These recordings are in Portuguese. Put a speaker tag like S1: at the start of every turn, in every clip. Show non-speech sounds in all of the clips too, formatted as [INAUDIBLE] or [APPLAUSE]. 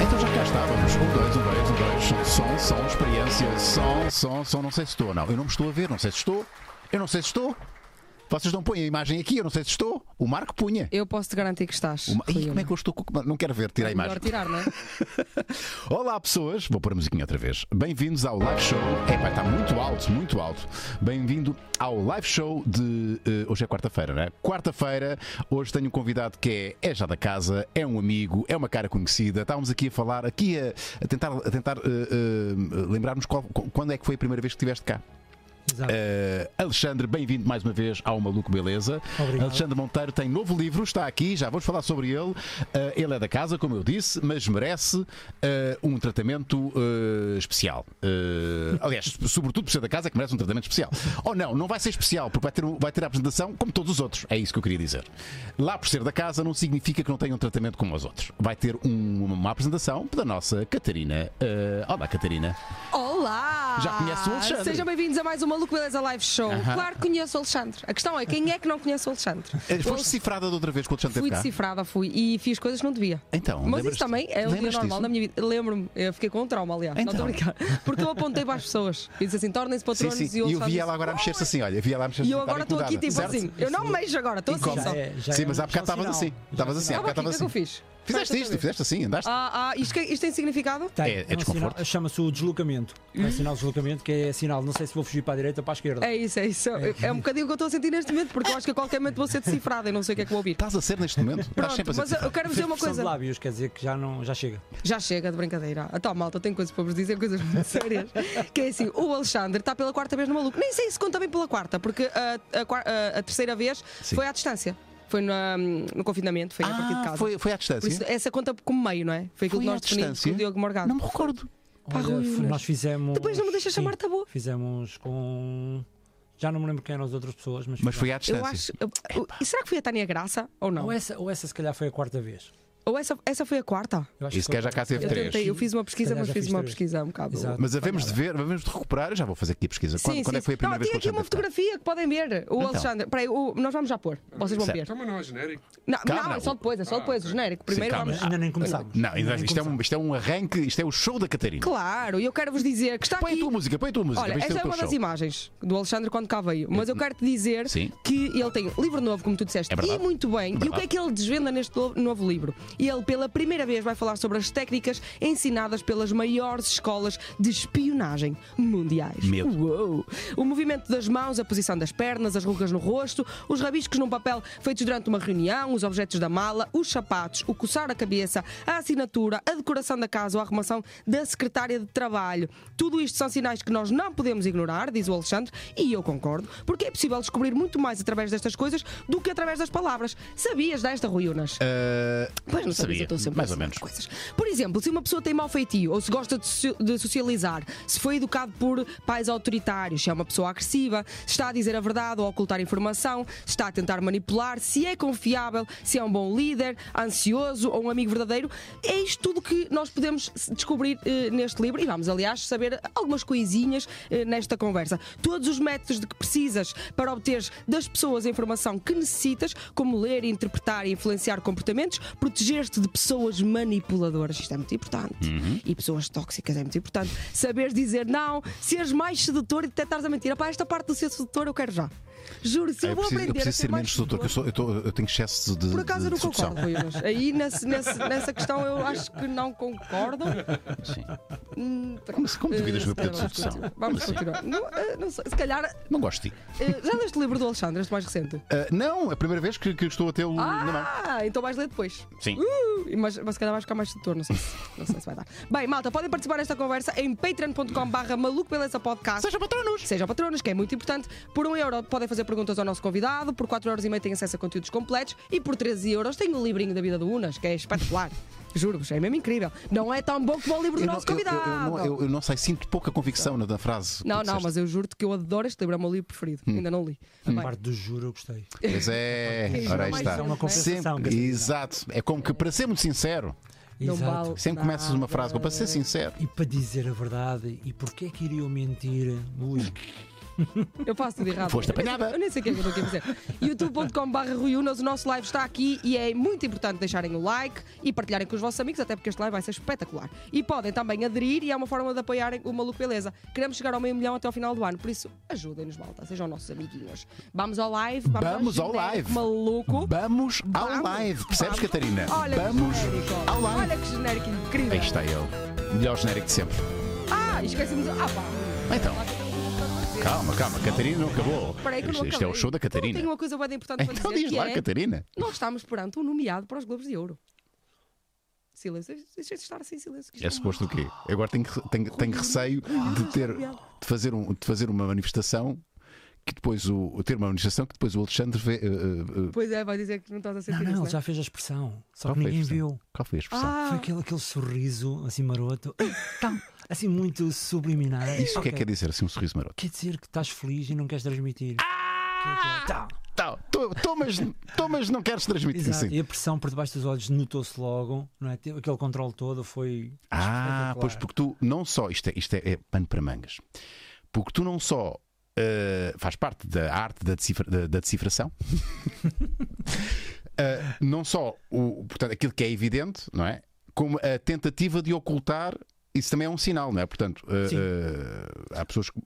S1: Então Muito bem, muito bem. um, Som, som, som, experiência. Som, som, som. Não sei se estou, não. Eu não me estou a ver, não sei se estou. Eu não sei se estou. Vocês não põem a imagem aqui, eu não sei se estou. O Marco punha.
S2: Eu posso te garantir que estás.
S1: Uma...
S2: Rui
S1: Ih, como é
S2: Uno.
S1: que eu estou? com- Não quero ver, tira a
S2: É
S1: imagem.
S2: Melhor tirar, não é?
S1: Olá pessoas, vou pôr a musiquinha outra vez. Bem-vindos ao live show. Epá, está muito alto, muito alto. Bem-vindo ao live show de. eh, hoje é quarta-feira, não é? Quarta-feira, hoje tenho um convidado que é, é já da casa, é um amigo, é uma cara conhecida. Estávamos aqui a falar, aqui a, a tentar, a tentar eh, eh, lembrarmos qual- quando é que foi a primeira vez que estiveste cá.
S3: Exato.
S1: Eh, Alexandre, bem-vindo mais uma vez ao Maluco Beleza.
S3: Obrigado.
S1: Alexandre Monteiro tem novo livro, está aqui, já vamos falar sobre ele. Eh, ele é da casa, como eu disse, mas merece eh, um tratamento eh, especial. Eh, aliás, [LAUGHS] sobretudo por ser da casa, que merece um tratamento especial. Ou não, não vai ser especial, porque vai ter, um- vai ter a apresentação como todos os outros. É isso que eu queria dizer. Lá por ser da casa, não significa que não tenha um tratamento como os outros. Vai ter um- uma apresentação da nossa Catarina. Eh, olá, Catarina.
S2: Olá!
S1: Já conhece o Alexandre?
S2: Sejam bem-vindos a mais um Maluco Beleza Live Show. Claro que conheço o Alexandre. A questão é quem é que não conhece o Alexandre?
S1: Eh, Foste cifrada de outra vez com o Alexandre
S2: Fui
S1: teve cá?
S2: decifrada, fui e fiz coisas que não devia.
S1: Então,
S2: Mas
S1: lembras-te-
S2: isso também é o dia
S1: lembras-te
S2: normal
S1: disso?
S2: na minha vida. Lembro-me, eu fiquei com um trauma, aliás.
S1: Então.
S2: Não estou a brincar. Porque eu apontei para as pessoas e disse assim: tornem-se
S1: Sim,
S2: patronos
S1: sim.
S2: e o
S1: E eu
S2: Alexandre
S1: vi ela
S2: disse,
S1: agora a mexer-se assim, olha, vi ela a mexer
S2: E eu agora estou aqui tipo assim: eu não me mexo agora, estou assim
S1: Incómodo.
S2: só.
S1: Já
S3: É, já
S1: Sim,
S3: é
S1: mas
S3: um-
S1: há bocado
S3: já é um
S1: estavas assim.
S3: sinal.
S1: Estavas assim, há
S2: Estava
S1: bocado
S2: aqui, o
S1: estavas
S2: que é que eu
S1: assim.
S2: fiz? Só
S1: Fizeste
S2: esta
S1: isto,
S2: vez.
S1: fizeste assim, andaste.
S2: Ah, ah, isto, que- isto tem significado?
S3: Tem,
S1: É- é
S3: um
S1: desconforto.
S3: sinal- Chama-se o deslocamento. É sinal de deslocamento que é sinal, não sei se vou fugir para a direita ou para a esquerda.
S2: É isso, é isso. É um bocadinho o que eu estou a sentir neste momento, porque eu acho que a qualquer momento vou ser decifrada e não sei o que é que vou ouvir.
S1: Estás a ser neste momento. Estás
S2: Pronto,
S1: Tá, sempre a
S2: mas
S1: ser.
S2: eu quero vos dizer uma
S3: Pressão de
S2: coisa.
S3: lábios, quer dizer que já, não, já chega.
S2: Já chega de brincadeira. Então, malta, tenho coisas para vos dizer, coisas muito [LAUGHS] sérias. Que é assim: o Alexandre está pela quarta vez no maluco. Nem sei se conta bem pela quarta, porque a, a quar- a- a terceira vez
S1: Sim.
S2: foi à distância. Foi na- no, confinamento, foi a partir de
S1: Ah,
S2: casa.
S1: foi, foi à
S2: Por isso,
S1: distância.
S2: essa conta como meio, não é? Foi
S1: Foi
S2: aquilo que
S1: à
S2: nós definimos com
S1: distância?
S2: o Diogo Morgado.
S1: Não me recordo.
S2: Pá, Rui
S3: Olha,
S2: Unas.
S3: nós fizemos.
S2: Depois não me deixas tá
S3: sim,
S2: chamar-te a boa.
S3: Fizemos com. Já não me lembro quem eram as outras pessoas, mas.
S1: Mas foi
S3: fizemos.
S1: à
S2: Eu
S1: distância.
S2: acho. eu- eu- e será que foi a Tânia Graça ou não?
S3: Ou
S1: é-
S3: essa, ou essa se calhar foi a quarta vez.
S2: Ou essa, essa foi a quarta?
S3: Eu acho
S1: Isso
S3: que
S1: que é já cá teve
S2: Eu
S1: Três.
S2: tentei, eu fiz uma pesquisa,
S3: calhar
S2: mas
S3: já
S2: fiz
S3: fiz
S2: uma
S3: três.
S2: pesquisa um bocado.
S3: Exato.
S1: Mas havemos de ver, havemos de recuperar. Eu Já vou fazer aqui a pesquisa. Quando, quando é que foi a primeira
S2: não,
S1: vez que o
S2: tem aqui uma
S1: Alexandre teve cá?
S2: fotografia que podem ver. O
S1: Então.
S2: Alexandre. Peraí, o- nós vamos já pôr. Vocês vão
S1: Certo.
S2: ver.
S4: Então, mas não é genérico.
S2: Não,
S1: Calma.
S2: não, é só depois, é só
S4: Ah,
S2: depois, o
S4: ok.
S2: genérico. Primeiro
S1: calma.
S2: vamos.
S3: Ainda nem começámos.
S1: Não,
S3: Ainda nem
S1: isto é, um,
S3: começámos.
S1: isto é um arranque, isto é o show da Catarina.
S2: Claro, e eu quero vos dizer que está
S1: Põe a
S2: aqui.
S1: tua música, põe a tua música.
S2: Olha,
S1: para isto
S2: esta
S1: ser
S2: é
S1: o
S2: uma
S1: teu
S2: das
S1: show. Hum.
S2: imagens do Alexandre quando cá veio, mas eu quero te dizer
S1: Sim.
S2: que ele tem um livro novo, como tu disseste,
S1: É verdade.
S2: e muito bem. e o que
S1: verdade.
S2: é que ele desvenda neste lo- novo livro? Ele, pela primeira vez, vai falar sobre as técnicas ensinadas pelas maiores escolas de espionagem mundiais.
S1: Medo.
S2: Uou! O movimento das mãos, a posição das pernas, as rugas no rosto, os rabiscos num papel feitos durante uma reunião, os objetos da mala, os sapatos, o coçar a cabeça, a assinatura, a decoração da casa ou a arrumação da secretária de trabalho. Tudo isto são sinais que nós não podemos ignorar, diz o Alexandre, e eu concordo, porque é possível descobrir muito mais através destas coisas do que através das palavras. Sabias desta, Rui Unas?
S1: Ah,
S2: Pois não sabia,
S1: sabia,
S2: estou sempre
S1: mais
S2: a
S1: ou menos.
S2: dizer coisas. Por exemplo, se uma pessoa tem mau feitio ou se gosta de, soci- de socializar, se foi educado por pais autoritários, se é uma pessoa agressiva, se está a dizer a verdade ou a ocultar informação, se está a tentar manipular, se é confiável, se é um bom líder, ansioso ou um amigo verdadeiro, é isto tudo que nós podemos s- descobrir eh, neste livro e vamos, aliás, saber algumas coisinhas eh, nesta conversa. Todos os métodos de que precisas para obteres das pessoas a informação que necessitas, como ler, interpretar e influenciar comportamentos, proteger-te de pessoas manipuladoras, isto é muito importante,
S1: Uhum.
S2: e pessoas tóxicas é muito importante. Saberes dizer não, seres mais sedutor e detectares a mentira. Pá, esta parte do ser sedutor eu quero já. Juro, se eu,
S1: Ah, eu preciso,
S2: vou
S1: eu
S2: aprender a
S1: preciso
S2: ser
S1: ser
S2: mais
S1: menos sedutor, que eu, sou- eu tô- eu tenho excesso de.
S2: por acaso
S1: de,
S2: eu não
S1: de sedução.
S2: concordo, Rui Unas. Aí nesse- nesse- nessa questão eu acho que não concordo.
S1: Sim. [LAUGHS]
S2: Hum,
S1: Como, se- como duvidas do meu
S2: Eh,
S1: poder de
S2: vamos
S1: sedução?
S2: continuar. Vamos
S1: Assim,
S2: continuar. Não, eh, não sei, se calhar. eh,
S1: Não gosto de ti.
S2: já leste o livro do Alexandre, este mais recente?
S1: Ah, não, é a primeira vez que, que estou a tê-lo na mão.
S2: Ah, então vais ler depois.
S1: Sim.
S2: Uh, mas, mas se calhar vais ficar mais sedutor, não sei, se, não sei se vai dar. Bem, malta, podem participar desta conversa em patreon.com/barra maluco beleza podcast.
S1: Sejam patronos!
S2: Sejam patronos, que é muito importante. Por 1 euro podem fazer perguntas ao nosso convidado, por 4 euros e meio têm acesso a conteúdos completos e por 13 euros têm o livrinho da vida do Unas, que
S1: [LAUGHS]
S2: é espetacular. Juro-vos, é mesmo incrível. Não é tão bom como o livro do
S1: Eu não,
S2: nosso
S1: eu- eu- eu
S2: convidado.
S1: não- eu- eu não sei, sinto pouca convicção na, na frase. que
S2: Não, não,
S1: disseste.
S2: mas eu juro-te que eu adoro este livro, é o meu livro preferido.
S1: Hum.
S2: Ainda não li.
S3: A
S2: Bem,
S3: parte do juro eu gostei.
S1: Pois
S2: [LAUGHS]
S1: é,
S2: Sim,
S1: ora aí
S2: mas
S1: está.
S2: é uma
S3: compensação,
S1: Sempre-
S3: Catarina.
S1: exato. É como que, para ser muito sincero,
S2: Não
S3: Exato.
S2: vale.
S1: sempre começas uma frase com para ser sincero.
S3: E para dizer a verdade, e porquê é que iriam mentir? Ui,
S2: Eu faço tudo errado.
S1: Foste apanhada.
S2: Eu nem sei o que é que eu estou aqui a fazer. [LAUGHS] youtube.com.br Rui Unas, o nosso live está aqui e é muito importante deixarem o like e partilharem com os vossos amigos, até porque este live vai ser espetacular. E podem também aderir e é uma forma de apoiarem o Maluco Beleza. Queremos chegar ao meio milhão até ao final do ano, por isso ajudem-nos, malta. Sejam nossos amiguinhos. Vamos ao live.
S1: Vamos ao
S2: genérico
S1: live.
S2: Maluco.
S1: Vamos ao
S2: Vamos.
S1: live, percebes,
S2: Vamos.
S1: Catarina?
S2: Olha
S1: Vamos
S2: que genérico.
S1: ao live.
S2: Olha que genérico incrível.
S1: Aí está ele. Melhor genérico de sempre.
S2: Ah, esquecemos. Ah, pá.
S1: Então, calma, calma, Catarina não acabou.
S2: Espera aí que eu não
S1: Isto, isto é o
S2: acabei.
S1: show da
S2: Então,
S1: Catarina.
S2: tenho uma coisa bem importante para
S1: Então
S2: dizer,
S1: diz
S2: que
S1: lá,
S2: é...
S1: Catarina.
S2: Nós estamos perante um nomeado para os Globos de Ouro. Silêncio, deixa de estar assim, silêncio. que isto
S1: É suposto o quê? Eu Agora tenho, que- tenho, tenho receio
S2: Ah,
S1: de ter de fazer, um, de fazer uma manifestação que depois o ter uma manifestação que depois o Alexandre vê. eh, eh, eh,
S2: Pois é, vai dizer que não estás a sentir
S3: Não,
S2: isso,
S3: não,
S2: né?
S3: ele já fez a expressão. Só
S1: Qual Então foi
S3: que
S1: a
S3: ninguém
S1: expressão?
S3: viu.
S1: qual foi a expressão?
S2: Ah,
S3: Foi aquele, aquele sorriso assim maroto. Então, assim muito subliminar.
S2: Ah,
S1: Isso o que é que quer dizer assim um sorriso maroto?
S3: Quer dizer que estás feliz e não queres transmitir. Ah!
S1: Tá, tô- tô, mas- tô, mas não queres transmitir
S3: Exato.
S1: assim.
S3: E a pressão por debaixo dos olhos notou-se logo, não é? Teve Aquele controle todo foi.
S1: Ah,
S3: espetacular.
S1: pois porque tu não só. Isto é, isto é, é pano para mangas. Porque tu não só. eh, faz parte da arte da, decifra- da- da decifração. [LAUGHS] Eh, não só o, portanto, aquilo que é evidente, não é? Como a tentativa de ocultar, isso também é um sinal, não é? Portanto, eh,
S3: Sim.
S1: eh, há pessoas que.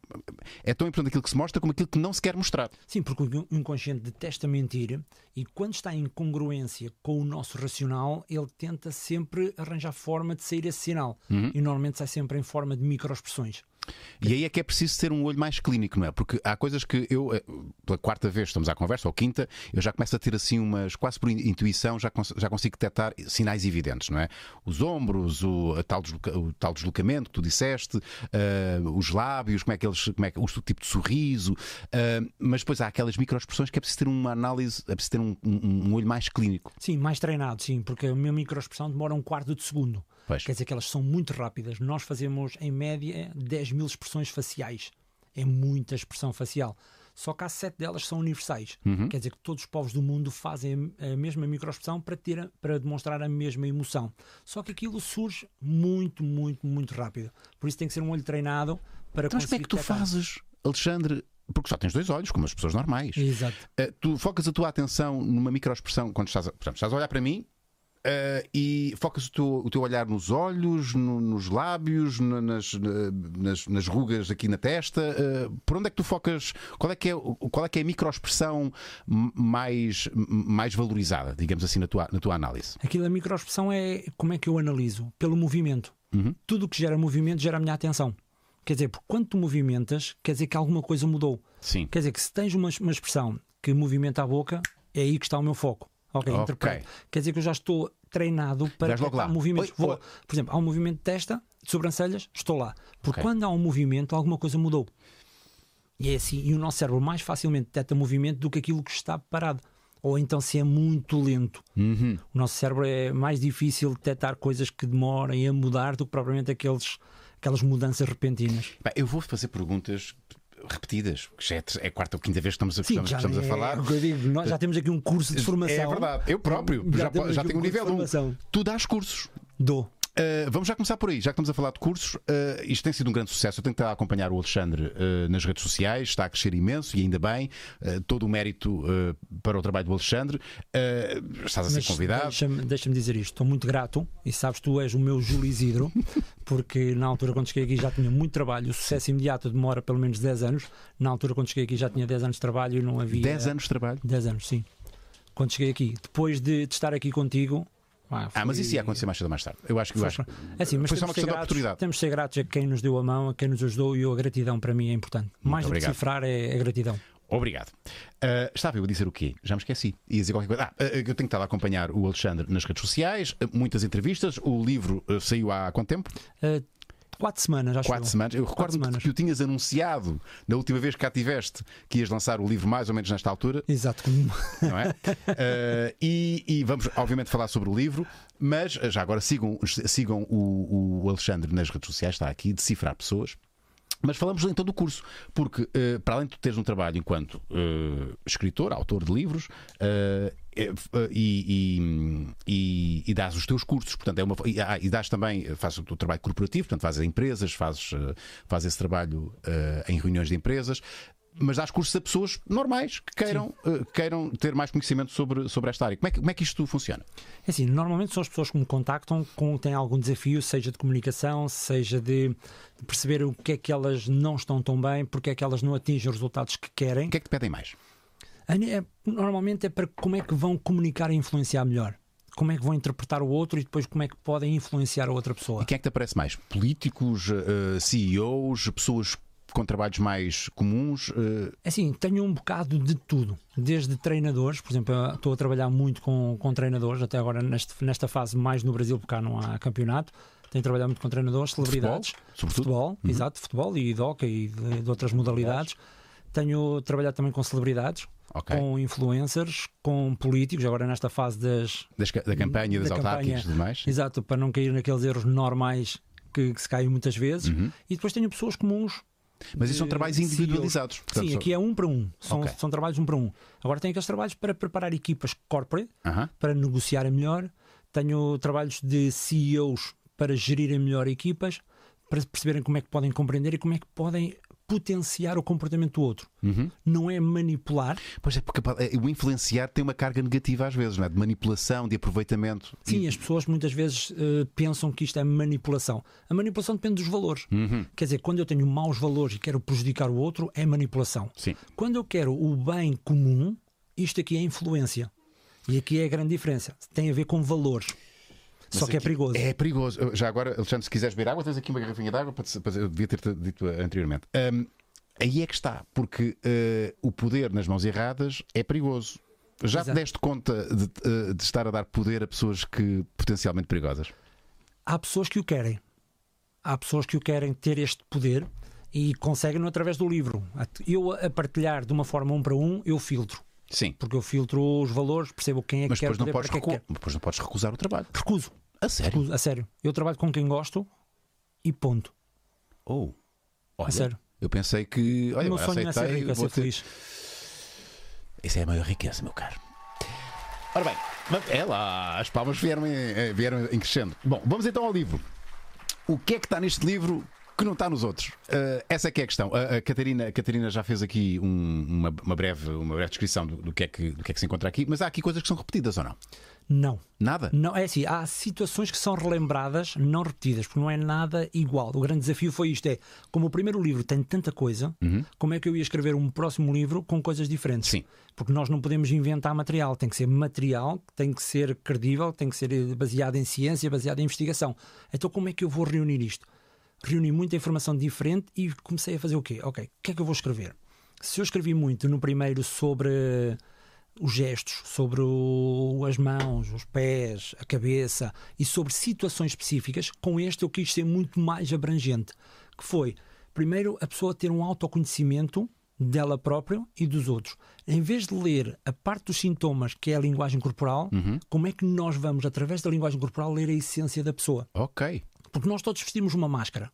S1: É tão importante aquilo que se mostra como aquilo que não se quer mostrar.
S3: Sim, porque o inconsciente detesta mentir e quando está em congruência com o nosso racional, ele tenta sempre arranjar forma de sair esse sinal.
S1: Uhum.
S3: E normalmente sai sempre em forma de microexpressões.
S1: E aí é que é preciso ter um olho mais clínico, não é? Porque há coisas que eu, eh, pela quarta vez estamos à conversa, ou quinta, eu já começo a ter assim umas, quase por in- intuição, já, cons- já consigo detectar sinais evidentes, não é? Os ombros, o, a tal desloca- o tal deslocamento que tu disseste, eh, os lábios, como é que eles, como é que, o su- tipo de sorriso, eh, mas depois há aquelas microexpressões que é preciso ter uma análise, é preciso ter um, um- um olho mais clínico.
S3: Sim, mais treinado, sim, porque a minha microexpressão demora um quarto de segundo.
S1: Pois.
S3: Quer dizer que elas são muito rápidas. Nós fazemos, em média, 10 mil expressões faciais. É muita expressão facial. Só que há sete delas são universais.
S1: Uhum.
S3: Quer dizer que todos os povos do mundo fazem a mesma microexpressão para, ter, a- para demonstrar a mesma emoção. Só que aquilo surge muito, muito, muito rápido. Por isso tem que ser um olho treinado para
S1: Então, mas como é
S3: conseguir
S1: que tu
S3: detectar.
S1: fazes, Alexandre? Porque só tens dois olhos, como as pessoas normais.
S3: Exato.
S1: Uh, tu focas a tua atenção numa microexpressão quando estás a, portanto, estás a olhar para mim uh, e focas o teu, o teu olhar nos olhos, no- nos lábios, na- nas, na- nas, nas rugas aqui na testa. Uh, por onde é que tu focas? Qual é que é, o- qual é, que é a microexpressão m- mais, m- mais valorizada, digamos assim, na tua, na tua análise?
S3: Aquilo, a microexpressão é como é que eu analiso? Pelo movimento.
S1: Uhum.
S3: Tudo o que gera movimento gera a minha atenção. Quer dizer, porque quando tu movimentas, quer dizer que alguma coisa mudou.
S1: Sim.
S3: Quer dizer que se tens uma, uma expressão que movimenta a boca, é aí que está o meu foco. Ok,
S1: Ok.
S3: interpreto. Quer dizer que eu já estou treinado para
S1: Vais logo lá.
S3: detectar movimentos.
S1: Oi,
S3: Vou-
S1: oi.
S3: Por exemplo, há um movimento de testa, de sobrancelhas, estou lá. Porque
S1: Ok.
S3: quando há um movimento, alguma coisa mudou. E é assim, e o nosso cérebro mais facilmente detecta movimento do que aquilo que está parado. Ou então se é muito lento.
S1: Uhum.
S3: O nosso cérebro é mais difícil detectar coisas que demorem a mudar do que propriamente aqueles, aquelas mudanças repentinas.
S1: Bem, eu vou fazer perguntas repetidas, porque já é, a ter- é a quarta ou quinta vez que estamos a, estamos,
S3: já
S1: estamos a
S3: é
S1: falar.
S3: o que eu digo, nós já temos aqui um curso de formação.
S1: É verdade, eu próprio
S3: Já
S1: já, po-
S3: temos
S1: já
S3: aqui
S1: tenho
S3: um
S1: um nível
S3: curso de
S1: 1.
S3: formação.
S1: Tu dás cursos.
S3: Dou.
S1: Uh, vamos já começar por aí, já que estamos a falar de cursos. uh, isto tem sido um grande sucesso. Eu tenho que acompanhar o Alexandre uh, nas redes sociais, está a crescer imenso e ainda bem. Uh, todo o mérito uh, para o trabalho do Alexandre. Uh, estás a ser
S3: Mas
S1: convidado.
S3: Deixa-me deixa-me dizer isto, estou muito grato e sabes, tu és o meu Júlio
S1: [LAUGHS]
S3: Isidro, porque na altura quando cheguei aqui já tinha muito trabalho, o sucesso imediato demora pelo menos 10 anos. Na altura quando cheguei aqui já tinha 10 anos de trabalho e não havia.
S1: 10 anos de trabalho.
S3: 10 anos, sim. Quando cheguei aqui, depois de, de estar aqui contigo. Ah,
S1: Ah, mas
S3: foi-
S1: isso ia acontecer mais cedo ou mais tarde. Eu acho que. Eu
S3: foi-
S1: acho...
S3: É assim, mas
S1: foi só
S3: temos
S1: uma questão
S3: de ser
S1: de
S3: gratos-
S1: oportunidade.
S3: Temos de ser gratos a quem nos deu a mão, a quem nos ajudou e a gratidão para mim é importante. Mais do que
S1: obrigado.
S3: cifrar é a gratidão.
S1: Obrigado. Uh, estava eu a dizer o quê? Já me esqueci. Ia dizer qualquer coisa. Ah, uh, eu tenho que estar a acompanhar o Alexandre nas redes sociais, uh, muitas entrevistas. O livro uh, saiu há quanto tempo?
S3: Ah, quatro semanas, acho
S1: Quatro
S3: eu.
S1: semanas. Eu
S3: Quatro
S1: recordo-me
S3: semanas.
S1: que o tinhas anunciado na última vez que cá tiveste que ias lançar o livro mais ou menos nesta altura,
S3: Exato,
S1: não é? Eh, e, e vamos, obviamente, falar sobre o livro, mas eh, já agora sigam, sigam o, o Alexandre nas redes sociais, está aqui, decifrar pessoas. Mas falamos então do curso, porque eh, para além de tu teres um trabalho enquanto eh, escritor, autor de livros, eh, eh, f- eh, e, e, e, e dás os teus cursos, portanto, é uma, e, ah, e dás também, eh, fazes o teu trabalho corporativo, portanto, fazes em empresas, fazes, eh, fazes esse trabalho eh, em reuniões de empresas. mas dás cursos a pessoas normais que queiram, eh, queiram ter mais conhecimento sobre, sobre esta área. Como é, que, como é que isto funciona?
S3: É assim, normalmente são as pessoas que me contactam com têm algum desafio, seja de comunicação, seja de perceber o que é que elas não estão tão bem, porque é que elas não atingem os resultados que querem.
S1: O que é que te pedem mais?
S3: A ni- é- normalmente é para como é que vão comunicar e influenciar melhor. Como é que vão interpretar o outro e depois como é que podem influenciar a outra pessoa.
S1: E quem é que te aparece mais? Políticos, eh, CEOs, pessoas com trabalhos mais comuns? eh,
S3: Assim, tenho um bocado de tudo, desde treinadores, por exemplo, eu estou a trabalhar muito com, com treinadores, até agora neste- nesta fase mais no Brasil, porque cá não há campeonato. Tenho trabalhado muito com treinadores, celebridades,
S1: sobretudo? Uhum.
S3: futebol, exato, futebol e de hockey e de, de outras modalidades. Tenho trabalhado também com celebridades,
S1: Ok.
S3: com influencers, com políticos, agora nesta fase das,
S1: das ca- da campanha, das
S3: da campanha.
S1: autárquicas e tudo mais?
S3: Exato, para não cair naqueles erros normais que, que se caem muitas vezes.
S1: Uhum.
S3: E depois tenho pessoas comuns.
S1: Mas isso são
S3: de
S1: trabalhos
S3: CEOs.
S1: individualizados. Portanto,
S3: Eh, Sim,
S1: são-
S3: aqui é um para um. São,
S1: Ok.
S3: são trabalhos um para um. Agora tenho aqueles trabalhos para preparar equipas corporate,
S1: Aham.
S3: para negociarem melhor. Tenho trabalhos de CEOs para gerirem melhor equipas, para perceberem como é que podem compreender e como é que podem potenciar o comportamento do outro.
S1: Uhum.
S3: Não é manipular,
S1: Pois é, porque eh, o influenciar tem uma carga negativa às vezes, não é? De manipulação, de aproveitamento.
S3: Sim, as pessoas muitas vezes eh, pensam que isto é manipulação. A manipulação depende dos valores.
S1: Uhum.
S3: Quer dizer, quando eu tenho maus valores e quero prejudicar o outro, é manipulação.
S1: Sim.
S3: Quando eu quero o bem comum, isto aqui é influência. E aqui é a grande diferença. Tem a ver com valores. Só que é perigoso.
S1: É perigoso. Eu- Já agora, Alexandre, se quiseres beber água, tens aqui uma garrafinha de água para, te- para- eu devia ter dito eh, anteriormente. Ahm, aí é que está, porque eh, o poder nas mãos erradas é perigoso. Já te
S3: Exato.
S1: deste conta de, eh, de estar a dar poder a pessoas que potencialmente perigosas?
S3: Há pessoas que o querem. Há pessoas que o querem ter este poder e conseguem-no através do livro. Eu a partilhar de uma forma um para um, eu filtro.
S1: Sim.
S3: Porque eu filtro os valores, percebo quem é
S1: Mas
S3: que quer
S1: depois não,
S3: poder,
S1: podes
S3: para que é
S1: recu-
S3: que
S1: depois não podes recusar o trabalho.
S3: quer. Recuso.
S1: A sério?
S3: Recuso, a sério. Eu trabalho com quem gosto e ponto.
S1: Ou. Oh. Olha,
S3: sério.
S1: Eu pensei que. Olha,
S3: o meu
S1: agora
S3: sonho não é ser
S1: aceitei,
S3: rico, é
S1: vou
S3: ser
S1: ter-
S3: feliz.
S1: Isso é a maior riqueza, meu caro. Ora bem, vamos- é lá, as palmas vieram em, eh, vieram em crescendo. Bom, vamos então ao livro. O que é que está neste livro que não está nos outros? Eh, essa é que é a questão. A, a Catarina, a Catarina já fez aqui um- uma, uma breve, uma breve descrição do, do que é que, do que é que se encontra aqui, mas há aqui coisas que são repetidas ou não?
S3: Não.
S1: Nada?
S3: Não, é assim, há situações que são relembradas, não repetidas, porque não é nada igual. O grande desafio foi isto: é como o primeiro livro tem tanta coisa, como é que eu ia escrever um próximo livro com coisas diferentes?
S1: Sim.
S3: Porque nós não podemos inventar material, tem que ser material, tem que ser credível, tem que ser eh, baseado em ciência, baseado em investigação. Então, como é que eu vou reunir isto? Reuni muita informação diferente e comecei a fazer o quê? Ok, o que é que eu vou escrever? Se eu escrevi muito no primeiro sobre os gestos, sobre o- as mãos, os pés, a cabeça e sobre situações específicas, com este eu quis ser muito mais abrangente. Que foi, primeiro, a pessoa ter um autoconhecimento dela própria e dos outros. Em vez de ler a parte dos sintomas, que é a linguagem corporal, como é que nós vamos, através da linguagem corporal, ler a essência da pessoa?
S1: Ok.
S3: Porque nós todos vestimos uma máscara.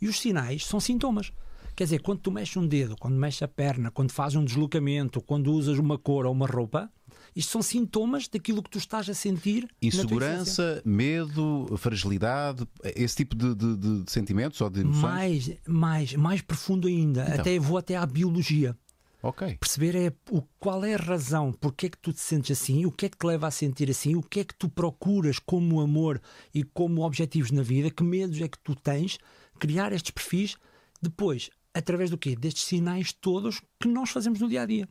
S3: E os sinais são sintomas. Quer dizer, quando tu mexes um dedo, quando mexes a perna, quando fazes um deslocamento, quando usas uma cor ou uma roupa, isto são sintomas daquilo que tu estás a sentir. na tua essência.
S1: Insegurança, medo, fragilidade, esse tipo de, de- de- de sentimentos ou de emoções?
S3: Mais, mais, mais profundo ainda. Até vou até à biologia.
S1: Ok.
S3: Perceber é o, qual é a razão, porque é que tu te sentes assim, o que é que te leva a sentir assim, o que é que tu procuras como amor e como objetivos na vida, que medos é que tu tens, criar estes perfis, depois, através do quê? Destes sinais todos que nós fazemos no dia a dia.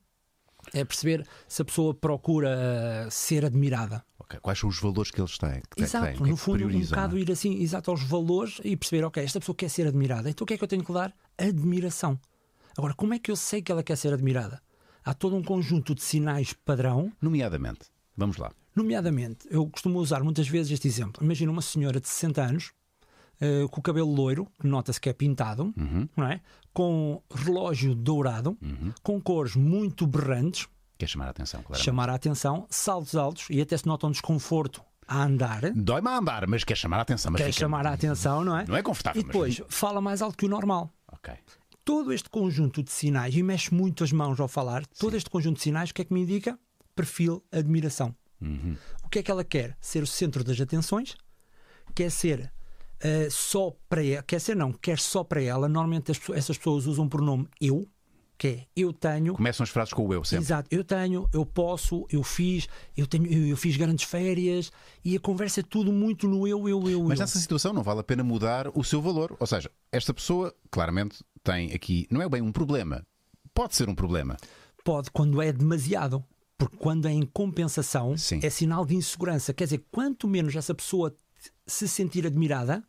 S3: É perceber se a pessoa procura eh, ser admirada.
S1: Ok. Quais são os valores que eles têm? é Que
S3: Exato,
S1: têm, que
S3: no fundo, um
S1: priorizam, não é?
S3: bocado ir assim, exato, aos valores e perceber, ok, esta pessoa quer ser admirada, então o que é que eu tenho que dar? Admiração. Agora, como é que eu sei que ela quer ser admirada? Há todo um conjunto de sinais padrão,
S1: Nomeadamente, vamos lá.
S3: nomeadamente, eu costumo usar muitas vezes este exemplo. Imagina uma senhora de 60 anos, eh, com o cabelo loiro, que nota-se que é pintado,
S1: Uhum.
S3: não é? com relógio dourado, com cores muito berrantes,
S1: Quer chamar a atenção, claro.
S3: chamar a atenção, saltos altos e até se nota um desconforto a andar.
S1: Dói-me a andar, mas quer chamar a atenção. Mas
S3: Quer
S1: fica-
S3: chamar a atenção, não é?
S1: Não é confortável,
S3: E depois fala mais alto que o normal.
S1: Mas... Ok.
S3: Todo este conjunto de sinais, e mexe muito as mãos ao falar, todo este conjunto de sinais, o que é que me indica? Perfil admiração.
S1: Uhum.
S3: O que é que ela quer? Ser o centro das atenções, quer ser eh, só para ela, quer ser não, quer só para ela. Normalmente as pessoas- essas pessoas usam o pronome eu, que é eu tenho,
S1: Começam as frases com o eu sempre.
S3: Exato, eu tenho, eu posso, eu fiz, eu tenho, eu, eu fiz grandes férias e a conversa é tudo muito no eu, eu, eu.
S1: Mas
S3: eu.
S1: nessa situação não vale a pena mudar o seu valor. Ou seja, esta pessoa claramente tem aqui, não é bem um problema. Pode ser um problema.
S3: Pode quando é demasiado. Porque quando é em compensação,
S1: Sim.
S3: é sinal de insegurança. Quer dizer, quanto menos essa pessoa se sentir admirada,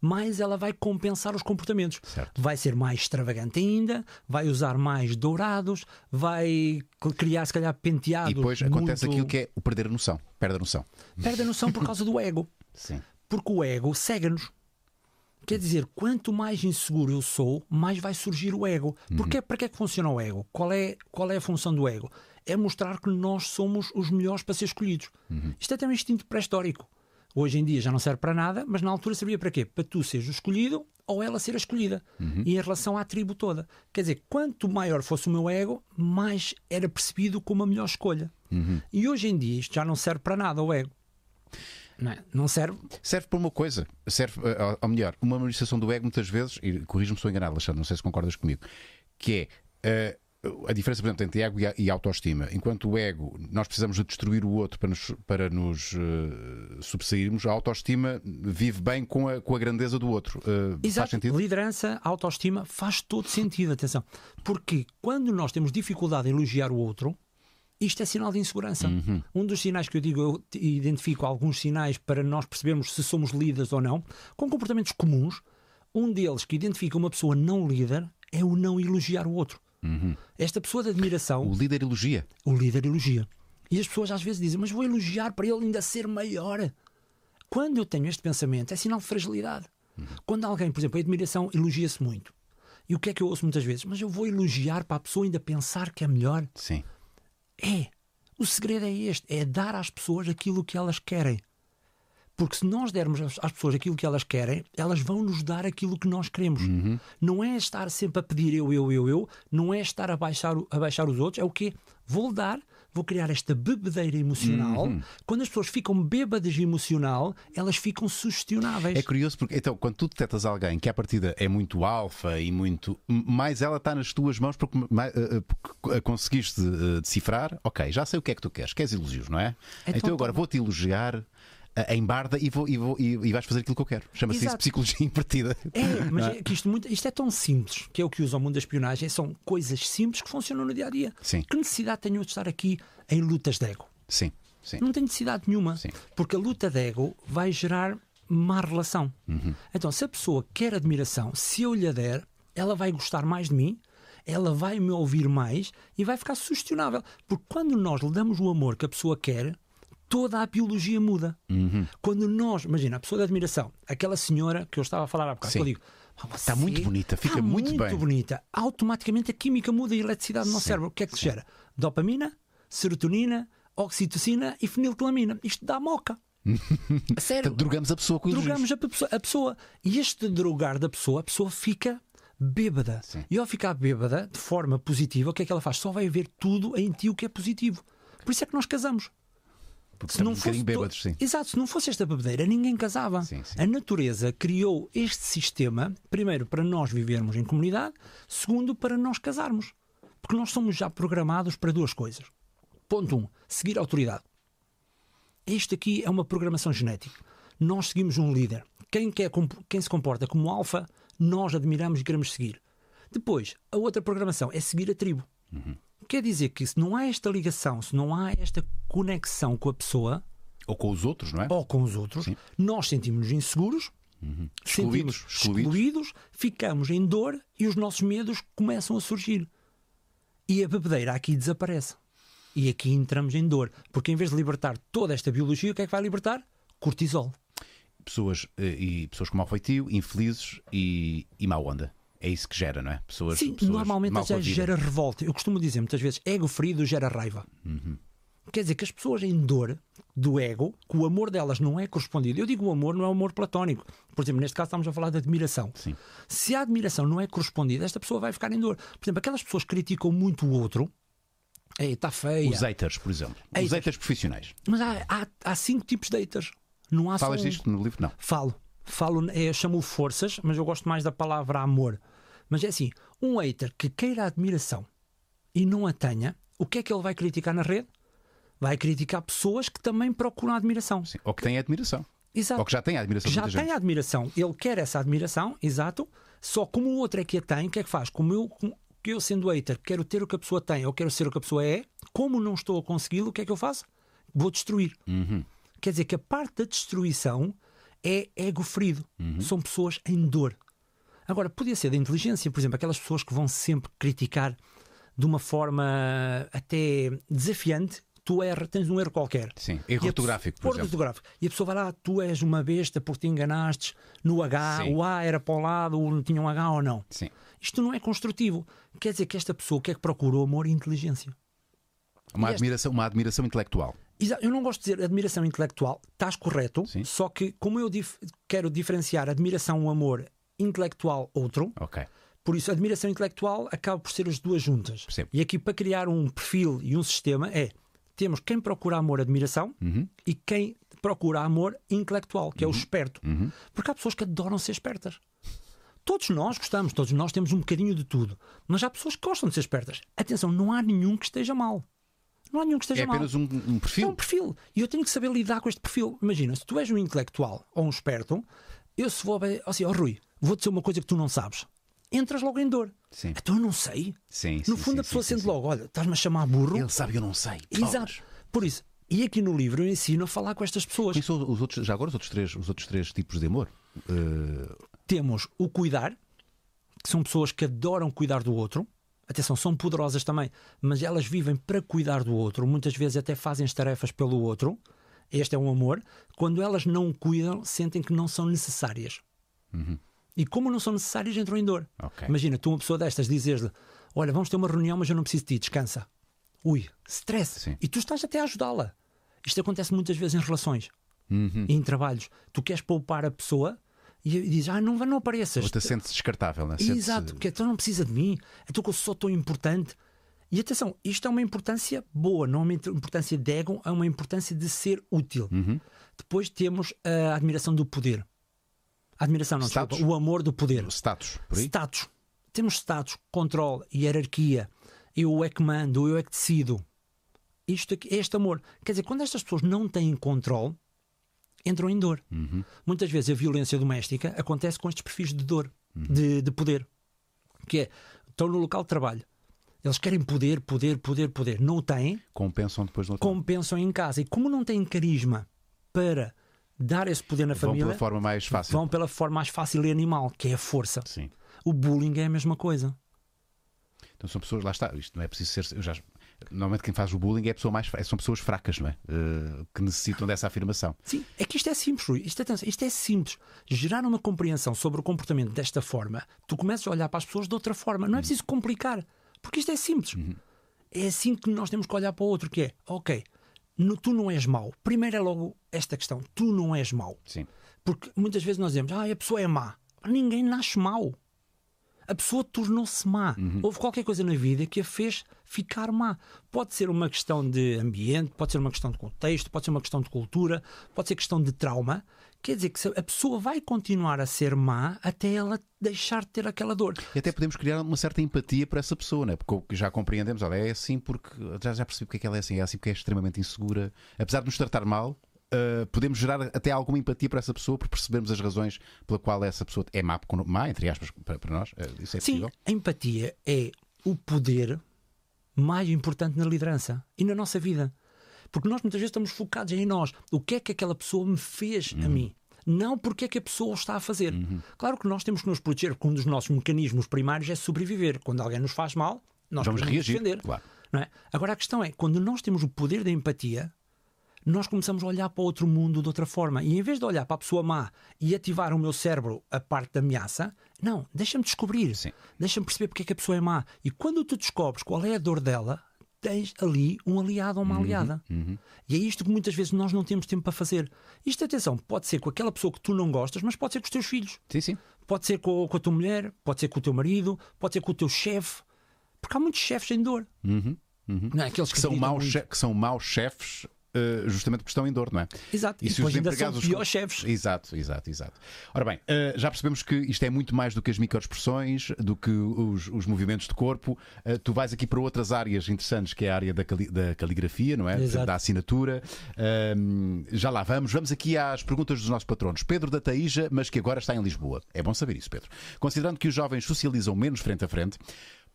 S3: mais ela vai compensar os comportamentos.
S1: Certo.
S3: Vai ser mais extravagante ainda, vai usar mais dourados, vai criar, se calhar, penteados.
S1: e depois acontece
S3: muito-
S1: aquilo que é o perder a noção. Perde a noção.
S3: Perde a noção por causa do ego.
S1: Sim.
S3: Porque o ego segue-nos. Quer dizer, quanto mais inseguro eu sou, mais vai surgir o ego. Porque para que é que funciona o ego? Qual é, qual é a função do ego? É mostrar que nós somos os melhores para ser escolhidos. Isto é até um instinto pré-histórico. Hoje em dia já não serve para nada, mas na altura servia para quê? Para tu seres o escolhido ou ela ser a escolhida. E em relação à tribo toda. Quer dizer, quanto maior fosse o meu ego, mais era percebido como a melhor escolha. E hoje em dia isto já não serve para nada, o ego. Não, é? não serve
S1: Serve para uma coisa, serve, eh, ou- ou melhor, uma manifestação do ego muitas vezes, e corrijo-me se estou enganado, Alexandre, não sei se concordas comigo, que é eh, a diferença, por exemplo, entre ego e a- e autoestima. Enquanto o ego, nós precisamos de destruir o outro para nos, para nos eh, subsairmos, a autoestima vive bem com a, com a grandeza do outro. Eh, Faz sentido?
S3: Liderança, autoestima, faz todo sentido, atenção. Porque quando nós temos dificuldade em elogiar o outro, isto é sinal de insegurança.
S1: Uhum.
S3: Um dos sinais que eu digo, eu te- identifico alguns sinais para nós percebermos se somos líderes ou não, com comportamentos comuns. Um deles que identifica uma pessoa não líder é o não elogiar o outro. Esta pessoa de admiração,
S1: Uhum. O líder elogia.
S3: o líder elogia. E as pessoas às vezes dizem, mas vou elogiar para ele ainda ser maior. Quando eu tenho este pensamento, é sinal de fragilidade. Quando alguém, por exemplo, a admiração elogia-se muito. E o que é que eu ouço muitas vezes? Mas eu vou elogiar para a pessoa ainda pensar que é melhor.
S1: Sim.
S3: É. O segredo é este: é dar às pessoas aquilo que elas querem. Porque se nós dermos às às pessoas aquilo que elas querem, elas vão nos dar aquilo que nós queremos.
S1: Uhum.
S3: Não é estar sempre a pedir eu, eu, eu, eu, não é estar a baixar, o- a baixar os outros, é o quê? Vou dar, vou criar esta bebedeira emocional.
S1: Uhum.
S3: Quando as pessoas ficam bêbadas de emocional, elas ficam sugestionáveis.
S1: É curioso porque, então, quando tu detectas alguém que à partida é muito alfa e muito. mais ela está nas tuas mãos porque, mai- eh, eh, porque a conseguiste eh, decifrar, ok, já sei o que é que tu queres, queres elogios, não é? Então,
S3: Então
S1: agora
S3: toma.
S1: vou-te elogiar. eh, Em barda e, vou, e, vou, e e vais fazer aquilo que eu quero. Chama-se isso
S3: Exato.
S1: psicologia [LAUGHS] invertida.
S3: É, mas é que isto, muito- isto é tão simples, que é o que usa o mundo da espionagem, são coisas simples que funcionam no dia a dia.
S1: Sim.
S3: Que necessidade tenho eu de estar aqui em lutas de ego?
S1: Sim, sim.
S3: Não tenho necessidade nenhuma,
S1: Sim.
S3: porque a luta de ego vai gerar má relação.
S1: Uhum.
S3: Então, se a pessoa quer admiração, se eu lhe a der, ela vai gostar mais de mim, ela vai me ouvir mais e vai ficar sugestionável. Porque quando nós lhe damos o amor que a pessoa quer, toda a biologia muda.
S1: Uhum.
S3: Quando nós, imagina, a pessoa da admiração, aquela senhora que eu estava a falar há bocado,
S1: Sim.
S3: que eu digo. "Ah, você
S1: Está Tá muito bonita, fica
S3: está
S1: muito bem."
S3: Tá bonita. Automaticamente a química muda e a eletricidade no nosso cérebro. O que é que se gera? Dopamina, serotonina, oxitocina e fenilclamina. Isto
S1: [LAUGHS]
S3: dá moca. A Sério.
S1: Portanto, Então, drogamos a pessoa com elogios.
S3: Drogamos a pessoa, a pessoa. E este drogar da pessoa, a pessoa fica bêbada. E ao ficar bêbada, de forma positiva, o que é que ela faz? Só vai ver tudo em ti o que é positivo. Por isso é que nós casamos.
S1: Porque
S3: Se não
S1: estamos um bocadinho
S3: fosse
S1: bêbados,
S3: to-
S1: sim.
S3: Exato, se não fosse esta bebedeira, ninguém casava.
S1: Sim, sim.
S3: A natureza criou este sistema, primeiro, para nós vivermos em comunidade, segundo, para nós casarmos. Porque nós somos já programados para duas coisas. Ponto 1. Um, seguir a autoridade. Isto aqui é uma programação genética. Nós seguimos um líder. Quem, quer, comp- quem se comporta como alfa, nós admiramos e queremos seguir. Depois, a outra programação é seguir a tribo.
S1: Uhum.
S3: Quer dizer que se não há esta ligação, se não há esta conexão com a pessoa,
S1: Ou com os outros, não é? Uhum.
S3: ou com os outros, nós sentimos-nos inseguros,
S1: Excluídos,
S3: sentimos
S1: excluídos.
S3: excluídos, ficamos em dor e os nossos medos começam a surgir. E a bebedeira aqui desaparece. E aqui entramos em dor. Porque em vez de libertar toda esta biologia, o que é que vai libertar? Cortisol.
S1: Pessoas, eh, e pessoas com mau feitio, infelizes e, e má onda. É isso que gera, não é? Pessoas,
S3: Sim,
S1: pessoas
S3: normalmente
S1: mal
S3: já
S1: com a vida.
S3: gera revolta. Eu costumo dizer muitas vezes: ego ferido gera raiva.
S1: Uhum.
S3: Quer dizer que as pessoas em dor do ego, que o amor delas não é correspondido. Eu digo o amor, não é o amor platónico. Por exemplo, neste caso estamos a falar de admiração.
S1: Sim.
S3: Se a admiração não é correspondida, esta pessoa vai ficar em dor. Por exemplo, aquelas pessoas que criticam muito o outro. Ei, está feia.
S1: Os haters, por exemplo. Os
S3: Haters.
S1: haters profissionais.
S3: Mas há, há, há cinco tipos de haters. Não há
S1: Falas
S3: só um.
S1: disto no livro? Não.
S3: Falo. Falo, eh, chamo-o forças, mas eu gosto mais da palavra amor. Mas é assim: Um hater que queira admiração e não a tenha, o que é que ele vai criticar na rede? Vai criticar pessoas que também procuram admiração.
S1: Sim, Ou que tem admiração.
S3: Exato.
S1: Ou que já tem a admiração de
S3: Tá. já
S1: muita
S3: tem
S1: gente.
S3: a admiração. Ele quer essa admiração, exato. Só como o outro é que a tem, o que é que faz? Como eu, como- que eu sendo hater, quero ter o que a pessoa tem, ou quero ser o que a pessoa é, como não estou a consegui-lo, o que é que eu faço? Vou destruir.
S1: Uhum.
S3: Quer dizer que a parte da destruição é ego ferido.
S1: Uhum.
S3: São pessoas em dor. Agora, podia ser da inteligência, por exemplo, aquelas pessoas que vão sempre criticar de uma forma até desafiante. Tu erra, tens um erro qualquer.
S1: Sim,
S3: E a
S1: erro
S3: pessoa-
S1: ortográfico, por
S3: erro
S1: exemplo.
S3: ortográfico. E a pessoa vai lá, tu és uma besta porque te enganaste no H,
S1: Sim.
S3: o A era para o lado, o não tinha um H ou não.
S1: Sim.
S3: Isto não é construtivo. Quer dizer que esta pessoa o que é que procurou amor e inteligência.
S1: Uma
S3: E este-
S1: admiração, uma admiração intelectual.
S3: Exa- Eu não gosto de dizer admiração intelectual, estás correto,
S1: Sim.
S3: só que como eu dif- quero diferenciar admiração, o amor, intelectual, outro,
S1: Ok.
S3: por isso admiração intelectual acaba por ser as duas juntas.
S1: Percebo.
S3: E aqui para criar um perfil e um sistema é temos quem procura amor, admiração
S1: Uhum.
S3: e quem procura amor intelectual, que é o esperto.
S1: Uhum.
S3: Porque há pessoas que adoram ser espertas. Todos nós gostamos, todos nós temos um bocadinho de tudo, mas há pessoas que gostam de ser espertas. Atenção, não há nenhum que esteja mal. Não há nenhum que
S1: É
S3: esteja mal.
S1: apenas um, um
S3: É um
S1: perfil.
S3: perfil. E eu tenho que saber lidar com este perfil. Imagina, se tu és um intelectual ou um esperto, eu se vou bem, assim, ó Rui, vou dizer uma coisa que tu não sabes. Entras logo em dor.
S1: Sim.
S3: Então eu não sei.
S1: Sim, sim,
S3: no fundo
S1: sim,
S3: a pessoa
S1: sim,
S3: sente
S1: sim,
S3: logo, olha, estás-me a chamar burro.
S1: Ele sabe, eu não sei.
S3: Exato. Por isso, e aqui no livro eu ensino a falar com estas pessoas.
S1: Quem são os outros, já agora os outros três, os outros três tipos de amor? Eh,
S3: Temos o cuidar, que são pessoas que adoram cuidar do outro. Atenção, são poderosas também, mas elas vivem para cuidar do outro. Muitas vezes até fazem as tarefas pelo outro. Este é um amor. Quando elas não cuidam, sentem que não são necessárias. E como não são necessárias, entram em dor.
S1: Uhum. Ok.
S3: Imagina, tu, uma pessoa destas, dizes-lhe: Olha, vamos ter uma reunião, mas eu não preciso de ti, descansa. Ui, stress.
S1: Sim.
S3: E tu estás até a ajudá-la. Isto acontece muitas vezes em relações e em trabalhos. Tu queres poupar a pessoa e, e dizes: Ah, não, não apareças.
S1: outra sente-se descartável, né? Sente-se-
S3: Exato, porque então não precisa de mim, então que eu sou tão importante. E atenção, isto é uma importância boa, não é uma inter- importância de ego, é uma importância de ser útil. Depois temos a admiração do poder. A admiração, não,
S1: Status.
S3: desculpa, o amor do poder.
S1: Status, por aí?
S3: Status. Temos status, controle, hierarquia. Eu é que mando, eu é que decido. Isto aqui, é este amor. Quer dizer, quando estas pessoas não têm controle, entram em dor.
S1: Uhum.
S3: Muitas vezes a violência doméstica acontece com estes perfis de dor,
S1: Uhum.
S3: de, de poder. Que é, estão no local de trabalho. Eles querem poder, poder, poder, poder. Não o têm,
S1: Compensam depois no outro.
S3: compensam em casa. E como não têm carisma para dar esse poder na
S1: Vão
S3: família,
S1: pela forma mais fácil.
S3: vão pela forma mais fácil e animal, que é a força.
S1: Sim.
S3: O bullying é a mesma coisa.
S1: Então são pessoas, lá está, isto não é preciso ser. Eu já, normalmente quem faz o bullying é a pessoa mais, fra- são pessoas fracas, não é? Eh, que necessitam dessa afirmação.
S3: Sim, é que isto é simples, Rui. Isto, atenção, isto é simples. Gerar uma compreensão sobre o comportamento desta forma, tu começas a olhar para as pessoas de outra forma. Não é preciso complicar, porque isto é simples. É assim que nós temos que olhar para o outro, que é, ok, no- tu não és mau. Primeiro é logo esta questão, tu não és mau.
S1: Sim.
S3: Porque muitas vezes nós dizemos, ah, a pessoa é má. Ninguém nasce mau. A pessoa tornou-se má. Houve qualquer coisa na vida que a fez ficar má. Pode ser uma questão de ambiente, pode ser uma questão de contexto, pode ser uma questão de cultura, pode ser questão de trauma. Quer dizer que se- a pessoa vai continuar a ser má até ela deixar de ter aquela dor.
S1: E até podemos criar uma certa empatia para essa pessoa, não é? Porque o que já compreendemos, olha, é assim porque. Já, já percebi porque é que ela é assim, é assim porque é extremamente insegura. Apesar de nos tratar mal, eh, podemos gerar até alguma empatia para essa pessoa por percebermos as razões pela qual essa pessoa é má, con- má entre aspas, para, para nós. Eh, isso é
S3: Sim,
S1: possível.
S3: a empatia é o poder mais importante na liderança e na nossa vida. Porque nós muitas vezes estamos focados em nós. O que é que aquela pessoa me fez
S1: Uhum.
S3: a mim? Não porque é que a pessoa o está a fazer. Claro que nós temos que nos proteger, porque um dos nossos mecanismos primários é sobreviver. Quando alguém nos faz mal, nós
S1: Vamos
S3: podemos nos
S1: reagir,
S3: defender.
S1: claro.
S3: não é? Agora a questão é, quando nós temos o poder da empatia, nós começamos a olhar para o outro mundo de outra forma. E em vez de olhar para a pessoa má e ativar o meu cérebro a parte da ameaça, não, deixa-me descobrir.
S1: Sim.
S3: Deixa-me perceber porque é que a pessoa é má. E quando tu descobres qual é a dor dela, tens ali um aliado ou uma aliada. E é isto que muitas vezes nós não temos tempo para fazer. Isto, atenção, pode ser com aquela pessoa que tu não gostas, mas pode ser com os teus filhos.
S1: Sim, sim.
S3: Pode ser com, com a tua mulher, pode ser com o teu marido, pode ser com o teu chefe. Porque há muitos chefes em dor. Não é? Aqueles
S1: Uhum,
S3: que
S1: Que são,
S3: gritam
S1: maus
S3: muito.
S1: che- que são maus chefes eh, justamente porque estão em dor, não é?
S2: Exato.
S1: E se os
S3: Depois ainda são
S1: empregados os-
S3: piores chefes.
S1: Exato, exato, exato. Ora bem, eh, já percebemos que isto é muito mais do que as microexpressões, do que os, os movimentos de corpo. Eh, tu vais aqui para outras áreas interessantes, que é a área da, cali- da caligrafia, não é?
S3: Exato.
S1: Da assinatura. Ahm, já lá vamos. Vamos aqui às perguntas dos nossos patronos. Pedro da Taíja, mas que agora está em Lisboa. É bom saber isso, Pedro. Considerando que os jovens socializam menos frente a frente.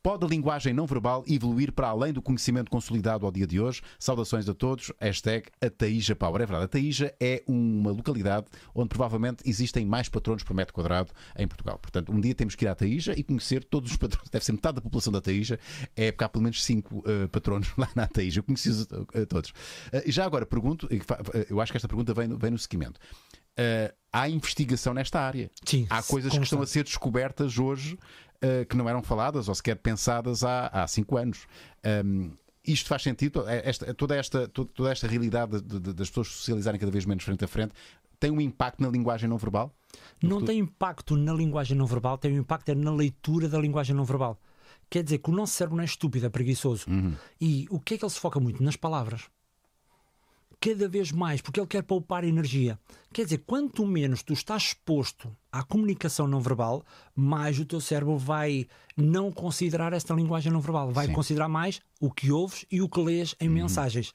S1: Pode a linguagem não verbal evoluir para além do conhecimento consolidado ao dia de hoje? Saudações a todos. Hashtag Ataíja Power. É verdade, Ataíja é uma localidade onde provavelmente existem mais patronos por metro quadrado em Portugal. Portanto, um dia temos que ir à Ataíja e conhecer todos os patronos. [LAUGHS] Deve ser metade da população da Ataíja, é porque há pelo menos cinco eh, patronos [LAUGHS] lá na Ataíja. Eu conheci os, eh, todos. Eh, e já agora pergunto, e fa- eh, eu acho que esta pergunta vem, no- vem no seguimento. Eh, há investigação nesta área.
S3: Sim,
S1: há coisas que estão a
S3: constante.
S1: ser descobertas hoje eh, que não eram faladas ou sequer pensadas há, há cinco anos. Ahm, isto faz sentido? Eh, esta- toda, esta, to- toda esta realidade de- de- das pessoas socializarem cada vez menos frente a frente tem um impacto na linguagem não verbal?
S3: Não tem impacto na linguagem não verbal, tem um impacto é na leitura da linguagem não verbal. Quer dizer que o nosso cérebro não é estúpido, é preguiçoso.
S1: Uhum.
S3: E o que é que ele se foca muito? Nas palavras. Cada vez mais, porque ele quer poupar energia. Quer dizer, quanto menos tu estás exposto à comunicação não verbal, mais o teu cérebro vai não considerar esta linguagem não verbal. Vai
S1: Sim. Uhum.
S3: considerar mais o que ouves e o que lês em mensagens.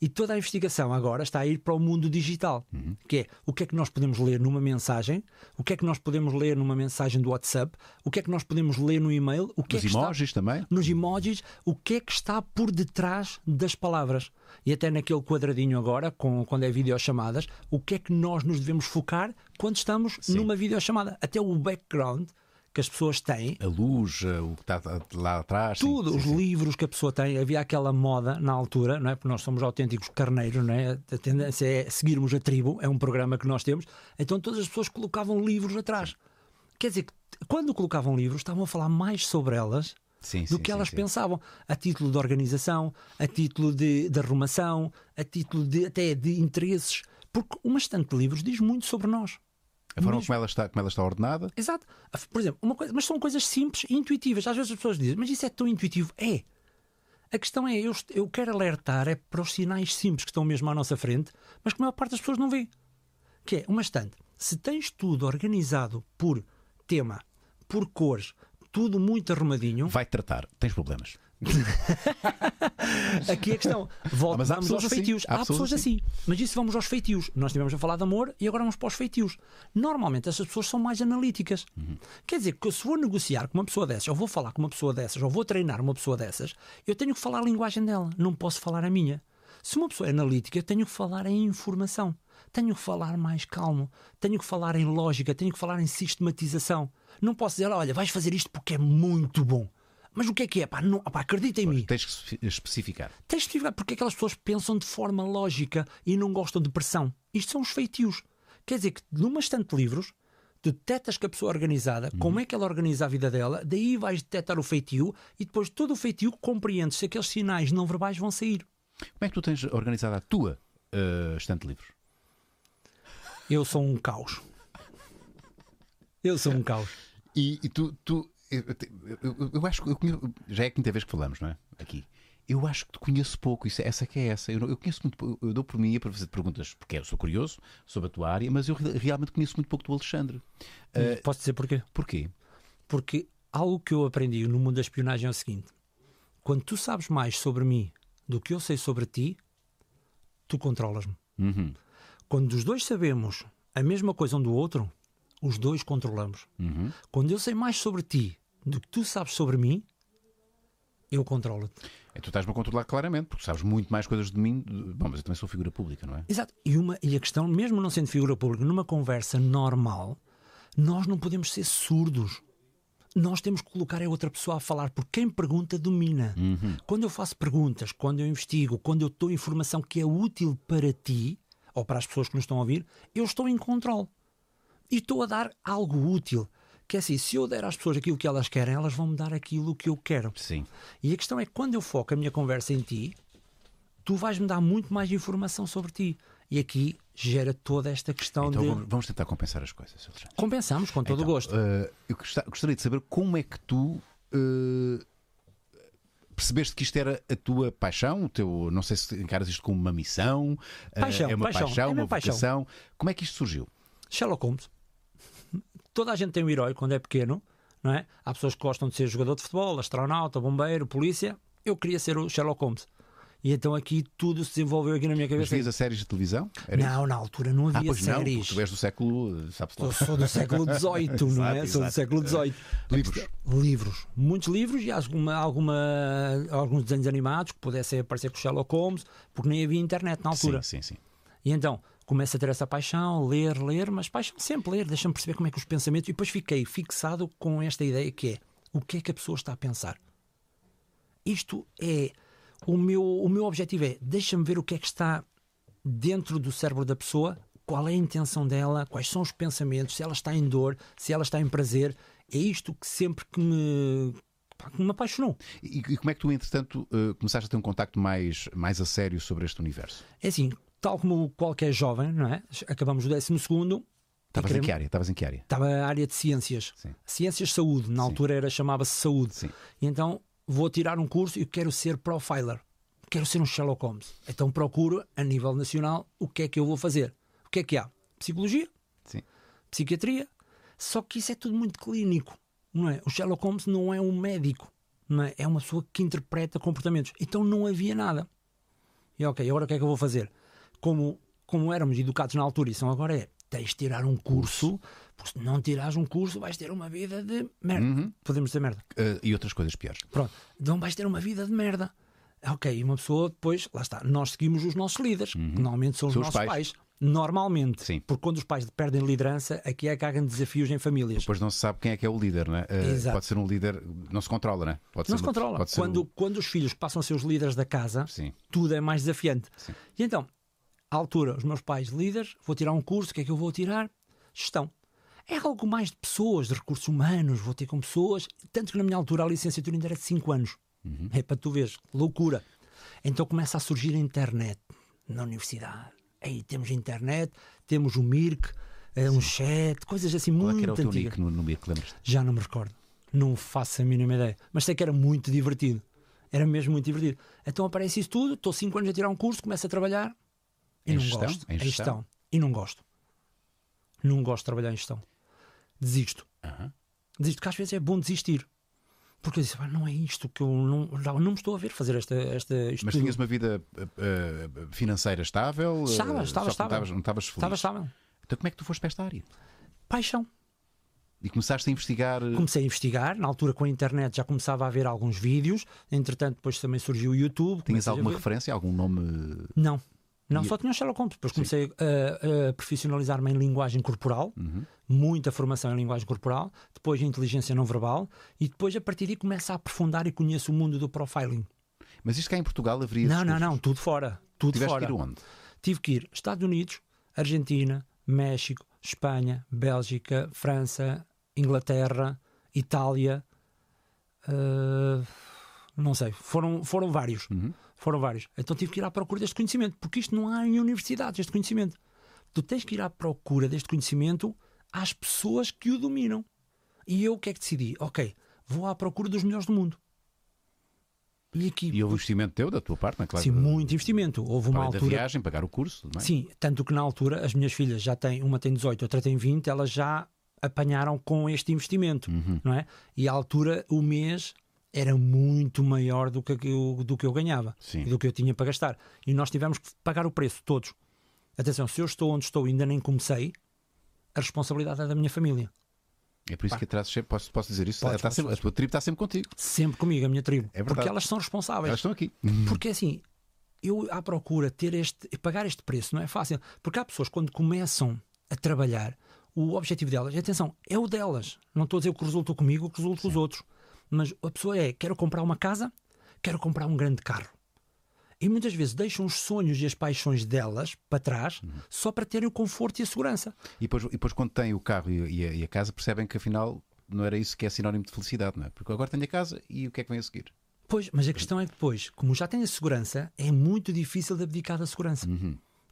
S3: E toda a investigação agora está a ir para o mundo digital,
S1: Uhum.
S3: que é o que é que nós podemos ler numa mensagem, o que é que nós podemos ler numa mensagem do WhatsApp, o que é que nós podemos ler no e-mail, o que
S1: Os
S3: é que está-
S1: emojis também?
S3: nos emojis, o que é que está por detrás das palavras. E até naquele quadradinho agora, com, quando é videochamadas, o que é que nós nos devemos focar quando estamos numa videochamada. Até o background que as pessoas têm,
S1: A luz, eh, o que está lá atrás? sim,
S3: tudo,
S1: sim,
S3: os
S1: sim.
S3: livros que a pessoa tem, havia aquela moda na altura, não é? Porque nós somos autênticos carneiros, não é? A tendência é seguirmos a tribo, é um programa que nós temos. Então todas as pessoas colocavam livros atrás. Quer dizer, que quando colocavam livros, estavam a falar mais sobre elas
S1: Sim,
S3: do
S1: sim,
S3: que
S1: sim,
S3: elas
S1: sim.
S3: pensavam, a título de organização, a título de, de arrumação, a título de, até de interesses, porque uma estante de livros diz muito sobre nós.
S1: A forma como ela, está, como ela está ordenada?
S3: Exato. Por exemplo, uma coisa, mas são coisas simples e intuitivas. Às vezes as pessoas dizem, mas isso é tão intuitivo. É. A questão é, eu, est- eu quero alertar é para os sinais simples que estão mesmo à nossa frente, mas que a maior parte das pessoas não vê. Que é uma estante. Se tens tudo organizado por tema, por cores, tudo muito arrumadinho,
S1: Vai tratar, tens problemas.
S3: [LAUGHS] Aqui é a questão. Volta,
S1: Ah, Mas há
S3: vamos
S1: pessoas
S3: aos
S1: assim.
S3: feitios.
S1: Há
S3: Há,
S1: pessoas
S3: pessoas, assim. Mas isso vamos aos feitios. Nós estivemos a falar de amor e agora vamos para os feitios. Normalmente essas pessoas são mais analíticas.
S1: Uhum.
S3: Quer dizer, que se vou negociar com uma pessoa dessas, ou vou falar com uma pessoa dessas, ou vou treinar uma pessoa dessas, eu tenho que falar a linguagem dela. Não posso falar a minha. Se uma pessoa é analítica, eu tenho que falar em informação. Tenho que falar mais calmo. Tenho que falar em lógica. Tenho que falar em sistematização. Não posso dizer, olha, vais fazer isto porque é muito bom. Mas o que é que é? Pá, não, pá, acredita em mim.
S1: Tens que espe- especificar.
S3: Tens de explicar porque é que aquelas pessoas pensam de forma lógica e não gostam de pressão. Isto são os feitios. Quer dizer que numa estante de livros, tu detectas que a pessoa é organizada, como é que ela organiza a vida dela, daí vais detectar o feitio e depois todo o feitio compreendes se aqueles sinais não verbais vão sair.
S1: Como é que tu tens organizada a tua eh, estante de livros?
S3: Eu sou um caos. Eu sou um caos.
S1: E, e tu, tu eu, eu- eu- eu acho que eu conheço, já é a quinta vez que falamos, não é? Aqui. Eu acho que te conheço pouco, isso, essa que é essa. Eu, não- eu conheço muito pouco, eu dou por mim a fazer perguntas, porque eu sou curioso sobre a tua área, mas eu re- realmente conheço muito pouco do Alexandre.
S3: Posso dizer porquê?
S1: Porquê?
S3: Porque algo que eu aprendi no mundo da espionagem é o seguinte: quando tu sabes mais sobre mim do que eu sei sobre ti, tu controlas-me. Quando os dois sabemos a mesma coisa um do outro, os dois controlamos. Quando eu sei mais sobre ti do que tu sabes sobre mim, eu controlo-te.
S1: É, tu estás-me a controlar claramente, porque sabes muito mais coisas de mim. de- Bom, mas eu também sou figura pública, não é?
S3: Exato. E, uma, e a questão, mesmo não sendo figura pública, numa conversa normal, nós não podemos ser surdos. Nós temos que colocar a outra pessoa a falar, porque quem pergunta domina.
S1: Uhum.
S3: Quando eu faço perguntas, quando eu investigo, quando eu dou informação que é útil para ti ou para as pessoas que nos estão a ouvir, eu estou em controle. E estou a dar algo útil. Que é assim, se eu der às pessoas aquilo que elas querem, elas vão me dar aquilo que eu quero.
S1: Sim.
S3: E a questão é que quando eu foco a minha conversa em ti, tu vais-me dar muito mais informação sobre ti. E aqui gera toda esta questão
S1: Então
S3: de.
S1: vamos, vamos tentar compensar as coisas, Alexandre.
S3: Compensamos com todo o
S1: Então,
S3: gosto.
S1: eh, eu gosta- gostaria de saber como é que tu eh, percebeste que isto era a tua paixão, o teu, não sei se encaras isto como uma missão, eh,
S3: Paixão,
S1: é uma
S3: paixão,
S1: paixão,
S3: é
S1: uma
S3: mesmo paixão.
S1: vocação. Como é que isto surgiu?
S3: Sherlock Holmes. [LAUGHS] Toda a gente tem um herói quando é pequeno, não é? Há pessoas que gostam de ser jogador de futebol, astronauta, bombeiro, polícia. Eu queria ser o Sherlock Holmes. E então aqui tudo se desenvolveu aqui na minha
S1: Mas
S3: cabeça.
S1: vias a séries de televisão? Era isso?
S3: Não, na altura não
S1: Ah,
S3: havia
S1: pois não,
S3: séries.
S1: porque tu és do século, sabes lá.
S3: Eu sou
S1: [LAUGHS]
S3: do século XVIII, não
S1: Exato,
S3: é? Sou do
S1: exato. É.
S3: século XVIII.
S1: Livros.
S3: Livros. Muitos livros e alguma, alguma, alguns desenhos animados que pudessem aparecer com o Sherlock Holmes, porque nem havia internet na altura.
S1: Sim, sim, sim.
S3: E então começo a ter essa paixão, ler, ler, mas paixão sempre ler, deixa-me perceber como é que os pensamentos. E depois fiquei fixado com esta ideia que é o que é que a pessoa está a pensar. Isto é o meu, o meu objetivo é deixa-me ver o que é que está dentro do cérebro da pessoa, qual é a intenção dela, quais são os pensamentos, se ela está em dor, se ela está em prazer. É isto que sempre que me, pá, que me apaixonou.
S1: E, e como é que tu, entretanto, eh, começaste a ter um contacto mais, mais a sério sobre este universo?
S3: É assim, tal como qualquer jovem, não é? Acabamos o 12 segundo.
S1: Estavas em que área? Estavas em que área?
S3: Estava a área de ciências.
S1: Sim.
S3: Ciências de saúde, na altura era chamava-se saúde.
S1: Sim.
S3: E então vou tirar um curso e quero ser profiler. Quero ser um Sherlock Holmes. Então procuro, a nível nacional, o que é que eu vou fazer. O que é que há? Psicologia,
S1: Sim.
S3: psiquiatria. Só que isso é tudo muito clínico, não é? O Sherlock Holmes não é um médico, não é? É uma pessoa que interpreta comportamentos. Então não havia nada. E ok, agora o que é que eu vou fazer? Como, como éramos educados na altura e são agora é, tens de tirar um curso, porque se não tirares um curso vais ter uma vida de merda. Podemos dizer merda.
S1: Eh, e outras coisas piores.
S3: Pronto, então vais ter uma vida de merda. Ok, e uma pessoa depois, lá está, nós seguimos os nossos líderes, que normalmente são os
S1: Uhum. São os
S3: nossos
S1: pais.
S3: pais. Normalmente,
S1: Sim.
S3: porque quando os pais perdem liderança, aqui é que há grandes desafios em famílias.
S1: Depois não se sabe quem é que é o líder, não é? Eh,
S3: Exato.
S1: Pode ser um líder, não se controla, não é? Pode
S3: Não
S1: ser
S3: se
S1: uma-
S3: controla.
S1: pode ser
S3: Quando,
S1: um-
S3: quando os filhos passam a ser os líderes da casa,
S1: Sim.
S3: tudo é mais desafiante.
S1: Sim.
S3: E então, à altura, os meus pais líderes, vou tirar um curso, o que é que eu vou tirar? Gestão. É algo mais de pessoas, de recursos humanos, vou ter com pessoas. Tanto que na minha altura a licenciatura ainda era de 5 anos.
S1: Uhum.
S3: É para tu veres, loucura. Então começa a surgir a internet na universidade. Aí temos internet, temos o Mirk, eh, um chat, coisas assim
S1: Qual é
S3: muito
S1: que era o teu
S3: antigas.
S1: nick no, no Mirk, lembras-te?
S3: Já não me recordo. Não faço a mínima ideia. Mas sei que era muito divertido. Era mesmo muito divertido. Então aparece isso tudo, estou 5 anos a tirar um curso, começo a trabalhar e
S1: Em
S3: não
S1: gestão?
S3: gosto.
S1: Em
S3: Em
S1: gestão?
S3: gestão. E não gosto. Não gosto de trabalhar em gestão. Desisto.
S1: Aham.
S3: Desisto, que às vezes é bom desistir. Porque eu disse, "Pá, não é isto que eu não, já não me estou a ver fazer esta, esta isto
S1: Mas
S3: tudo."
S1: tinhas uma vida eh, eh, financeira estável? eh,
S3: Estava,
S1: só
S3: estava,
S1: que Não
S3: estava.
S1: estavas, não estavas feliz.
S3: Estava, estava.
S1: Então como é que tu foste para esta área?
S3: Paixão.
S1: E começaste a investigar. eh,
S3: Comecei a investigar, na altura com a internet já começava a haver alguns vídeos, entretanto depois também surgiu o YouTube.
S1: Tinhas
S3: comecei a
S1: alguma
S3: ver.
S1: referência, algum nome?
S3: Não. Não,
S1: E-
S3: só tinha o Sherlock Holmes. Depois comecei a, a profissionalizar-me em linguagem corporal,
S1: Uhum.
S3: muita formação em linguagem corporal, depois em inteligência não verbal, e depois a partir daí começo a aprofundar e conheço o mundo do profiling.
S1: Mas isto cá em Portugal haveria.
S3: não,
S1: esses
S3: não,
S1: cursos?
S3: não, tudo fora. Tudo
S1: Tiveste
S3: fora.
S1: que ir um onde?
S3: Tive que ir Estados Unidos, Argentina, México, Espanha, Bélgica, França, Inglaterra, Itália. eh, não sei, foram, foram vários. Foram vários. Então tive que ir à procura deste conhecimento, porque isto não há em universidades, este conhecimento. Tu tens que ir à procura deste conhecimento às pessoas que o dominam. E eu o que é que decidi? Ok, vou à procura dos melhores do mundo. E aqui,
S1: E houve um investimento teu, da tua parte, não é claro?
S3: sim, muito investimento. Houve uma
S1: Além da
S3: altura
S1: viagem, pagar o curso, não é?
S3: Sim, tanto que na altura as minhas filhas já têm, uma tem 18, outra tem 20, elas já apanharam com este investimento,
S1: Uhum.
S3: não é? E à altura o mês era muito maior do que, eu, do que eu ganhava
S1: Sim.
S3: e do que eu tinha para gastar. E nós tivemos que pagar o preço, todos. Atenção, se eu estou onde estou e ainda nem comecei, a responsabilidade é da minha família.
S1: É por isso que atrás sempre, posso, posso dizer isso,
S3: Podes,
S1: está
S3: podes,
S1: sempre- a tua tribo está sempre contigo.
S3: Sempre comigo, a minha tribo.
S1: É verdade.
S3: porque elas são responsáveis.
S1: Elas estão aqui.
S3: Porque assim, eu à procura ter este, pagar este preço não é fácil. Porque há pessoas que quando começam a trabalhar, o objetivo delas, e atenção, é o delas. Não estou a dizer o que resultou comigo, o que resultou com os outros. Mas a pessoa é, quero comprar uma casa, quero comprar um grande carro. E muitas vezes deixam os sonhos e as paixões delas para trás só para terem o conforto e a segurança.
S1: E depois, e depois quando têm o carro e, e a, e a casa, percebem que afinal não era isso que é sinónimo de felicidade, não é? Porque agora tenho a casa e o que é que vem a seguir?
S3: Pois, mas a questão é que depois, como já tenho a segurança, é muito difícil de abdicar da segurança.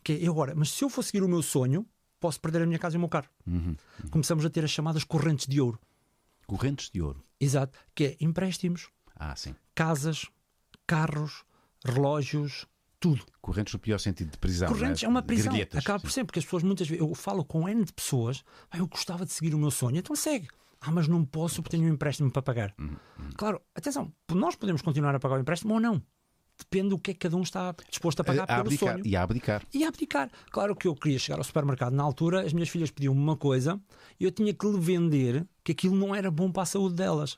S3: Que é, eu agora, mas se eu for seguir o meu sonho, posso perder a minha casa e o meu carro. Começamos a ter as chamadas correntes de ouro.
S1: Correntes de ouro.
S3: Exato. Que é empréstimos,
S1: Ah, sim.
S3: casas, carros, relógios, tudo.
S1: Correntes no pior sentido de prisão.
S3: Correntes
S1: não
S3: é uma prisão.
S1: Grilhetas.
S3: Acaba por ser, porque as pessoas muitas vezes. Eu falo com N de pessoas, "Ah, eu gostava de seguir o meu sonho, então segue. Ah, mas não posso porque tenho um empréstimo para pagar.
S1: Hum,
S3: Claro, atenção, nós podemos continuar a pagar o empréstimo ou não. Depende do que é que cada um está disposto a
S1: Eh,
S3: pagar
S1: a
S3: pelo
S1: abdicar.
S3: sonho
S1: E a abdicar.
S3: e a abdicar. Claro que eu queria chegar ao supermercado na altura, as minhas filhas pediam-me uma coisa e eu tinha que lhe vender que aquilo não era bom para a saúde delas.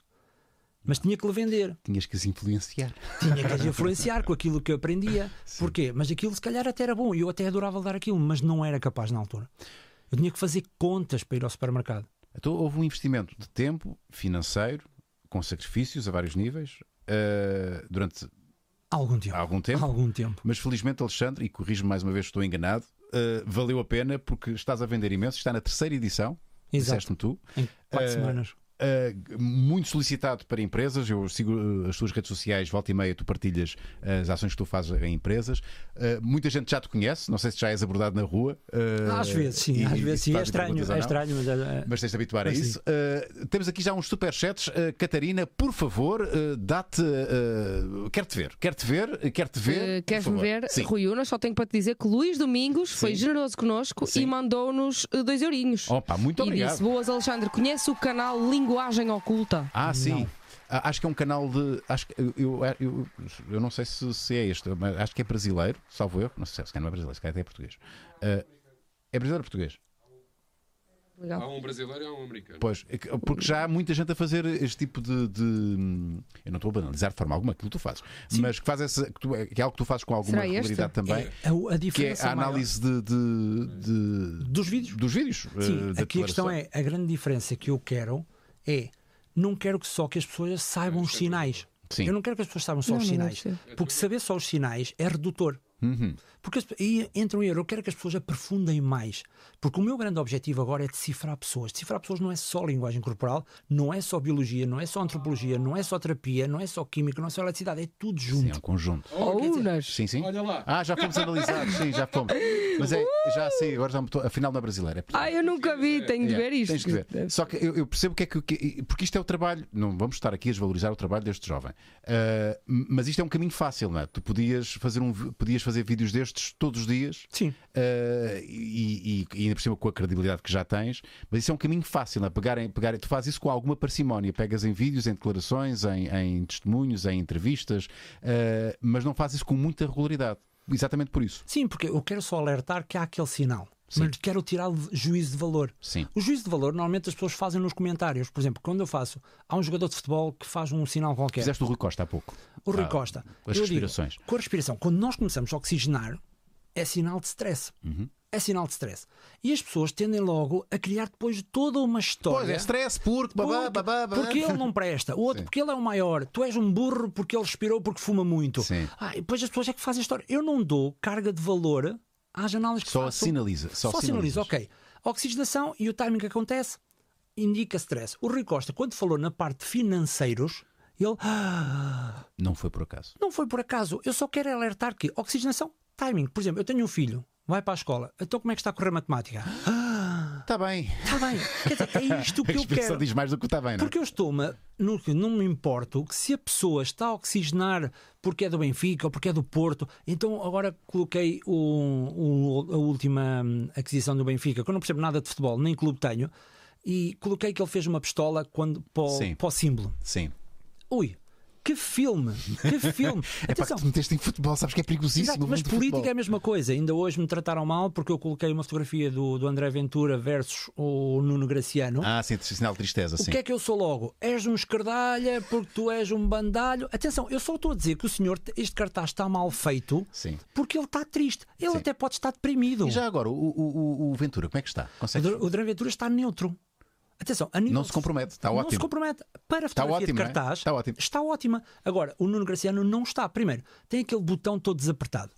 S3: Mas tinha que lhe vender,
S1: Tinhas que as influenciar.
S3: tinha que
S1: [LAUGHS]
S3: as influenciar com aquilo que eu aprendia. Porquê? Mas aquilo se calhar até era bom e eu até adorava dar aquilo, mas não era capaz na altura. Eu tinha que fazer contas para ir ao supermercado.
S1: Então houve um investimento de tempo, financeiro, com sacrifícios a vários níveis, eh, durante
S3: Há Algum tempo.
S1: algum
S3: Há
S1: tempo.
S3: Algum tempo.
S1: Mas felizmente, Alexandre, e corrijo-me mais uma vez se estou enganado, eh, valeu a pena porque estás a vender imenso, está na terceira edição,
S3: Exato.
S1: disseste-me tu.
S3: Em quatro
S1: Eh,
S3: semanas.
S1: eh, muito solicitado para empresas, eu sigo eh, as tuas redes sociais, volta e meia, tu partilhas as ações que tu fazes em empresas. Eh, muita gente já te conhece, não sei se já és abordado na rua. eh,
S3: Às vezes, sim,
S1: e-
S3: às
S1: e
S3: vezes sim. É
S1: fazem
S3: estranho,
S1: perguntas ou
S3: é
S1: não.
S3: estranho, mas eh,
S1: Mas tens de habituar a
S3: Mas
S1: isso. Uh, temos aqui já uns superchats. Uh, Catarina, por favor, uh, dá-te. Uh, quero-te ver, quero-te ver, uh, quero-te ver.
S2: Eh,
S1: por
S2: Queres-me
S1: favor.
S2: ver?
S1: Sim.
S2: Rui Unas, só tenho para te dizer que Luís Domingos foi
S1: Sim.
S2: generoso connosco
S1: Sim.
S2: e mandou-nos eh, dois eurinhos.
S1: Opa, muito
S2: e
S1: obrigado.
S2: disse: Boas, Alexandre, conhece o canal Linguagem Oculta?
S1: Ah, sim.
S3: Não.
S1: Ah, Acho que é um canal de. Acho que, eu, eu, é, eu, eu não sei se, se é este, mas acho que é brasileiro, salvo eu. Não sei se calhar não é brasileiro, se calhar até é português. Uh, é brasileiro ou português?
S2: Legal.
S1: Ah.
S4: Há um brasileiro e há um americano.
S1: Pois, é que- porque já há muita gente a fazer este tipo de. de- eu não estou a banalizar de forma alguma aquilo que tu fazes, mas que, faz essa, que, tu- que é algo que tu fazes com alguma
S2: Será este?
S1: regularidade também.
S3: é- a, a
S1: que é
S3: diferença
S1: a
S3: maior-
S1: análise de, de- de-
S3: dos vídeos.
S1: dos vídeos. eh,
S3: Sim,
S1: da
S3: aqui a questão
S1: declaração.
S3: é, a grande diferença que eu quero é, não quero que só que as pessoas saibam os sinais.
S1: Sim.
S3: Eu não quero que as pessoas saibam só
S2: Não,
S3: os
S2: não deve
S3: sinais.
S2: ser.
S3: Porque saber só os sinais é redutor.
S1: Uhum.
S3: Porque as, e entram em um erro. Eu quero que as pessoas aprofundem mais. Porque o meu grande objetivo agora é decifrar pessoas. Decifrar pessoas não é só linguagem corporal, não é só biologia, não é só antropologia, não é só terapia, não é só química, não é só eletricidade, é tudo
S1: Sim,
S3: junto.
S1: é um conjunto.
S2: Ou Oh, Unas?
S1: Sim, sim.
S4: Olha lá.
S1: Ah, já fomos analisados, sim, já fomos. Mas é, já sei, agora já me estou. Afinal, não é brasileira. É portuguesa.
S2: Ah, eu nunca vi, tenho de
S1: Yeah,
S2: ver isto.
S1: Tens que ver. Só que eu, eu percebo que é que, que- Porque isto é o trabalho. Não vamos estar aqui a desvalorizar o trabalho deste jovem. Ah, mas isto é um caminho fácil, não é? Tu podias fazer, um, vi- podias fazer vídeos destes todos os dias.
S3: Sim.
S1: Ah, e, e- e ainda por cima com a credibilidade que já tens, mas isso é um caminho fácil, não é? Pegar em- pegar, em- tu fazes isso com alguma parcimónia, pegas em vídeos, em declarações, em, em testemunhos, em entrevistas, ah, mas não fazes isso com muita regularidade. Exatamente por isso.
S3: Sim, porque eu quero só alertar que há aquele sinal. Mas quero tirar juízo de valor.
S1: Sim.
S3: O juízo de valor normalmente as pessoas fazem nos comentários. Por exemplo, quando eu faço, há um jogador de futebol que faz um sinal qualquer.
S1: Fizeste o Rui Costa há pouco.
S3: o Rui
S1: Ah,
S3: Costa.
S1: com as
S3: Eu digo,
S1: respirações.
S3: com a respiração, quando nós começamos a oxigenar, é sinal de stress.
S1: Uhum.
S3: É sinal de stress. E as pessoas tendem logo a criar depois toda uma história.
S1: Pois é, stress, porque, babá,
S3: Porque-
S1: babá, babá.
S3: Porque ele não presta. O outro, porque ele é o maior. Tu és um burro porque ele respirou porque fuma muito.
S1: Sim.
S3: Ah, e depois as pessoas é que fazem a história. Eu não dou carga de valor às análises que
S1: Só
S3: faço.
S1: sinaliza, só
S3: sinaliza,
S1: sinaliza.
S3: ok. Oxigenação e o timing que acontece indica stress. O Rui Costa, quando falou na parte de financeiros, ele. "Ah,
S1: Não foi por acaso.
S3: não foi por acaso. Eu só quero alertar que oxigenação, timing. Por exemplo, eu tenho um filho, vai para a escola. Então como é que está a correr a matemática?
S1: Está Tá bem.
S3: Está bem. Quer dizer, é
S1: [LAUGHS]
S3: isto
S1: A
S3: que Ah. eu
S1: expressão
S3: quero.
S1: diz mais do que está bem, não é?
S3: Porque eu estou-me. Não, não me importo que se a pessoa está a oxigenar porque é do Benfica ou porque é do Porto, então agora coloquei o, o- a última hum, aquisição do Benfica, que eu não percebo nada de futebol, nem clube tenho, e coloquei que ele fez uma pistola quando, para,
S1: Sim.
S3: o, para o símbolo.
S1: Sim.
S3: Ui, que filme!
S1: [LAUGHS]
S3: Que filme!
S1: É para que te meteste em futebol, sabes que é perigosíssimo.
S3: Exato, mas
S1: muito
S3: política
S1: futebol.
S3: é a mesma coisa. Ainda hoje me trataram mal porque eu coloquei uma fotografia do, do André Ventura versus o Nuno Graciano.
S1: Ah, sim, sinal de tristeza,
S3: O
S1: sim.
S3: que é que eu sou logo? És um escardalha porque tu és um bandalho. Atenção, eu só estou a dizer que o senhor, este cartaz está mal feito
S1: Sim.
S3: porque ele está triste. Ele
S1: Sim.
S3: até pode estar deprimido.
S1: E já agora, o, o- o- o Ventura, como é que está?
S3: O
S1: Consegues?
S3: Dr- o André Ventura está neutro. Atenção, a nível
S1: Não se compromete, está
S3: Não se
S1: ótimo.
S3: compromete. Para a fotografia
S1: ótimo,
S3: de
S1: não é?
S3: cartaz,
S1: Está ótimo.
S3: está ótima. Agora, o Nuno Graciano não está. Primeiro, tem aquele botão todo desapertado.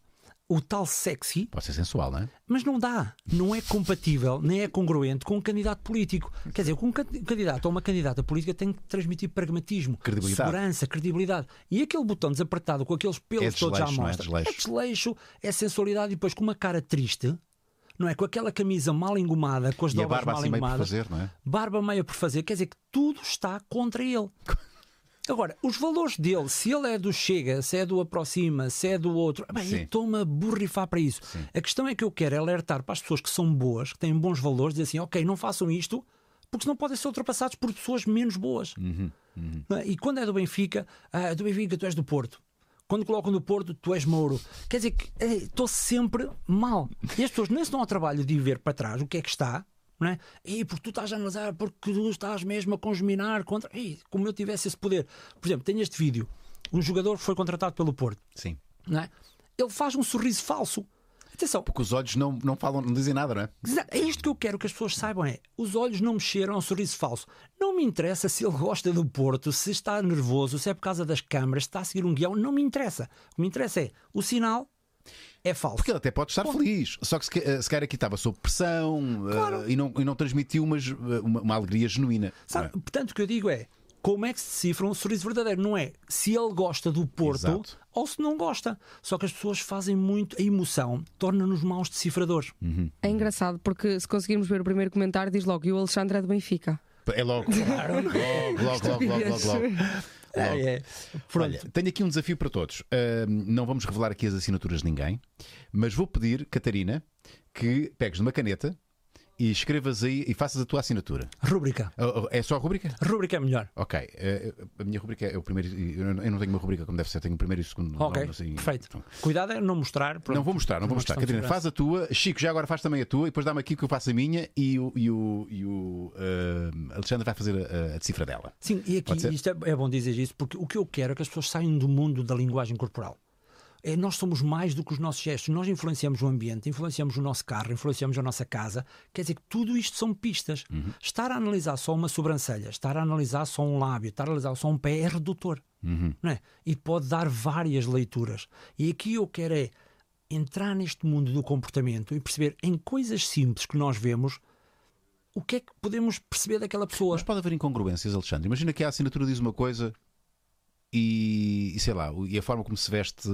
S3: O tal sexy
S1: Pode ser sensual, não é?
S3: Mas não dá, não é compatível, nem é congruente com um candidato político. Quer dizer, com um can- candidato ou uma candidata política tem que transmitir pragmatismo,
S1: Credibilidade.
S3: segurança, credibilidade. E aquele botão desapertado com aqueles pelos
S1: É
S3: todos à
S1: desleixo, não é?
S3: mostra,
S1: Desleixo.
S3: é desleixo, é sensualidade e depois com uma cara triste, não é? Com aquela camisa mal engomada, com as
S1: E a
S3: dobras
S1: barba
S3: mal
S1: assim meio por
S3: engomadas,
S1: fazer, não é?
S3: barba meia por fazer, quer dizer que tudo está contra ele. Agora, os valores dele, se ele é do Chega, se é do Aproxima, se é do outro, bem,
S1: Sim.
S3: eu estou-me a borrifar para isso. A questão é que eu quero é alertar para as pessoas que são boas, que têm bons valores, dizer assim, ok, não façam isto, porque senão podem ser ultrapassados por pessoas menos boas. Não é? E quando é do Benfica, ah, do Benfica tu és do Porto. Quando colocam do Porto, tu és Mouro. Quer dizer que eh, estou sempre mal. E as pessoas nem se dão ao trabalho de ir ver para trás o que é que está, não é? E porque tu estás a analisar, porque tu estás mesmo a congeminar contra. Ei, como eu tivesse esse poder. Por exemplo, tenho este vídeo. Um jogador que foi contratado pelo Porto,
S1: Sim.
S3: não é? Ele faz um sorriso falso. Atenção,
S1: Porque os olhos não, não falam, não dizem nada, não é?
S3: Exa- É isto que eu quero que as pessoas saibam: é os olhos não mexeram, é um sorriso falso. Não me interessa se ele gosta do Porto, se está nervoso, se é por causa das câmaras, se está a seguir um guião, não me interessa. O que me interessa é o sinal é falso.
S1: Porque ele até pode estar feliz. Só que se ca- eh, se calhar aqui estava sob pressão eh, e, não, e não transmitiu umas, eh, uma, uma alegria genuína.
S3: Sabe?
S1: não é?
S3: Portanto, o que eu digo é como é que se decifra um sorriso verdadeiro? Não é se ele gosta do Porto
S1: Exato.
S3: ou se não gosta. Só que as pessoas fazem muito, a emoção torna-nos maus decifradores.
S1: Hum.
S2: É engraçado porque se conseguirmos ver o primeiro comentário, diz logo: e o Alexandre é do Benfica.
S1: É logo. Logo, logo, logo, logo, logo, logo. Logo.
S3: É, é. Pronto.
S1: Olha, tenho aqui um desafio para todos. Ahm, não vamos revelar aqui as assinaturas de ninguém, mas vou pedir, Catarina, que pegues numa caneta e escrevas aí e faças a tua assinatura.
S3: Rubrica.
S1: Oh, oh, É só a rubrica?
S3: Rubrica é melhor.
S1: Ok. eh, A minha rubrica é o primeiro. Eu não- eu não tenho uma rubrica como deve ser, tenho o primeiro e o segundo.
S3: Ok,
S1: nome, assim.
S3: perfeito.
S1: Pronto.
S3: Cuidado é não mostrar. pronto.
S1: Não vou mostrar, não vou
S3: Uma
S1: mostrar.
S3: questão de
S1: Catarina, faz a tua. Chico, já agora faz também a tua e depois dá-me aqui que eu faço a minha e o, e o, e o ahm, Alexandre vai fazer a, a decifra dela.
S3: Sim, e aqui
S1: Pode ser?
S3: isto é, é bom dizer isso, porque o que eu quero é que as pessoas saiam do mundo da linguagem corporal. É, nós somos mais do que os nossos gestos. Nós influenciamos o ambiente, influenciamos o nosso carro, influenciamos a nossa casa. Quer dizer que tudo isto são pistas.
S1: Uhum.
S3: Estar a analisar só uma sobrancelha, estar a analisar só um lábio, estar a analisar só um pé é redutor.
S1: Uhum.
S3: Não é? E pode dar várias leituras. E aqui eu quero é entrar neste mundo do comportamento e perceber em coisas simples que nós vemos o que é que podemos perceber daquela pessoa.
S1: Mas pode haver incongruências, Alexandre. Imagina que a assinatura diz uma coisa e, e sei lá, o- e a forma como se veste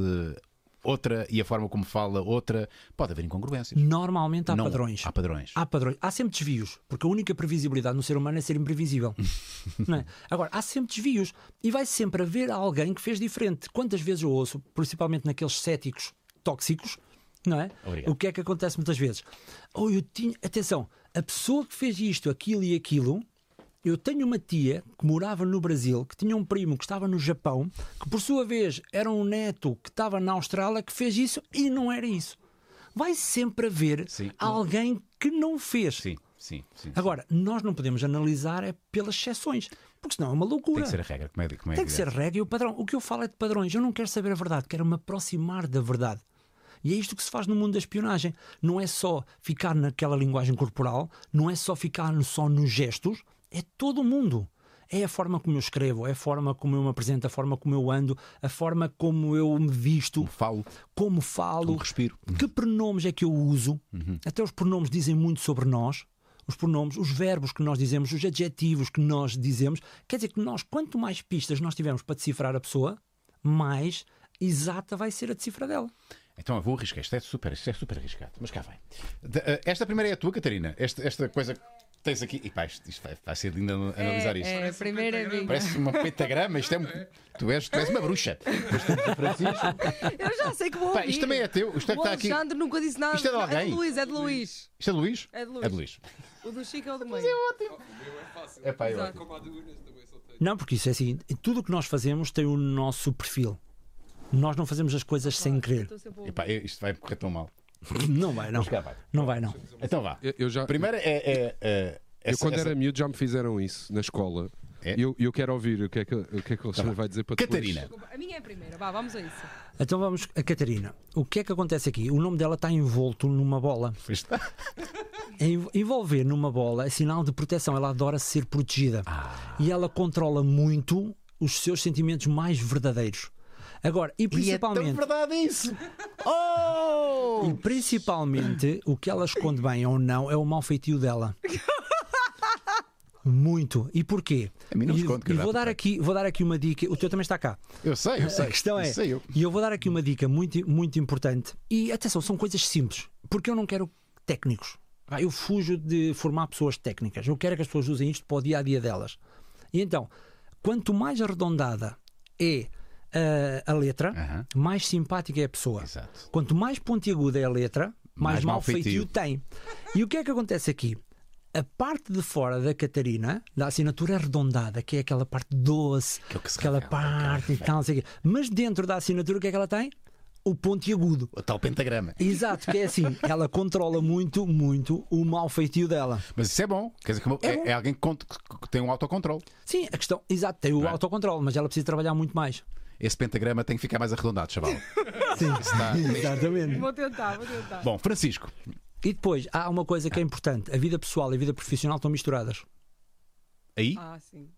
S1: outra e a forma como fala outra. Pode haver incongruências.
S3: Normalmente há
S1: Não,
S3: padrões.
S1: Há padrões.
S3: Há padrões. Há sempre desvios, porque a única previsibilidade no ser humano é ser imprevisível.
S1: [LAUGHS]
S3: Não é? Agora, há sempre desvios e vai sempre haver alguém que fez diferente. Quantas vezes eu ouço, principalmente naqueles céticos tóxicos, não é?
S1: Obrigado.
S3: O que é que acontece muitas vezes? Oh, eu tinha. Atenção, a pessoa que fez isto, aquilo e aquilo. Eu tenho uma tia que morava no Brasil, que tinha um primo que estava no Japão, que por sua vez era um neto que estava na Austrália, que fez isso e não era isso. Vai sempre haver
S1: Sim.
S3: alguém que não fez.
S1: Sim, sim, sim.
S3: Agora, nós não podemos analisar é pelas exceções, porque senão é uma loucura.
S1: Tem que ser a regra. Como é, como é
S3: Tem que ser a regra e o padrão. O que eu falo é de padrões. Eu não quero saber a verdade, quero me aproximar da verdade. E é isto que se faz no mundo da espionagem. Não é só ficar naquela linguagem corporal, não é só ficar no- só nos gestos, é todo o mundo. É a forma como eu escrevo, é a forma como eu me apresento, a forma como eu ando, a forma como eu me visto,
S1: Como falo,
S3: como falo,
S1: como respiro. Uhum.
S3: que pronomes é que eu uso? Até os pronomes dizem muito sobre nós. Os pronomes, os verbos que nós dizemos, os adjetivos que nós dizemos. Quer dizer que nós, quanto mais pistas nós tivermos para decifrar a pessoa, mais exata vai ser a decifra dela.
S1: Então eu vou arriscar. Isto é super, isto é super arriscado. Mas cá vai. De- eh, esta primeira é a tua, Catarina. Esta, esta coisa que tens aqui. E pá, isto, isto vai, vai ser lindo an- analisar isto.
S2: É, a primeira é minha.
S1: Parece uma pentagrama. Isto é um- tu, és, tu és uma bruxa. Mas temos o Francisco.
S2: Eu já sei que vou
S1: Pá,
S2: ouvir.
S1: isto também é teu, isto é que
S2: o
S1: está aqui.
S2: Alexandre nunca disse nada.
S1: Isto é de
S2: É
S1: alguém?
S2: de Luís, é de Luís.
S1: Isto é de Luís?
S2: É de Luís.
S1: É de Luís.
S2: O do Chico é o do meio.
S1: É pá, eu.
S2: Exato.
S4: Como há de urnas também só tenho.
S3: Não, porque isso é assim: tudo o que nós fazemos tem o nosso perfil. Nós não fazemos as coisas sem querer.
S2: Estou sempre a
S1: E
S2: ouvir.
S1: pá, eu- isto vai me correr tão mal.
S3: Não vai, não.
S1: cá vai.
S3: Não vai, não.
S1: Então vá.
S4: Eu, eu já.
S1: Primeira é. é, é
S4: eu,
S1: essa-
S4: quando
S1: essa-
S4: era miúdo, já me fizeram isso na escola.
S1: É? Tá
S4: E eu, eu quero ouvir o que é que, o que, é que o Alexandre vai dizer para depois.
S1: Catarina.
S2: A minha é a primeira, vá, vamos a isso.
S3: Então vamos a Catarina. O que é que acontece aqui? O nome dela está envolto numa bola.
S1: Isto-
S3: Env- Envolver numa bola é sinal de proteção. Ela adora ser protegida.
S1: Ah.
S3: E ela controla muito os seus sentimentos mais verdadeiros. Agora, e
S1: E é
S3: principalmente.
S1: tão verdade isso. Oh!
S3: E principalmente o que ela esconde bem ou não é o mau
S1: [LAUGHS]
S3: feitio dela. Muito. E porquê?
S1: A mim não
S3: e,
S1: esconde, que eu
S3: e
S1: já
S3: vou dar
S1: topei.
S3: aqui, vou dar aqui uma dica. O teu também está cá.
S1: Eu sei, eu sei.
S3: A questão é.
S1: Isso sei eu.
S3: E eu vou dar aqui uma dica muito, muito importante. E atenção, são coisas simples. Porque eu não quero técnicos. Ah, Eu fujo de formar pessoas técnicas. Eu quero é que as pessoas usem isto para o dia a dia delas. E então, Quanto mais arredondada é uh, a letra,
S1: Aham.
S3: mais simpática é a pessoa.
S1: Exato.
S3: Quanto mais pontiaguda é a letra, mais,
S1: Mais
S3: mau
S1: mau feitio.
S3: feitio. tem. E o que é que acontece aqui? A parte de fora da Catarina, da assinatura arredondada, que é aquela parte doce,
S1: Aquilo que se
S3: aquela
S1: revela, aquela
S3: parte e tal, não sei o quê. Mas dentro da assinatura, o que é que ela tem? O pontiagudo.
S1: O tal pentagrama.
S3: Exato, que
S1: [LAUGHS]
S3: é assim, ela controla muito, muito o mau feitio dela.
S1: Mas isso é bom. Quer dizer, que é,
S3: bom.
S1: é alguém que, cont- que tem um autocontrole.
S3: Sim, a questão, exato, tem o
S1: Não é?
S3: autocontrole, mas ela precisa trabalhar muito mais.
S1: Esse pentagrama tem que ficar mais arredondado, [LAUGHS] chaval.
S3: Sim,
S1: Está-
S3: exatamente.
S2: Vou tentar, vou tentar.
S1: Bom, Francisco,
S3: E depois, há uma coisa que é importante: a vida pessoal e a vida profissional estão misturadas.
S1: aí
S2: Ah, sim.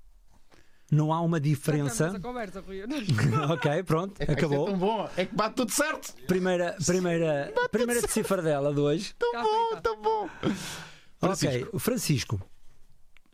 S3: Não há uma
S2: Já temos
S3: [LAUGHS] diferença.
S2: essa conversa, Rui.
S3: ok, pronto,
S1: Pá, isto É
S3: acabou.
S1: tão bom. É que bate tudo certo.
S3: Primeira, primeira, primeira cifra dela de hoje.
S1: Tão
S2: Tá
S1: bom,
S2: feito.
S1: tão bom. Francisco.
S3: Ok, o Francisco.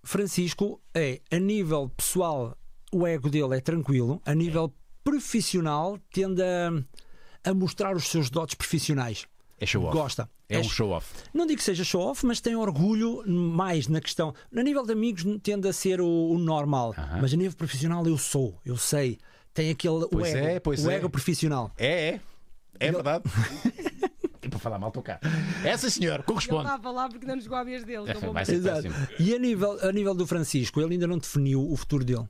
S3: Francisco é, a nível pessoal, o ego dele é tranquilo, a nível
S1: É.
S3: profissional, tende a, a mostrar os seus dotes profissionais.
S1: É show off.
S3: Gosta.
S1: É,
S3: É
S1: um
S3: sh-
S1: show off.
S3: Não digo que seja show-off, mas tem orgulho mais na questão. A nível de amigos, tende a ser o, o normal,
S1: Aham.
S3: mas a nível profissional, eu sou, eu sei. Tem aquele
S1: Pois
S3: o ego,
S1: é, pois
S3: o
S1: é.
S3: ego profissional.
S1: É, é. É verdade. e para falar mal, estou cá. Essa senhor
S2: Ele
S1: corresponde.
S2: estava lá porque não nos guábias dele.
S1: É,
S2: então vou-
S1: vai ser
S3: Exato.
S1: péssimo.
S3: E a nível, a nível do Francisco, ele ainda não definiu o futuro dele.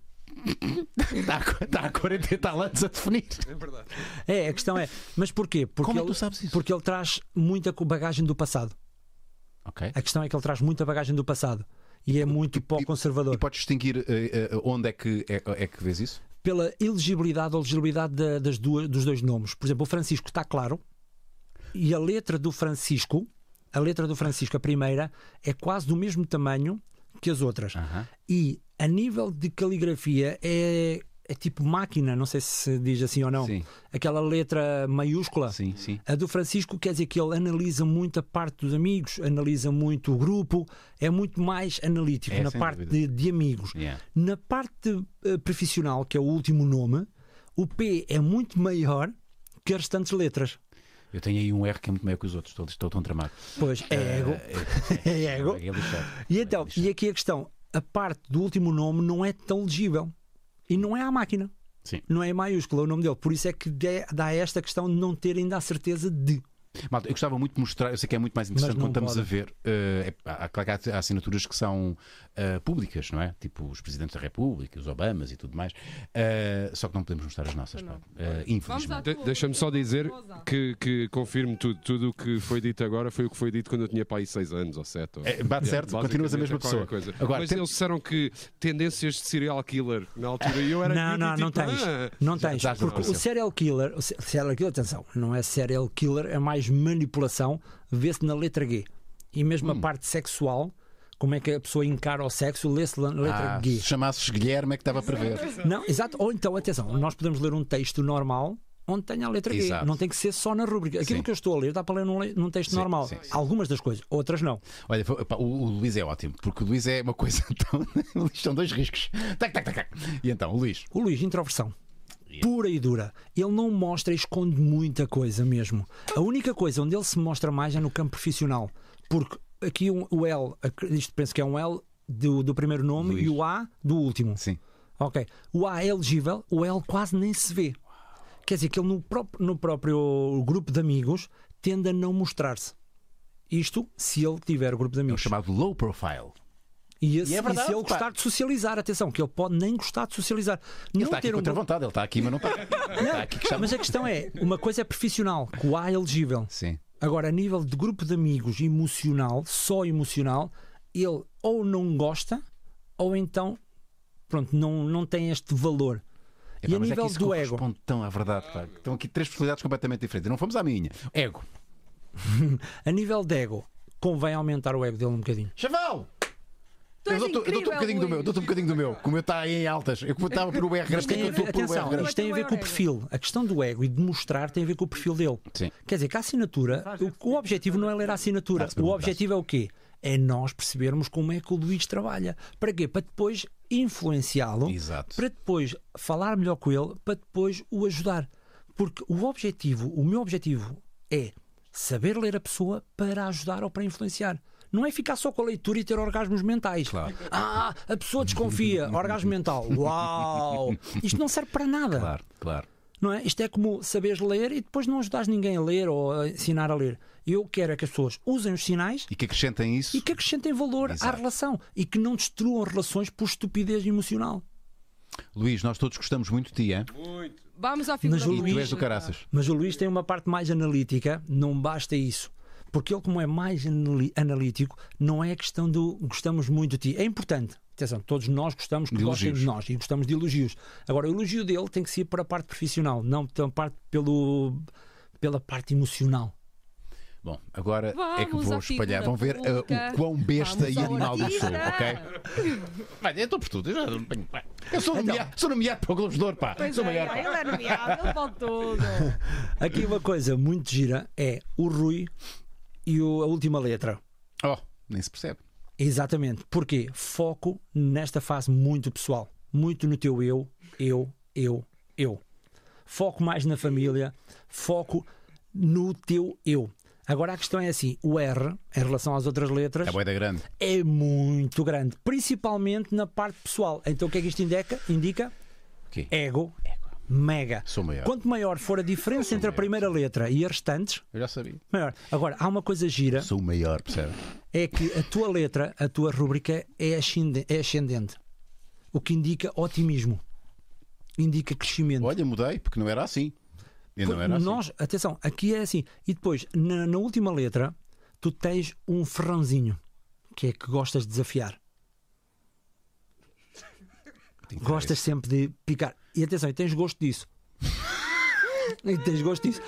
S1: Está Tá há- está há 40 e tal anos a definir.
S4: É verdade.
S3: É, a questão é, mas porquê? Porque
S1: Como é que
S3: ele,
S1: tu sabes isso?
S3: Porque ele traz muita co- bagagem do passado.
S1: Ok.
S3: A questão é que ele traz muita bagagem do passado e é muito pouco conservador.
S1: E podes distinguir eh, eh, onde é que, é, é que vês isso?
S3: Pela elegibilidade ou legibilidade da- das duas, dos dois nomes. Por exemplo, o Francisco está claro e a letra do Francisco, a letra do Francisco, a primeira, é quase do mesmo tamanho que as outras.
S1: Aham.
S3: E a nível de caligrafia é, é tipo máquina, não sei se diz assim ou não.
S1: Sim.
S3: Aquela letra maiúscula.
S1: Sim, sim.
S3: A do Francisco quer dizer que ele analisa muito a parte dos amigos, analisa muito o grupo, é muito mais analítico
S1: É,
S3: na
S1: sem
S3: parte de,
S1: dúvida.
S3: de amigos.
S1: Yeah.
S3: Na parte eh, profissional, que é o último nome, o P é muito maior que as restantes letras.
S1: Eu tenho aí um R que é muito maior que os outros, estou, estou tão tramado.
S3: Pois é ego. [LAUGHS] É ego.
S1: Eh, É lixado.
S3: E então,
S1: lixado.
S3: e aqui a questão: a parte do último nome não é tão legível. E não é a máquina.
S1: Sim.
S3: Não é em maiúscula o nome dele. Por isso é que dê- dá esta questão de não ter ainda a certeza de.
S1: Malta, eu gostava muito de mostrar, eu sei que é muito mais interessante
S3: Mas não
S1: quando estamos
S3: pode.
S1: a ver. eh, é- há, claro que há, há assinaturas que são eh, públicas, não é? Tipo os presidentes da República, os Obamas e tudo mais. Eh, só que não podemos mostrar as nossas, pá. Eh,
S2: Vamos à
S1: infelizmente.
S4: De
S2: tua.
S4: Deixa-me só dizer
S2: Vou usar.
S4: que, que confirmo tudo. Tudo o que foi dito agora foi o que foi dito quando eu tinha para aí 6 anos ou 7.
S1: É, bate certo, continuas a mesma pessoa. Agora,
S4: Mas
S1: tem-
S4: eles disseram que tendências de serial killer na altura e eu era
S3: não,
S4: miúdo e
S3: não, não
S4: tipo,
S3: tens.
S4: "Ah."
S3: não
S1: já-
S3: tens.
S1: já
S3: porque
S1: aconteceu.
S3: o serial killer, o se- serial killer, atenção, não é serial killer, é mais manipulação, vê-se na letra G. E mesmo
S1: Hum.
S3: a parte sexual, como é que a pessoa encara o sexo, lê-se na letra
S1: Ah, se
S3: G.
S1: chamasses Guilherme é que estava para ver.
S3: Não, exato. Ou então, atenção, nós podemos ler um texto normal onde tenha a letra
S1: Exato.
S3: G. Não tem que ser só na rúbrica. Aquilo
S1: Sim.
S3: que eu estou a ler dá para ler num, le- num texto
S1: Sim,
S3: normal.
S1: sim, sim.
S3: Algumas das coisas, outras não.
S1: Olha, foi- pá, o, o Luís é ótimo, porque o Luís é uma coisa [LAUGHS] tão. São dois riscos. Tac, tac, tac, tac. E então, o Luís.
S3: O Luís, introversão. Pura e dura. Ele não mostra e esconde muita coisa mesmo. A única coisa onde ele se mostra mais é no campo profissional. Porque aqui um- o L, ac- isto penso que é um L do, do primeiro nome
S1: Luís.
S3: e o A do último.
S1: Sim.
S3: Ok. O A é elegível, o L quase nem se vê. Quer dizer que ele no, pró- no próprio grupo de amigos tende a não mostrar-se. Isto se ele tiver o grupo de
S1: É o
S3: amigos.
S1: chamado low profile.
S3: E, esse-
S1: E é verdade,
S3: e se ele
S1: pá.
S3: gostar de socializar, atenção, que ele pode nem gostar de socializar.
S1: Ele
S3: Não
S1: está aqui
S3: ter um
S1: contra a
S3: grupo-
S1: vontade, ele está aqui, mas não está.
S3: [LAUGHS]
S1: Ele
S3: Tá,
S1: está aqui que está.
S3: Mas a questão é, uma coisa é profissional, que o A é elegível.
S1: Sim.
S3: Agora, a nível de grupo de amigos emocional, só emocional, ele ou não gosta, ou então, pronto, não, não tem este valor.
S1: Epá,
S3: e a
S1: mas é
S3: nível
S1: que isso
S3: do ego,
S1: corresponde tão à verdade, pá. Estão aqui três personalidades completamente diferentes. Não fomos à minha. Ego.
S3: a nível de ego, convém aumentar o ego dele um bocadinho.
S1: Chaval!
S2: Tu és
S1: eu dou-te eu dou-te
S2: incrível,
S1: um bocadinho do meu,
S2: Luís.
S1: dou-te um bocadinho do meu. Como eu está aí em altas. Eu como eu estava por o BR grande,
S3: Mas
S1: porque é
S3: tem
S1: que
S3: a
S1: eu estou por
S3: ver,
S1: o BR
S3: atenção,
S1: grande.
S3: isto tem a ver com o
S2: Maior ego.
S3: perfil. A questão do ego e de mostrar tem a ver com o perfil dele.
S1: Sim.
S3: Quer dizer que a assinatura, o, o objetivo não é ler a assinatura.
S1: Está-se bem,
S3: O
S1: está-se.
S3: objetivo é o quê? É nós percebermos como é que o Luís trabalha. Para quê? Para depois influenciá-lo,
S1: Exato.
S3: para depois falar melhor com ele, para depois o ajudar. Porque o objetivo, o meu objetivo é saber ler a pessoa para ajudar ou para influenciar. Não é ficar só com a leitura e ter orgasmos mentais.
S1: Claro.
S3: Ah, a pessoa
S1: [LAUGHS]
S3: desconfia, orgasmo mental. Uau! Isto não serve para nada.
S1: Claro, claro.
S3: Não é? Isto é como saberes ler e depois não ajudares ninguém a ler ou a ensinar a ler. Eu quero é que as pessoas usem os sinais
S1: E que acrescentem isso.
S3: e que acrescentem valor
S1: Exato.
S3: à relação e que não destruam relações por estupidez emocional.
S1: Luís, nós todos gostamos muito de ti, hein?
S2: Vamos à figura
S3: Mas o
S1: E tu
S3: Luís-
S1: és do caraças.
S3: Mas o Luís tem uma parte mais analítica, não basta isso. Porque ele, como é mais anali- analítico, não é a questão do gostamos muito de ti. É importante. Atenção, todos nós gostamos que
S1: De
S3: gostem de
S1: elogios.
S3: nós e gostamos de elogios. Agora, o elogio dele tem que ser para a parte profissional, não pela parte, pelo, pela parte emocional.
S1: Bom, agora é que
S5: Vamos
S1: vou
S5: à figura
S1: espalhar. Vão ver uh,
S5: pública.
S1: o quão besta
S5: Vamos
S1: e
S5: ao
S1: animal eu sou, ok? Então.
S5: artista.
S1: Mas eu estou por tudo. Eu, já não tenho- eu sou, nomeado, sou nomeado para o Globo de Ouro, pá.
S5: Pois
S1: sou
S5: é,
S1: maior, pá.
S5: ele é nomeado, ele pode tudo.
S3: Aqui uma coisa muito gira é o Rui e o- a última letra.
S1: Oh, nem se percebe.
S3: Exatamente. Porquê? Foco nesta fase muito pessoal. Muito no teu eu, eu, eu, eu. Foco mais na família, foco no teu eu. Agora a questão é assim: o R, em relação às outras letras,
S1: É boeda grande.
S3: é muito grande, principalmente na parte pessoal. Então o que é que isto indica? indica?
S1: Quê?
S3: Ego, mega.
S1: Sou maior.
S3: Quanto maior for a diferença entre a primeira letra e as restantes,
S1: Eu já sabia.
S3: maior. Agora, há uma coisa gira
S1: Sou o maior, percebe?
S3: é que a tua letra, a tua rúbrica é ascende- é ascendente, o que indica otimismo, indica crescimento.
S1: Olha, mudei, porque não era assim. E não
S3: Pois,
S1: era assim.
S3: Nós, atenção, aqui é assim. E depois, na, na última letra, tu tens um ferrãozinho, que é que gostas de desafiar.
S1: Tem que
S3: Gostas sempre de picar. E atenção, e tens gosto disso. [LAUGHS] e tens gosto disso.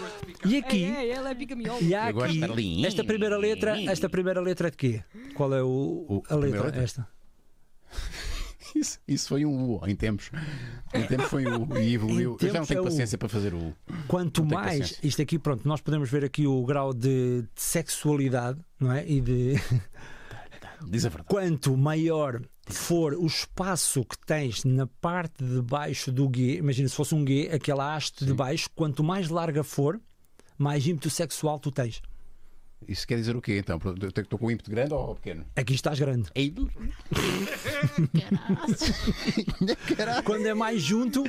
S3: E
S2: É,
S3: aqui,
S2: é, ele é pica-miolo.
S3: e há
S1: Eu gosto
S3: aqui,
S1: de Berlim.
S3: esta primeira letra, esta primeira letra é de quê? Qual é
S1: O-
S3: o,
S1: a
S3: a letra?
S1: primeira letra?
S3: Esta.
S1: Isso, isso foi um U em tempos. Em tempos foi um
S3: [LAUGHS]
S1: U e evoluiu.
S3: Em
S1: Eu já não
S3: tempos
S1: tenho
S3: é U.
S1: paciência para fazer o U.
S3: Quanto
S1: tenho
S3: mais
S1: paciência.
S3: isto aqui, pronto, nós podemos ver aqui o grau de, de sexualidade, não é? E de [LAUGHS]
S1: Diz a verdade.
S3: quanto maior for o espaço que tens na parte de baixo do G, imagina se fosse um G, aquela haste de baixo, quanto mais larga for, mais ímpeto sexual tu tens.
S1: Isso quer dizer o quê então? Eu tenho- Estou com um ímpeto grande ou pequeno?
S3: Aqui estás grande. é Quando é
S1: [LAUGHS]
S3: mais junto,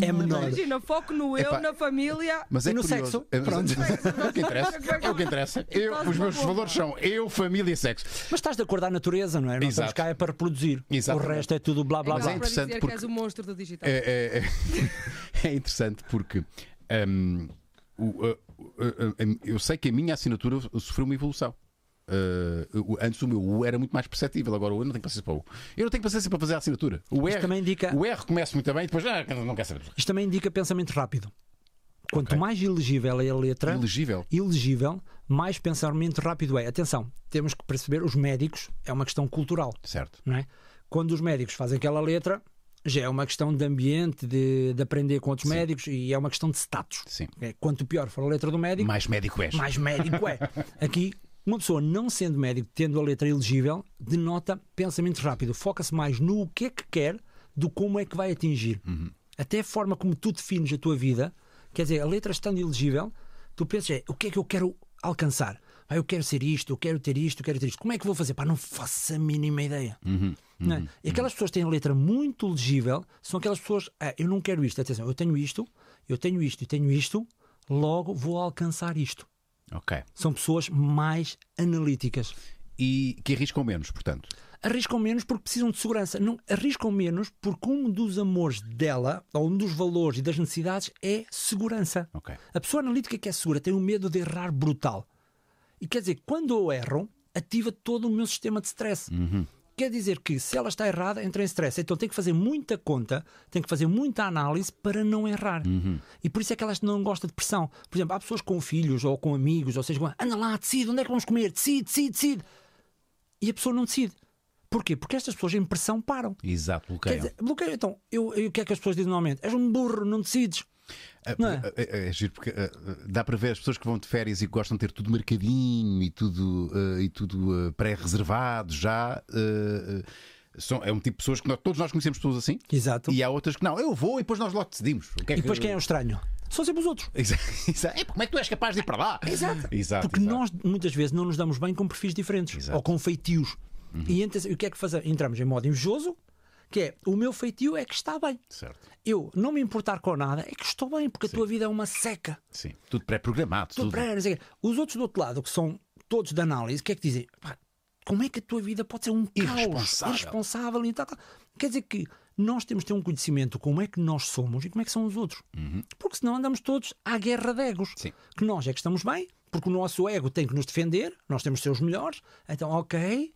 S3: é menor.
S2: Imagina, foco no eu,
S1: Epá.
S2: na família.
S1: Mas é
S3: E no
S1: curioso.
S3: sexo?
S1: É, mas-
S3: Pronto. Então tá
S1: é o que interessa. É o que interessa. Eu- os meus valores são eu, família e sexo.
S3: Mas estás de acordo à natureza, não é? Não
S1: Exato.
S3: estamos cá é para reproduzir.
S1: Exatamente.
S3: O resto é tudo blá blá
S1: Mas
S2: Mas
S3: blá.
S1: é interessante
S2: para dizer
S1: porque-
S2: que és o monstro do digital.
S1: É, é- [LAUGHS] é interessante porque hum, o- a- a- a- eu sei que a minha assinatura sofreu uma evolução. Uh, o- antes o meu U era muito mais perceptível, agora o U não tenho paciência para o U. Eu não tenho paciência para fazer a assinatura. O R,
S3: também indica-
S1: o R começa muito bem e depois ah, não quer saber.
S3: Isto também indica pensamento rápido. Quanto mais ilegível é a letra,
S1: Elegível.
S3: ilegível, mais pensamento rápido é. Atenção, temos que perceber, os médicos é uma questão cultural,
S1: Certo.
S3: não é? Quando os médicos fazem aquela letra, já é uma questão de ambiente, de, de aprender com outros médicos e é uma questão de status.
S1: Sim.
S3: É, Quanto pior for a letra do médico,
S1: Mais médico és.
S3: mais médico é. Aqui, uma pessoa não sendo médico, tendo a letra elegível, denota pensamento rápido. Foca-se mais no que é que quer do como é que vai atingir. Até a forma como tu defines a tua vida, quer dizer, a letra estando elegível, tu pensas, é, o que é que eu quero alcançar? Ah, eu quero ser isto, eu quero ter isto, eu quero ter isto. Como é que vou fazer? Pá, não faço a mínima ideia. Não é? E aquelas pessoas que têm a letra muito legível são aquelas pessoas, ah, eu não quero isto, atenção, eu tenho isto, eu tenho isto e tenho isto, logo vou alcançar isto
S1: Ok.
S3: são pessoas mais analíticas.
S1: E que arriscam menos, portanto.
S3: Arriscam menos porque precisam de segurança. Não, arriscam menos porque um dos amores dela, ou um dos valores e das necessidades, é segurança.
S1: Ok.
S3: A pessoa analítica que é segura tem o medo de errar brutal. E quer dizer, quando eu erro, ativa todo o meu sistema de stress. Quer dizer que se ela está errada, entra em stress. Então tem que fazer muita conta, tem que fazer muita análise para não errar. E por isso é que elas não gostam de pressão. Por exemplo, há pessoas com filhos ou com amigos, ou seja, com- anda lá, decide, onde é que vamos comer? Decide, decide, decide. E a pessoa não decide. Porquê? Porque estas pessoas em pressão param.
S1: Exato,
S3: Quer
S1: bloqueiam.
S3: dizer, bloqueio. Então, eu, eu- o que é que as pessoas dizem normalmente? És um burro, não decides.
S1: Ah,
S3: Não é?
S1: ah, ah, É, giro porque ah, ah, dá para ver as pessoas que vão de férias e que gostam de ter tudo eh, marcadinho e tudo, ah, e tudo ah, pré-reservado já. ah, ah, São, é um tipo de pessoas que nós- todos nós conhecemos pessoas assim.
S3: Exato.
S1: E há outras que não, eu vou e depois nós logo decidimos. O que é
S3: Então- E depois
S1: que...
S3: quem é o estranho? São sempre os outros.
S1: [LAUGHS] Exa- exa- É, pá, como é que tu és capaz de ir para lá? Exato. [LAUGHS] exato
S3: Porque
S1: exato.
S3: nós muitas vezes não nos damos bem com perfis diferentes
S1: Exato. Uhum.
S3: ou com feitios. E então, o que é que fazemos? Entramos em modo invejoso, que é o meu feitio é que está bem.
S1: Certo.
S3: Eu não me importar com nada é que estou bem, porque a tua vida é uma seca.
S1: Sim. Tudo pré-programado.
S3: Estou
S1: Tudo...
S3: para- não sei o quê. Os outros do outro lado, que são todos de análise, o que é que dizem? Pá, como é que a tua vida pode ser um caos
S1: Irresponsável.
S3: irresponsável e tal, tal? Quer dizer que nós temos de ter um conhecimento como é que nós somos e como é que são os outros. Porque senão andamos todos à guerra de egos.
S1: Uhum. Sim.
S3: Que nós é que estamos bem, porque o nosso ego tem que nos defender, nós temos de ser os melhores. Então, ok,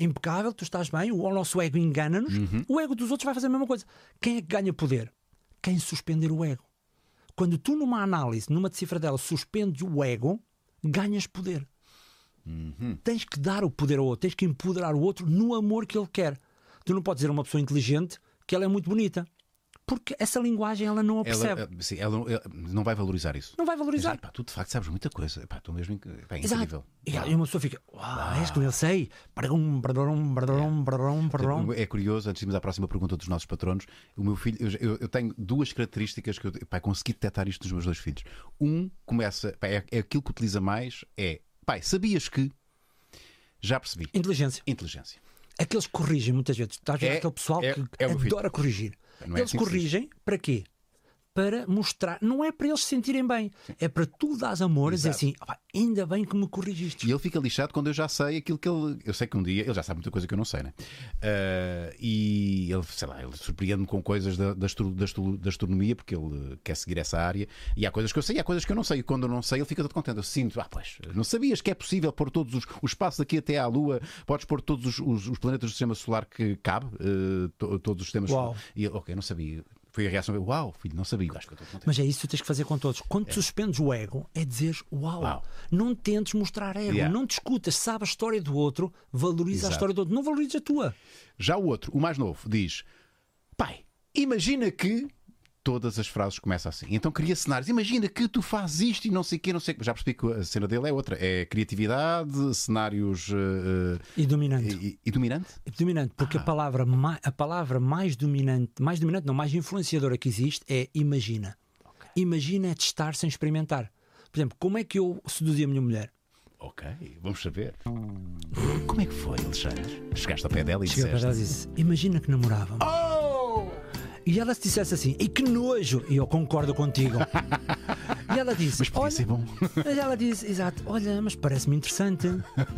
S3: impecável, tu estás bem, o nosso ego engana-nos,
S1: Uhum.
S3: o ego dos outros vai fazer a mesma coisa. Quem é que ganha poder? Quem suspender o ego. Quando tu, numa análise, numa decifra dela, suspendes o ego, ganhas poder. Tens que dar o poder ao outro, tens que empoderar o outro no amor que ele quer. Tu não podes dizer a uma pessoa inteligente que ela é muito bonita, porque essa linguagem ela não a percebe.
S1: Ela, eh, sim, ela, não- ela não vai valorizar isso.
S3: Não vai
S1: Mas,
S3: valorizar.
S1: epá, tu de facto sabes muita coisa. Epá, tu mesmo inc- epá, é
S3: Exato.
S1: incrível.
S3: E aí uma pessoa fica, uau, és que eu sei. Bradum, bradum, bradum, bradum, bradum.
S1: É curioso, antes de irmos à próxima pergunta dos nossos patronos, o meu filho, eu, já- eu- eu tenho duas características que eu epá, consegui detectar isto nos meus dois filhos. Um começa, epá, é, é aquilo que utiliza mais, é pai, sabias que já percebi.
S3: Inteligência.
S1: Inteligência.
S3: Aqueles que corrigem muitas vezes. Estás a ver
S1: É-
S3: aquele pessoal
S1: é-
S3: que
S1: é o meu filho.
S3: adora corrigir.
S1: Não é
S3: eles
S1: assim que se diz.
S3: corrigem para quê? Para mostrar. Não é para eles se sentirem bem. É para tu dares amor e dizer
S1: Exato.
S3: assim: "Opá, ainda bem que me corrigiste.
S1: E ele fica lixado quando eu já sei aquilo que ele. Eu sei que um dia ele já sabe muita coisa que eu não sei, né? Ah, e ele, sei lá, ele surpreende-me com coisas da, da, astro- da astro- da astronomia, porque ele quer seguir essa área. E há coisas que eu sei e há coisas que eu não sei. E quando eu não sei, ele fica todo contente. Eu sinto, ah, pois, não sabias que é possível pôr todos os, os passos aqui até à Lua, podes pôr todos os, os- os planetas do sistema solar que cabe, eh, to- todos os sistemas.
S3: Uau.
S1: E ele, ok, não sabia. Foi a reação, eu, uau, filho, não sabia. Eu acho que eu estou contente.
S3: Mas é isso que tens que fazer com todos. Quando suspendes o ego, é dizeres uau.
S1: É. Uau.
S3: Não tentes mostrar ego,
S1: Yeah.
S3: não discutas, sabe a história do outro, valoriza a
S1: Exato.
S3: história do outro, não valoriza a tua.
S1: Já o outro, o mais novo, diz: Pai, imagina que. Todas as frases começam assim. Então cria cenários. Imagina que tu fazes isto e não sei o quê, não sei o quê. Já percebi que a cena dele é outra. É criatividade, cenários eh, eh,
S3: E dominante.
S1: e, e Ah. dominante.
S3: Dominante, porque a, palavra ma- a palavra mais dominante, mais dominante, não, mais influenciadora que existe é imagina. Imagina é testar sem experimentar. Por exemplo, como é que eu seduzi a minha mulher?
S1: Ok, vamos saber. Como é que foi, Alexandre? Chegaste ao pé dela e
S3: Cheguei para
S1: disseste.
S3: ela e disse: Imagina que namorávamos. E ela se dissesse assim: E que nojo! E eu
S1: [LAUGHS]
S3: concordo contigo. e ela disse:
S1: Mas podia
S3: "Olha,
S1: ser bom.
S3: Mas ela disse, exato, olha, mas parece-me interessante.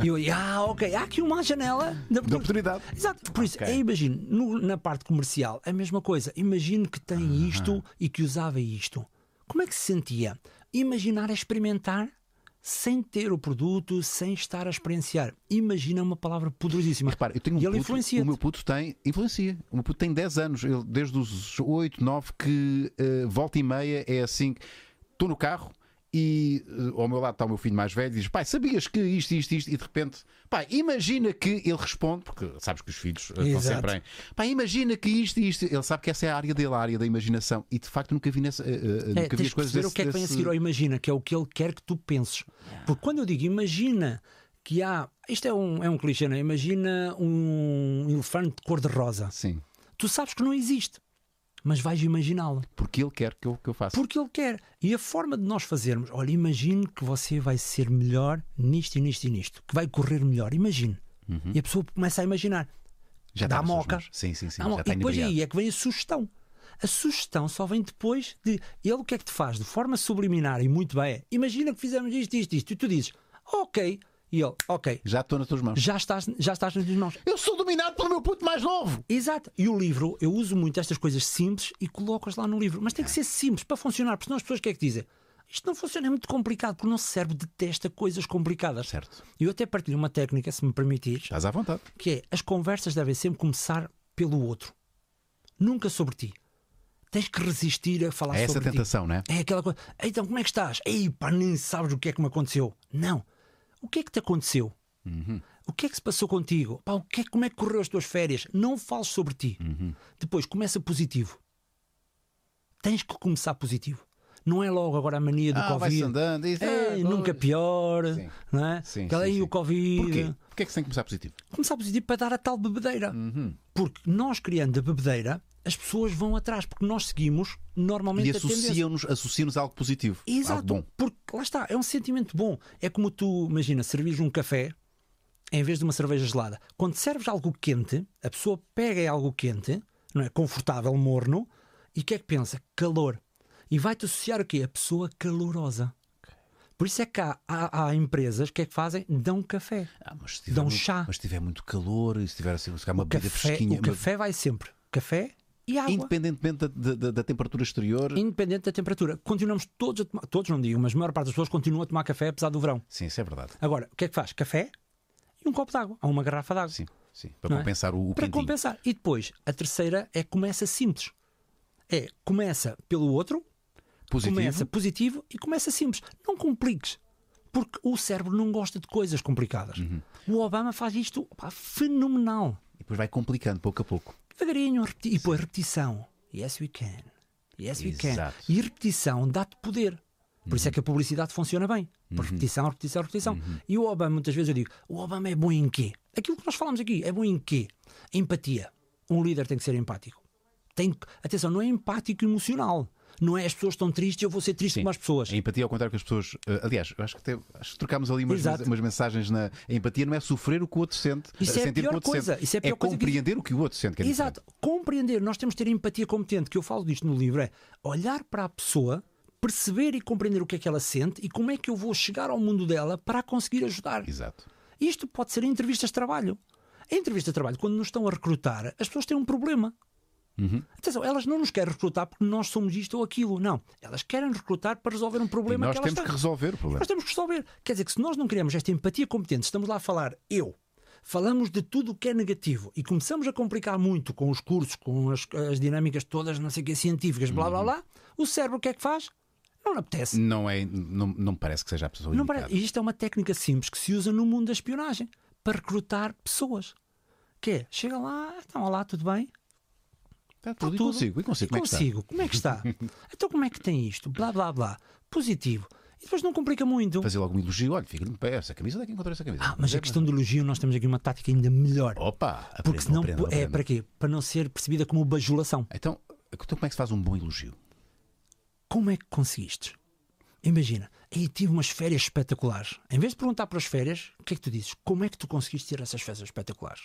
S3: E eu, ah, ok, há aqui uma janela de
S1: Da
S3: oportunidade.
S1: oportunidade.
S3: Exato, por isso,
S1: Ok.
S3: é, imagino, no- na parte comercial, é a mesma coisa. Imagino que tem isto e que usava isto. Como é que se sentia? Imaginar é experimentar sem ter o produto, sem estar a experienciar. Imagina é uma palavra poderosíssima.
S1: Repara, eu tenho um
S3: e ele
S1: puto,
S3: influencia.
S1: O meu puto tem. Influencia. O meu puto tem 10 anos. Ele, desde os 8, 9, que eh, volta e meia é assim. que Estou no carro e eh, ao meu lado está o meu filho mais velho e diz: Pai, sabias que isto, isto, isto? E de repente, pai, imagina que ele responde, porque sabes que os filhos eh, estão
S3: Exato.
S1: sempre em. Pai, imagina que isto, isto. Ele sabe que essa é a área dele, a área da imaginação. E de facto nunca vi, nessa, eh, eh,
S3: É,
S1: nunca vi
S3: tens
S1: as
S3: que
S1: coisas
S3: perceber o que é que vem a seguir ao imagina, que é o que ele quer que tu penses. Porque quando eu digo imagina que há. Isto é um, é um clichê, não é? Imagina um elefante de cor-de-rosa.
S1: Sim.
S3: Tu sabes que não existe, mas vais imaginá-lo.
S1: Porque ele quer que eu, que eu faça.
S3: Porque ele quer. E a forma de nós fazermos, olha, imagine que você vai ser melhor nisto e nisto e nisto, que vai correr melhor, imagine. E a pessoa começa a imaginar.
S1: Uhum. Já
S3: dá
S1: está nas suas
S3: moca.
S1: mãos. Sim, sim, sim.
S3: Ah, bom,
S1: já
S3: e
S1: está
S3: depois
S1: inebriado.
S3: aí é que vem a sugestão. A sugestão só vem depois de ele o que é que te faz de forma subliminar e muito bem é, imagina que fizemos isto, isto, isto, e tu dizes, ok, e ele, ok,
S1: Já estou nas tuas mãos.
S3: já estás, já estás nas minhas mãos.
S1: Eu sou dominado pelo meu puto mais novo.
S3: Exato. E o livro, eu uso muito estas coisas simples e coloco-as lá no livro. Mas tem que ser simples para funcionar, porque senão as pessoas o que é que dizem? Isto não funciona, é muito complicado, porque o nosso cérebro detesta coisas complicadas.
S1: Certo.
S3: Eu até partilho uma técnica, se me permitires,
S1: Estás à vontade.
S3: que é as conversas devem sempre começar pelo outro, nunca sobre ti. Tens que resistir a falar
S1: É essa
S3: sobre ti.
S1: tentação, não é?
S3: É aquela coisa. Então, como é que estás? Ei, pá, nem sabes o que é que me aconteceu. Não. O que é que te aconteceu?
S1: Uhum.
S3: O que é que se passou contigo? Pá, o que é, como é que correu as tuas férias? Não fales
S1: Uhum.
S3: sobre ti. Depois, começa positivo. Tens que começar positivo. Não é logo agora a mania do
S1: Ah, vai-se
S3: Covid.
S1: andando. e-
S3: É, nunca pior,
S1: Sim.
S3: não é?
S1: Sim,
S3: Aquela
S1: sim,
S3: aí
S1: sim.
S3: o Covid.
S1: Porquê? Porquê é que se tem que começar positivo?
S3: Começar positivo para dar a tal bebedeira.
S1: Uhum.
S3: Porque nós criando a bebedeira, as pessoas vão atrás, porque nós seguimos normalmente
S1: E
S3: a tendência.
S1: associam-nos associam a algo positivo. Algo
S3: Exato,
S1: bom.
S3: porque lá está, é um sentimento bom. É como tu, imagina, servis um café em vez de uma cerveja gelada. Quando serves algo quente, a pessoa pega em algo quente, não é? Confortável, morno, e o que é que pensa? Calor. E vai-te associar o quê? A pessoa calorosa. Por isso é que há, há- há empresas que é que fazem? Dão café.
S1: Ah, mas se
S3: Dá um
S1: muito,
S3: chá.
S1: Mas se tiver muito calor, e se tiver assim, se tiver uma bebida
S3: Café,
S1: fresquinha,
S3: o
S1: uma-
S3: café vai sempre. Café e água.
S1: independentemente da, da- da- da temperatura exterior.
S3: Independente da temperatura. Continuamos todos a tomar, todos não digo, mas a maior parte das pessoas continua a tomar café apesar do verão.
S1: Sim, isso é verdade.
S3: Agora, o que é que faz? Café e um copo de água, ou uma garrafa de água.
S1: Sim, sim. Para
S3: Não é?
S1: compensar o, o
S3: para
S1: quentinho.
S3: compensar. E depois, a terceira é começa simples. É, começa pelo outro,
S1: Positivo.
S3: começa positivo e começa simples. Não compliques. Porque o cérebro não gosta de coisas complicadas. O Obama faz isto pá, fenomenal.
S1: E depois vai complicando pouco a pouco.
S3: Devagarinho, repeti- e depois repetição. Yes, we can. Yes, we can.
S1: Exato. Uhum.
S3: E repetição dá-te poder. Por isso é que a publicidade funciona bem. Por repetição, repetição, repetição. E o Obama, muitas vezes eu digo, o Obama é bom em quê? Aquilo que nós falamos aqui, é bom em quê? Empatia. Um líder tem que ser empático. Tem, que- atenção, não é empático emocional. Não é as pessoas estão tristes, eu vou ser triste
S1: Sim.
S3: como as pessoas.
S1: A empatia, ao contrário que as pessoas. eh, aliás, eu acho que, até, acho que trocámos ali umas,
S3: Exato.
S1: umas mensagens na. A empatia não é sofrer o que o outro sente,
S3: Isso
S1: eh,
S3: é a
S1: sentir o que
S3: pior
S1: o outro
S3: coisa,
S1: sente.
S3: isso é a
S1: é
S3: pior coisa que-
S1: compreender o que o outro sente. Que é diferente.
S3: Exato. Compreender, nós temos de ter empatia competente, que eu falo disto no livro, é olhar para a pessoa, perceber e compreender o que é que ela sente e como é que eu vou chegar ao mundo dela para a conseguir ajudar.
S1: Exato.
S3: Isto pode ser em entrevistas de trabalho. Em entrevista de trabalho, quando nos estão a recrutar, as pessoas têm um problema.
S1: Uhum.
S3: Atenção, elas não nos querem recrutar porque nós somos isto ou aquilo. Não. Elas querem recortar para resolver um
S1: E
S3: problema
S1: nós
S3: que elas
S1: temos
S3: têm.
S1: que resolver o problema.
S3: Nós temos que resolver. Quer dizer que se nós não criamos esta empatia competente, estamos lá a falar eu, falamos de tudo o que é negativo e começamos a complicar muito com os cursos, com as, as dinâmicas todas, não sei o que, científicas, blá
S1: Uhum.
S3: blá blá, o cérebro o que é que faz? Não lhe apetece.
S1: Não, é, não, não me parece que seja a pessoa
S3: Não
S1: indicada.
S3: parece. E isto é uma técnica simples que se usa no mundo da espionagem para recrutar pessoas. Que é, chega lá, então, olá, tudo bem?
S1: Está
S3: Está
S1: tudo,
S3: tudo.
S1: E consigo, e consigo. Como é que está?
S3: Consigo, como é
S1: [LAUGHS]
S3: que está? então como é que tem isto? Blá blá blá. Positivo. E depois não complica muito.
S1: Fazer logo um elogio. Olha, fica-me pé, essa camisa, onde é que encontrou essa camisa?
S3: Ah, mas a questão do elogio, nós temos aqui uma tática ainda melhor.
S1: Opa! Aprenda,
S3: Porque senão
S1: aprenda,
S3: po- é
S1: aprenda.
S3: para quê? Para não ser percebida como bajulação.
S1: Então, então, como é que se faz um bom elogio?
S3: Como é que conseguiste? Imagina, aí tive umas férias espetaculares. Em vez de perguntar para as férias, o que é que tu dizes? Como é que tu conseguiste ter essas férias espetaculares?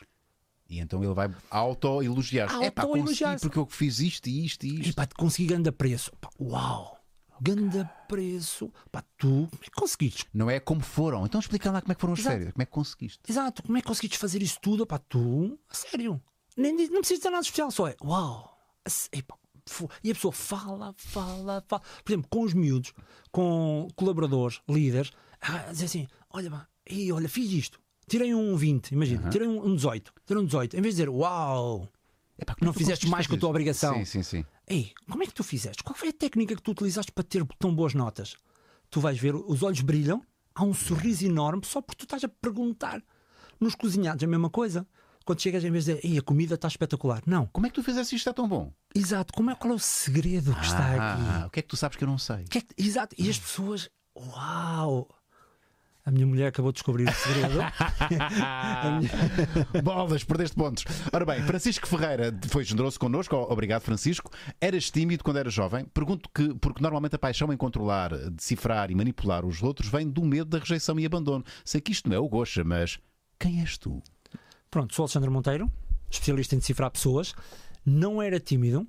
S1: E então ele vai auto-elogiar-se. É pá, consegui
S3: Ah, Auto-elogiar-se.
S1: porque eu fiz isto e isto e
S3: E
S1: isto.
S3: pá, te consegui ganda preço. Pá, uau! Ganda preço. Pá, tu como é que conseguiste?
S1: Não é como foram. Então explica lá como é que foram as
S3: Exato.
S1: férias. Como é que conseguiste?
S3: Exato, como é que conseguiste fazer isso tudo? Pá, tu, a sério. Nem, diz- não precisas dizer nada especial, só é uau. A sé- epá, fo- E a pessoa fala, fala, fala. Por exemplo, com os miúdos, com colaboradores, líderes, ah, dizer assim: olha, pá, ei, olha, fiz isto. Tirei um 20, imagina, tirei um, um 18, tirei um 18. Em vez de dizer uau,
S1: É pá, como
S3: não
S1: é que tu
S3: fizeste
S1: conseguiste
S3: mais com a tua
S1: fazer isto?
S3: obrigação.
S1: Sim, sim, sim.
S3: Ei, como é que tu fizeste? Qual foi a técnica que tu utilizaste para ter tão boas notas? Tu vais ver, os olhos brilham, há um sorriso enorme só porque tu estás a perguntar. Nos cozinhados é a mesma coisa. Quando chegas em vez de Ei, a comida está espetacular. Não.
S1: Como é que tu fizeste isto? Está tão bom.
S3: Exato. Como é, qual é o segredo que está aqui?
S1: o que é que tu sabes que eu não sei? [LAUGHS]
S3: Que é que- exato. E as pessoas. Uau! A minha mulher acabou de descobrir o segredo.
S1: Bolas, perdeste pontos. Ora bem, Francisco Ferreira foi generoso connosco. Obrigado, Francisco. Eras tímido quando eras jovem? Pergunto que, porque normalmente a paixão em controlar, decifrar e manipular os outros vem do medo da rejeição e abandono. Sei que isto não é o Goxa, mas quem és tu?
S3: Pronto, sou Alexandre Monteiro, especialista em decifrar pessoas. Não era tímido,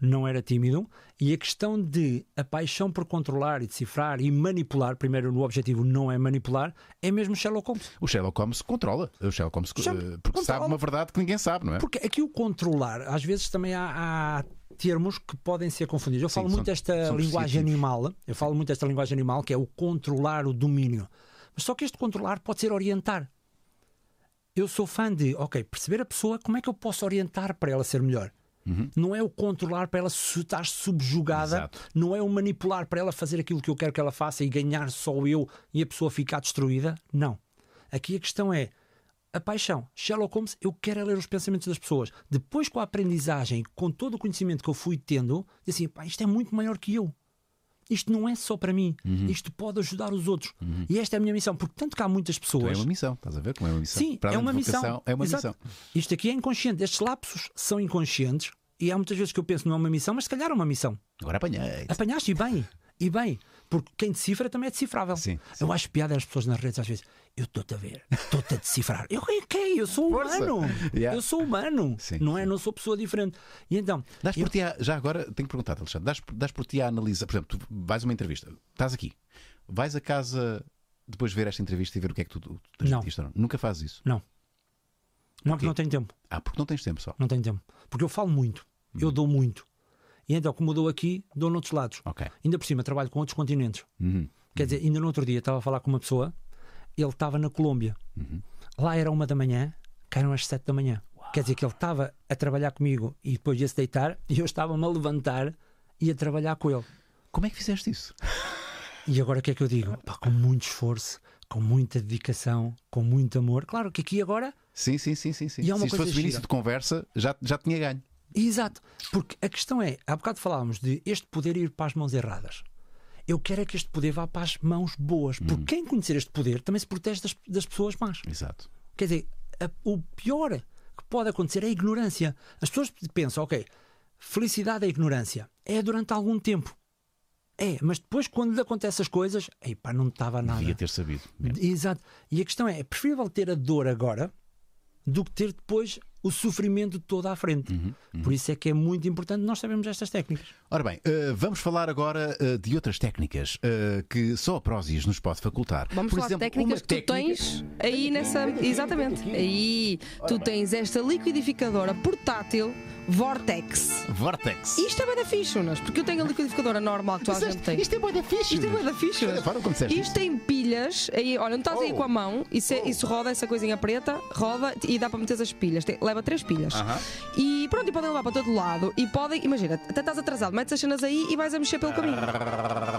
S3: não era tímido, e a questão de a paixão por controlar e decifrar e manipular, primeiro no objetivo não é manipular, é mesmo Sherlock Holmes.
S1: O Sherlock Holmes controla. O Sherlock Holmes eh,
S3: Sherlock
S1: porque
S3: controla.
S1: sabe uma verdade que ninguém sabe, não é?
S3: Porque aqui o controlar, às vezes também há, há termos que podem ser confundidos. Eu
S1: Sim,
S3: falo
S1: são-
S3: muito desta
S1: são
S3: linguagem
S1: perceptivos.
S3: animal, eu falo muito desta linguagem animal que é o controlar o domínio. Mas só que este controlar pode ser orientar. Eu sou fã de, ok, perceber a pessoa, como é que eu posso orientar para ela ser melhor? Não é o controlar para ela su- estar subjugada,
S1: Uhum. Exato.
S3: não é o manipular para ela fazer aquilo que eu quero que ela faça e ganhar só eu e a pessoa ficar destruída. Não. Aqui a questão é a paixão. Sherlock Holmes, eu quero é ler os pensamentos das pessoas. Depois, com a aprendizagem, com todo o conhecimento que eu fui tendo, disse assim: pá, isto é muito maior que eu. Isto não é só para mim,
S1: Uhum.
S3: isto pode ajudar os outros. E esta é a minha missão, porque tanto que há muitas
S1: Então
S3: pessoas.
S1: Uhum. É uma missão, estás a ver como é uma missão?
S3: Sim,
S1: Para
S3: é
S1: além
S3: uma
S1: de
S3: missão.
S1: vocação, É uma
S3: Exato.
S1: missão.
S3: Isto aqui é inconsciente. Estes lapsos são inconscientes e há muitas vezes que eu penso não é uma missão, mas se calhar é uma missão.
S1: Agora apanhei.
S3: Apanhaste e bem, e bem. Porque quem decifra também é decifrável.
S1: Sim,
S3: Eu acho piada as pessoas nas redes às vezes. Eu estou-te a ver, estou-te a decifrar. Eu quem? Eu sou
S1: Força.
S3: humano.
S1: Yeah.
S3: Eu sou humano.
S1: Sim,
S3: não é?
S1: sim.
S3: Não sou pessoa diferente. E então,
S1: Dás por ti a, já agora, tenho que perguntar, Alexandre, dás, dás por ti a analisar, por exemplo, tu vais a uma entrevista, estás aqui, vais a casa depois de ver esta entrevista e ver o que é que tu, tu transmitiste ou não. Nunca fazes isso.
S3: não, porque não tenho tempo.
S1: Ah, porque não tens tempo só.
S3: Não tenho tempo. Porque eu falo muito. Eu dou muito. E então, como eu dou aqui, dou noutros lados.
S1: Uhum. Ok.
S3: Ainda por cima, trabalho com outros continentes.
S1: Uhum.
S3: Quer dizer, ainda no outro dia estava a falar com uma pessoa, ele estava na Colômbia. Lá era uma da manhã, cá eram as sete da manhã. Quer dizer que ele estava a trabalhar comigo e depois ia se deitar e eu estava-me a levantar e a trabalhar com ele.
S1: Como é que fizeste isso?
S3: E agora o que é que eu digo? Pá, com muito esforço, com muita dedicação, com muito amor. Claro que aqui agora
S1: Sim, sim, sim, sim. sim.
S3: E há uma
S1: Se isto
S3: coisa
S1: fosse o início
S3: gira.
S1: de conversa, já, já tinha ganho.
S3: Exato, porque a questão é, há bocado falávamos de este poder ir para as mãos erradas. Eu quero é que este poder vá para as mãos boas, porque quem conhecer este poder também se protege das, das pessoas más.
S1: Exato.
S3: Quer dizer, a- o pior que pode acontecer é a ignorância. As pessoas pensam, ok, felicidade é ignorância. É durante algum tempo. É, mas depois quando lhe acontecem as coisas, ei pá, não estava nada.
S1: Devia ter sabido. mesmo.
S3: Exato. E a questão é: é preferível ter a dor agora do que ter depois o sofrimento todo à frente.
S1: Uhum,
S3: Por isso é que é muito importante nós sabermos estas técnicas.
S1: Ora bem, eh, vamos falar agora eh, de outras técnicas eh, que só a Prozis nos pode facultar.
S2: Vamos
S1: Por
S2: falar
S1: exemplo,
S2: de técnicas
S1: uma
S2: que tu tens aí nessa. Exatamente. Aí tu tens esta liquidificadora portátil Vortex.
S1: Vortex.
S2: Isto é bué da fichunas, porque eu tenho a liquidificadora normal que tu a gente tem.
S1: Isto é boa da ficha.
S2: Isto é bué da fichunas.
S1: Para quando disseste
S2: Isto tem pilhas, aí, olha, não estás aí
S1: Oh.
S2: com a mão, isso, é- isso roda, essa coisinha preta, roda e dá para meter as pilhas. Tem- leva três pilhas.
S1: Aham.
S2: E pronto, e podem levar para todo lado. E podem, imagina, até estás atrasado, metes as cenas aí e vais a mexer pelo caminho.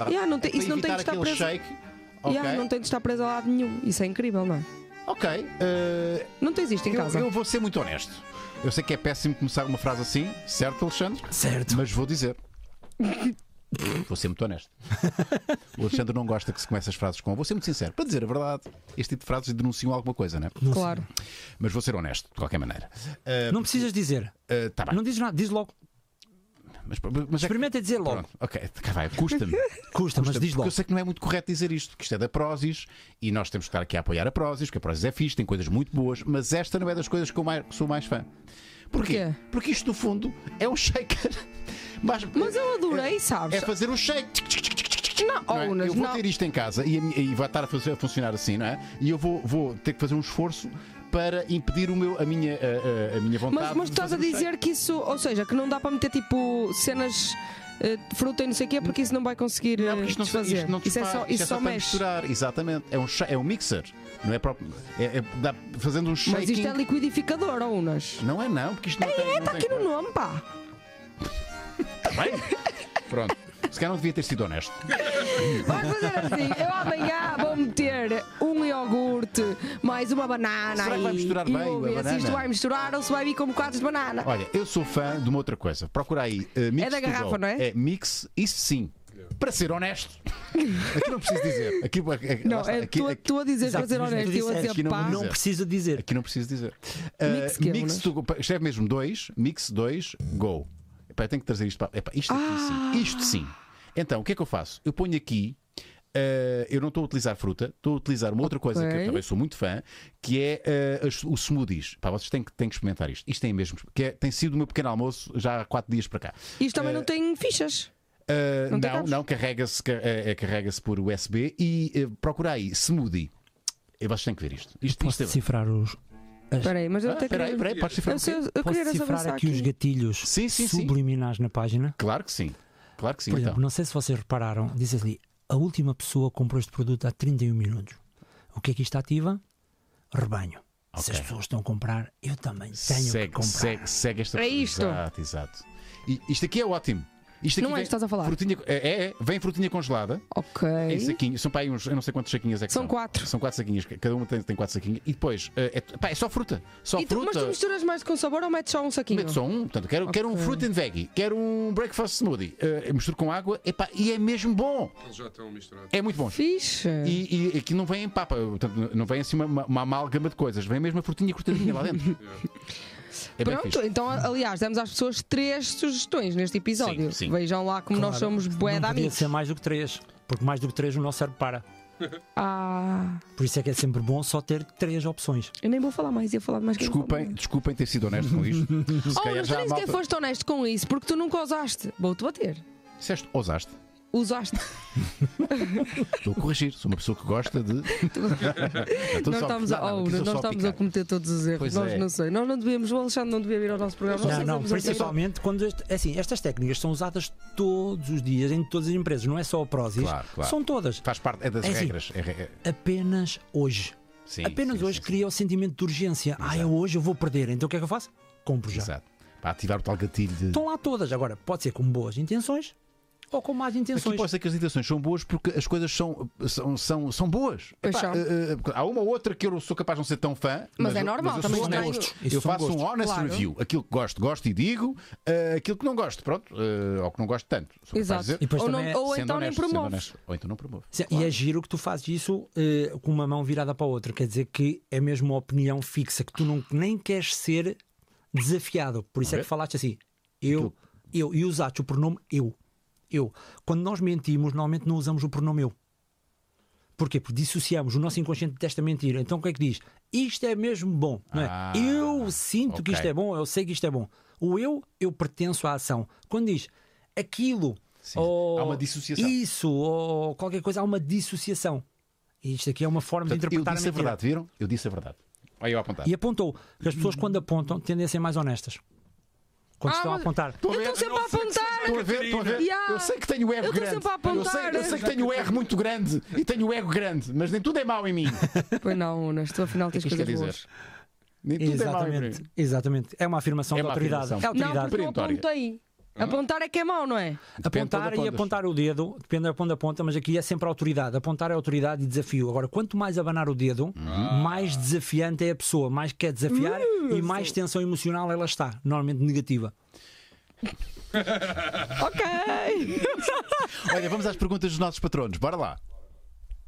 S2: Yeah, não tem-
S1: Ah, é Para
S2: isso é- não tem
S1: evitar
S2: que estar
S1: aquele
S2: preso.
S1: shake. Ok.
S2: Yeah, não tem de estar preso a lado nenhum. Isso é incrível, não é?
S1: Ok. eh,
S2: Não tens isto em
S1: eu,
S2: casa.
S1: eu vou ser muito honesto. Eu sei que é péssimo começar uma frase assim, certo, Alexandre?
S3: Certo.
S1: Mas vou dizer. [LAUGHS] Vou ser muito honesto. O Alexandre não gosta que se comece as frases com. Vou ser muito sincero. Para dizer a verdade, este tipo de frases denunciam alguma coisa, não é?
S2: Claro.
S1: Mas vou ser honesto, de qualquer maneira.
S3: Não precisas dizer.
S1: Está bem.
S3: Não dizes nada, diz logo.
S1: Mas, mas é que-
S3: Experimenta dizer logo.
S1: Pronto, ok, cá vai, custa-me.
S3: Custa, mas diz
S1: Porque
S3: logo.
S1: eu sei que não é muito correto dizer isto, que isto é da Prozis e nós temos que estar aqui a apoiar a Prozis, porque a Prozis é fixe, tem coisas muito boas, mas esta não é das coisas que eu mais, que sou mais fã. Porquê?
S2: Porquê?
S1: Porque isto, no fundo, é um shaker. [LAUGHS] Mas,
S2: Mas eu adorei,
S1: é
S2: sabes?
S1: fazer um shake.
S2: Não,
S1: Não é?
S2: Unas,
S1: Eu vou
S2: não.
S1: ter isto em casa e, a minha- e vai estar a, fazer- a funcionar assim, não é? E eu vou, vou ter que fazer um esforço para impedir o meu, a, minha, a, a- a minha vontade.
S2: Mas, mas
S1: de
S2: estás a
S1: fazer um shake.
S2: dizer que isso, ou seja, que não dá para meter tipo cenas eh, de fruta e não sei o quê, porque isso não vai conseguir
S1: Não, porque
S2: eh,
S1: isto não, se-
S2: desfazer.
S1: isto não
S2: isso é
S1: desfaz,
S2: só,
S1: isto
S2: isso só
S1: para
S2: mexe.
S1: misturar, exatamente. É um, sha- é um mixer, não é próprio. É, é- dá- fazendo um shaking.
S2: Mas isto é liquidificador, ou unas?
S1: Não é não, porque isto não tem. não é
S2: Está
S1: tem
S2: tá aqui no
S1: cor.
S2: nome, pá.
S1: Está bem? Pronto. Se calhar não devia ter sido honesto.
S2: Vamos fazer assim. Eu amanhã vou meter um iogurte, mais uma banana
S1: Será que vai
S2: e-
S1: misturar
S2: e
S1: bem
S2: vou
S1: a
S2: ver se
S1: banana?
S2: isto vai misturar ou se vai vir com bocados de banana.
S1: Olha, eu sou fã de uma outra coisa. Procura aí. eh, mix
S2: É da
S1: to
S2: garrafa,
S1: go.
S2: não é?
S1: É mix, isso sim. Para ser
S2: [LAUGHS]
S1: honesto. Aqui não preciso dizer. Aqui, aqui,
S2: Não,
S1: lá está.
S2: é
S1: aqui,
S2: tu,
S1: aqui-
S2: tu a dizer,
S3: Exato,
S2: para ser
S3: mas tu
S2: honesto, eu a
S3: disseste
S1: que
S2: dizer
S1: não
S2: pá.
S1: vou
S3: Não precisa dizer.
S1: aqui não preciso dizer. Eh,
S2: Mix que é,
S1: mix
S2: Unas?
S1: to go. Escreve mesmo dois. Mix dois, go. Epá, eu tenho que trazer isto para. Epá, isto aqui
S2: Ah!
S1: sim. Isto sim. Então, o que é que eu faço? Eu ponho aqui. eh, eu não estou a utilizar fruta, estou a utilizar uma outra coisa que eu
S2: Ok.
S1: também sou muito fã, que é eh, as- os smoothies. Pá, vocês têm que, têm que experimentar isto. Isto tem mesmo, que é- tem sido o meu pequeno almoço já há quatro dias para cá.
S2: Isto
S1: Eh,
S2: também não tem fichas.
S1: Uh,
S2: Não tem
S1: não,
S2: cabos?
S1: não, carrega-se ca- eh, eh, carrega-se por USB e eh, procura aí smoothie. Eu vocês têm que ver isto. Isto,
S3: Posso
S1: isto é...
S3: decifrar os.
S2: Espera aí, mas eu
S1: Ah,
S2: até
S1: Espera aí,
S2: queria.
S1: espera aí, podes cifrar
S2: Eu
S1: um
S2: sei,
S1: bocadinho?
S2: eu
S3: Posso
S2: queria
S3: decifrar
S2: avançar
S3: aqui, os gatilhos
S1: Sim, sim, sim.
S3: subliminais na página?
S1: Claro que sim. Claro que sim.
S3: Por
S1: então.
S3: exemplo, não sei se vocês repararam, diz ali, a última pessoa comprou este produto há 31 minutos. O que é que isto ativa? Rebanho. Se
S1: Ok.
S3: as pessoas estão a comprar, eu também tenho que
S1: segue,
S3: comprar.
S1: segue, segue esta
S2: É isto.
S1: Exato, exato. E, isto aqui é ótimo. Isto
S2: Não é
S1: vem
S2: isto que estás a falar?
S1: Frutinha, é, é, vem frutinha congelada
S2: Ok.
S1: em saquinhos. São para aí uns, eu não sei quantos saquinhos é que
S2: São
S1: são.
S2: quatro.
S1: São quatro saquinhos, cada uma tem, tem quatro saquinhos. E depois, eh, é, pá, é só fruta. Só
S2: E tu-
S1: fruta.
S2: Então, mas tu misturas mais com sabor ou metes só um saquinho?
S1: Meto só um, portanto, quero, quero um
S2: Ok.
S1: fruit and veggie, quero um breakfast smoothie, eh, misturo com água, epá, e é mesmo bom,
S4: Eles já estão misturados.
S1: é muito bom.
S2: Fixe.
S1: E, e aqui não vem em papa, portanto, não vem assim uma, uma, uma amálgama de coisas, vem mesmo a frutinha cortadinha lá
S2: [LAUGHS]
S1: dentro. É bem
S2: Pronto,
S1: fixe.
S2: então, aliás, demos às pessoas três sugestões neste episódio.
S1: Sim, sim.
S2: Vejam lá como nós
S3: Claro,
S2: somos bué de
S3: Não podia
S2: amigos.
S3: ser mais do que três, porque mais do que três o nosso cérebro para.
S2: Ah,
S3: Por isso é que é sempre bom só ter três opções.
S2: eu nem vou falar mais, ia falar mais que eu vou falar
S1: Desculpem,
S2: mais.
S1: desculpem ter sido honesto com
S2: [LAUGHS]
S1: isto. Se
S2: Oh,
S1: calhar
S2: mas tu
S1: já
S2: nem
S1: a
S2: sequer
S1: malta.
S2: foste honesto com isso, porque tu nunca usaste. Vou-te bater.
S1: Disseste, ousaste.
S3: [LAUGHS]
S2: Usaste.
S1: Estou a corrigir, sou uma pessoa que gosta
S2: [LAUGHS]
S1: de.
S2: nós estamos, a, oh, nós estamos a cometer todos os erros.
S1: Pois
S2: nós
S1: é.
S2: não sei. Nós não devíamos, o Alexandre não devia vir ao nosso programa. nós assim.
S3: Não, não,
S2: estamos a dizer-
S3: principalmente quando. este- é assim, estas técnicas são usadas todos os dias em todas as empresas, não é só a Prozis.
S1: Claro, claro.
S3: São todas.
S1: Faz parte é das
S3: É assim.
S1: regras. É, re- é-
S3: Apenas hoje.
S1: sim,
S3: Apenas
S1: sim,
S3: hoje
S1: sim,
S3: cria o sentimento de urgência. Ah, eu hoje eu vou perder, então o que é que eu faço? Compro
S1: sim.
S3: já.
S1: Exato. Para ativar o tal gatilho de.
S2: Então,
S3: Estão lá todas. Agora, pode ser com boas intenções ou com más
S1: Aqui
S3: intenções.
S1: pode ser que as intenções são boas porque as coisas são, são, são, são boas.
S2: Pois são.
S1: eh, eh, há uma ou outra que eu sou capaz de não ser tão fã.
S2: Mas é
S1: eu-
S2: normal,
S1: eu
S2: também
S1: sou
S2: não
S1: honesto.
S2: tenho-
S3: Isso
S1: Eu
S3: são
S1: faço um
S3: gostos.
S1: honest
S2: Claro.
S1: review. Aquilo que gosto, gosto e digo. eh, aquilo que não gosto, pronto. eh, ou que não gosto tanto. Sou capaz de
S2: Exato.
S1: dizer,
S3: E depois
S2: Ou, não-
S3: também é-
S2: ou
S1: sendo
S2: então nem
S1: honesto, sendo
S2: promoves.
S1: honesto. Ou então não promovo.
S3: Sim, E é giro que tu fazes isso eh, com uma mão virada para a outra. Quer dizer que é mesmo uma opinião fixa, que tu não, nem queres ser desafiado. Por isso é
S1: Ok.
S3: que falaste assim, eu, eu, e usaste o pronome eu. Eu. Quando nós mentimos, normalmente não usamos o pronome eu. Porquê? Porque dissociamos o nosso inconsciente desta mentira. Então o que é que diz? Isto é mesmo bom. Não é?
S1: Ah,
S3: eu sinto que isto
S1: ok.
S3: é bom, eu sei que isto é bom. O eu, eu pertenço à ação. Quando diz aquilo.
S1: Sim,
S3: ou
S1: há uma dissociação.
S3: Isso, ou qualquer coisa, há uma dissociação. E isto aqui é uma forma
S1: Portanto,
S3: de
S1: eu
S3: interpretar
S1: disse a
S3: mentira.
S1: verdade, viram? Eu disse a verdade. Olha eu a apontar.
S3: E apontou que as pessoas, quando apontam, tendem a ser mais honestas. Quando
S2: Ah,
S3: estão a
S2: mas-
S3: apontar.
S1: Estou a ver,
S2: Então sempre a apontar.
S1: estou a ver, estou a ver.
S2: Yeah.
S1: Eu sei que tenho
S2: Eu
S1: ego
S2: estou
S1: grande.
S2: sempre a
S1: eu, sei,
S2: apontar.
S1: eu sei que tenho ego muito grande e tenho ego grande, mas nem tudo é mau em mim.
S2: Pois não, Unas, tu afinal tens
S1: É que isto
S2: coisas
S1: quer
S2: boas.
S1: Nem tudo é mau em mim.
S3: Exatamente, exatamente. É uma afirmação
S1: É
S3: de
S1: uma
S3: autoridade.
S1: afirmação.
S3: É
S2: Não,
S3: autoridade.
S2: porque não
S1: Perentória.
S2: apontei. Apontar é que é mau, não é?
S1: Depende de
S3: Apontar
S1: onde
S3: e
S1: apontas.
S3: apontar o dedo, depende da ponta a ponta, mas aqui é sempre a autoridade. Apontar é autoridade e desafio. Agora, quanto mais abanar o dedo,
S1: Ah.
S3: mais desafiante é a pessoa, mais quer desafiar e
S2: Hum,
S3: mais tensão emocional ela está, normalmente negativa.
S1: Oh,
S2: Ok.
S1: Olha, É, vamos às perguntas dos nossos patronos. Bora lá.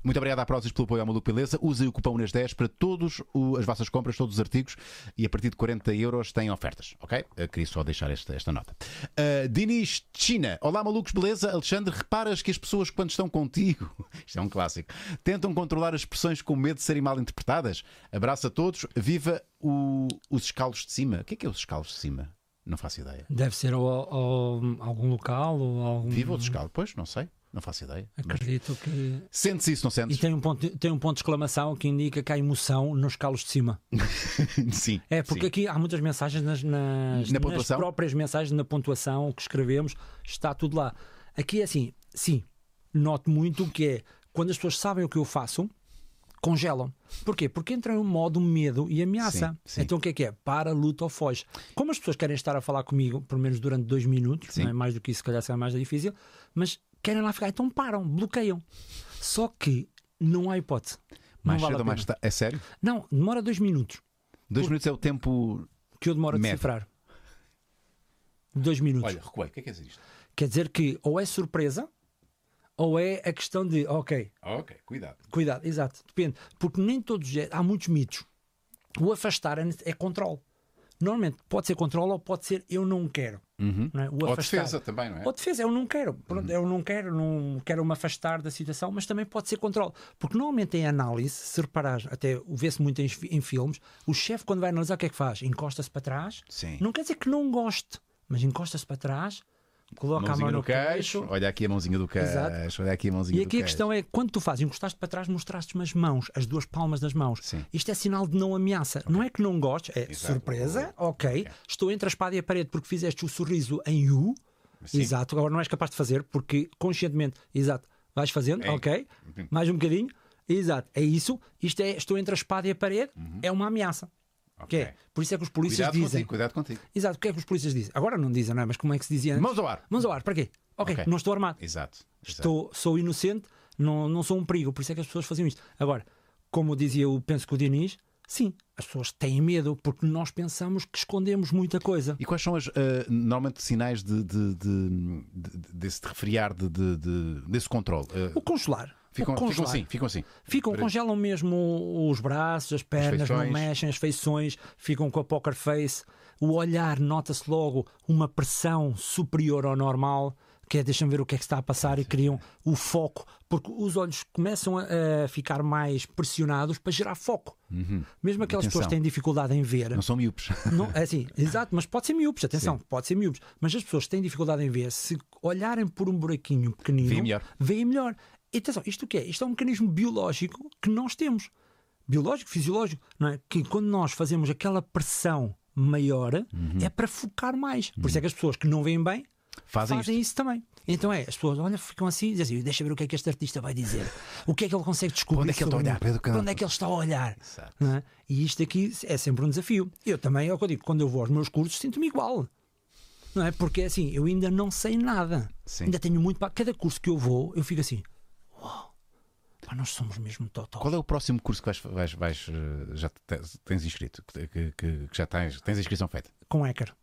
S1: Muito obrigado à Prozis pelo apoio à Maluco Beleza. Usem o cupom nas 10 para todas as vossas compras, todos os artigos e a partir de 40 euros têm ofertas, ok? Eu queria só deixar esta, esta nota. Uh, Dinis China. Olá, malucos, beleza? Alexandre, reparas que as pessoas quando estão contigo, [LAUGHS] isto é um clássico, tentam controlar as expressões com medo de serem mal interpretadas? Abraço a todos. Viva o- os escalos de cima. O que é que é os escalos de cima? Não faço ideia.
S3: Deve ser ou, ou algum local ou algum.
S1: Viva os escalos? Pois, não sei. Não faço ideia. Mas
S3: Acredito que.
S1: Sente-se isso, não
S3: E
S1: sentes?
S3: tem um, ponto, tem um ponto de exclamação que indica que há emoção nos calos de cima.
S1: [LAUGHS] Sim.
S3: É, porque
S1: sim.
S3: aqui há muitas mensagens nas, nas,
S1: Na
S3: nas
S1: pontuação?
S3: próprias mensagens, na pontuação que escrevemos, está tudo lá. Aqui é assim, sim, noto muito que é quando as pessoas sabem o que eu faço, congelam. Porquê? Porque entra em um modo medo e ameaça.
S1: Sim, sim.
S3: Então o que é que é? Para, luta ou foge. Como as pessoas querem estar a falar comigo, pelo menos durante dois minutos,
S1: Sim.
S3: não é? mais do que isso, se calhar será mais difícil, mas querem lá ficar, então param, bloqueiam. Só que não há hipótese.
S1: Mais
S3: não vale
S1: cedo
S3: a
S1: ou mais
S3: pena.
S1: tarde. É sério?
S3: Não, demora dois minutos.
S1: Dois minutos é o tempo.
S3: que eu demoro a
S1: Médio.
S3: decifrar. Dois minutos.
S1: Olha, recuei. O que é que é isto?
S3: Quer dizer que ou é surpresa ou é a questão de, ok,
S1: Ok, cuidado.
S3: cuidado, exato, depende. Porque nem todos, é- há muitos mitos. O afastar é, é controle. Normalmente pode ser controle ou pode ser eu não quero. não é? O
S1: Uhum. Ou
S3: afastar.
S1: defesa também, não é? Uhum.
S3: Ou defesa, eu não quero. Pronto, eu não quero, não quero me afastar da situação, mas também pode ser controle. Porque normalmente em análise, se reparares, até o vê-se muito em, fi- em filmes, o chefe quando vai analisar o que é que faz? Encosta-se para trás.
S1: Sim.
S3: Não quer dizer que não goste, mas encosta-se para trás, coloca a
S1: Mãozinha
S3: mão no
S1: no queixo.
S3: queixo.
S1: Olha aqui a mãozinha do queixo.
S3: Exato.
S1: Olha aqui a mãozinha
S3: E
S1: do
S3: aqui a
S1: queixo.
S3: questão é, quando tu fazes, encostaste para trás, mostraste-me as mãos, as duas palmas das mãos.
S1: Sim.
S3: Isto é sinal de não ameaça. Não é que não gostes, é surpresa, ok. Estou entre a espada e a parede porque fizeste o sorriso em U. Exato, agora não és capaz de fazer porque conscientemente, exato, vais fazendo, ok.
S1: Uhum.
S3: Mais um bocadinho, exato, é isso. Isto é, estou entre a espada e a parede, é uma ameaça. Que é. Por isso é que os polícias
S1: Uhum. Cuidado
S3: dizem.
S1: contigo, cuidado contigo.
S3: Exato, o que é que os polícias dizem? Agora não dizem, não é? Mas como é que se dizia antes?
S1: Mãos ao ar.
S3: Mãos ao ar, para quê? Ok,
S1: Ok.
S3: não estou armado.
S1: Exato. exato.
S3: Estou, sou inocente, não, não sou um perigo, por isso é que as pessoas faziam isto. Agora, como dizia o Penso que o Diniz, sim, as pessoas têm medo porque nós pensamos que escondemos muita coisa.
S1: E quais são as, eh, normalmente sinais de, de, de, de- desse de refriar, de, de- de- desse controle? Eh,
S3: O congelar.
S1: ficam,
S3: o
S1: ficam
S3: congelar.
S1: assim, ficam assim.
S3: Ficam,
S1: Para-
S3: congelam mesmo os braços, as pernas, não
S1: feições.
S3: mexem, as feições, ficam com a poker face. O olhar, nota-se logo uma pressão superior ao normal, que é deixam ver o que é que está a passar e criam o foco, porque os olhos começam a, a ficar mais pressionados para gerar foco. Mesmo aquelas pessoas que
S1: Uhum. Atenção.
S3: têm dificuldade em ver,
S1: Não são miúpes. [LAUGHS]
S3: não, é assim, exato, mas pode ser miúpes, atenção, pode ser miúpes. Mas as pessoas têm dificuldade em ver, se olharem por um buraquinho pequenino,
S1: Vêem melhor.
S3: veem melhor. E atenção, isto o que é? Isto é um mecanismo biológico que nós temos. Biológico, fisiológico, não é? Que quando nós fazemos aquela pressão maior,
S1: Uhum.
S3: é para focar mais. Por isso é que as pessoas que não veem bem
S1: Fazem,
S3: fazem
S1: isto.
S3: isso também. Então é, as pessoas olham, ficam assim e dizem assim: deixa ver o que é que este artista vai dizer, o que é que ele consegue descobrir.
S1: Para onde é que ele
S3: sobre
S1: está a
S3: mim?
S1: olhar, Pedro Campos?
S3: Para onde é que ele está a olhar?
S1: Exato.
S3: não é? E isto aqui é sempre um desafio. Eu também, é o que eu digo, quando eu vou aos meus cursos, sinto-me igual. Não é? Porque é assim, eu ainda não sei nada.
S1: Sim.
S3: Ainda tenho muito para. Cada curso que eu vou, eu fico assim: uau, pá, nós somos mesmo totó.
S1: Qual é o próximo curso que vais, vais, vais, eh, já te- tens inscrito? Que, que- que- que já tens, tens a inscrição feita?
S3: Com hacker.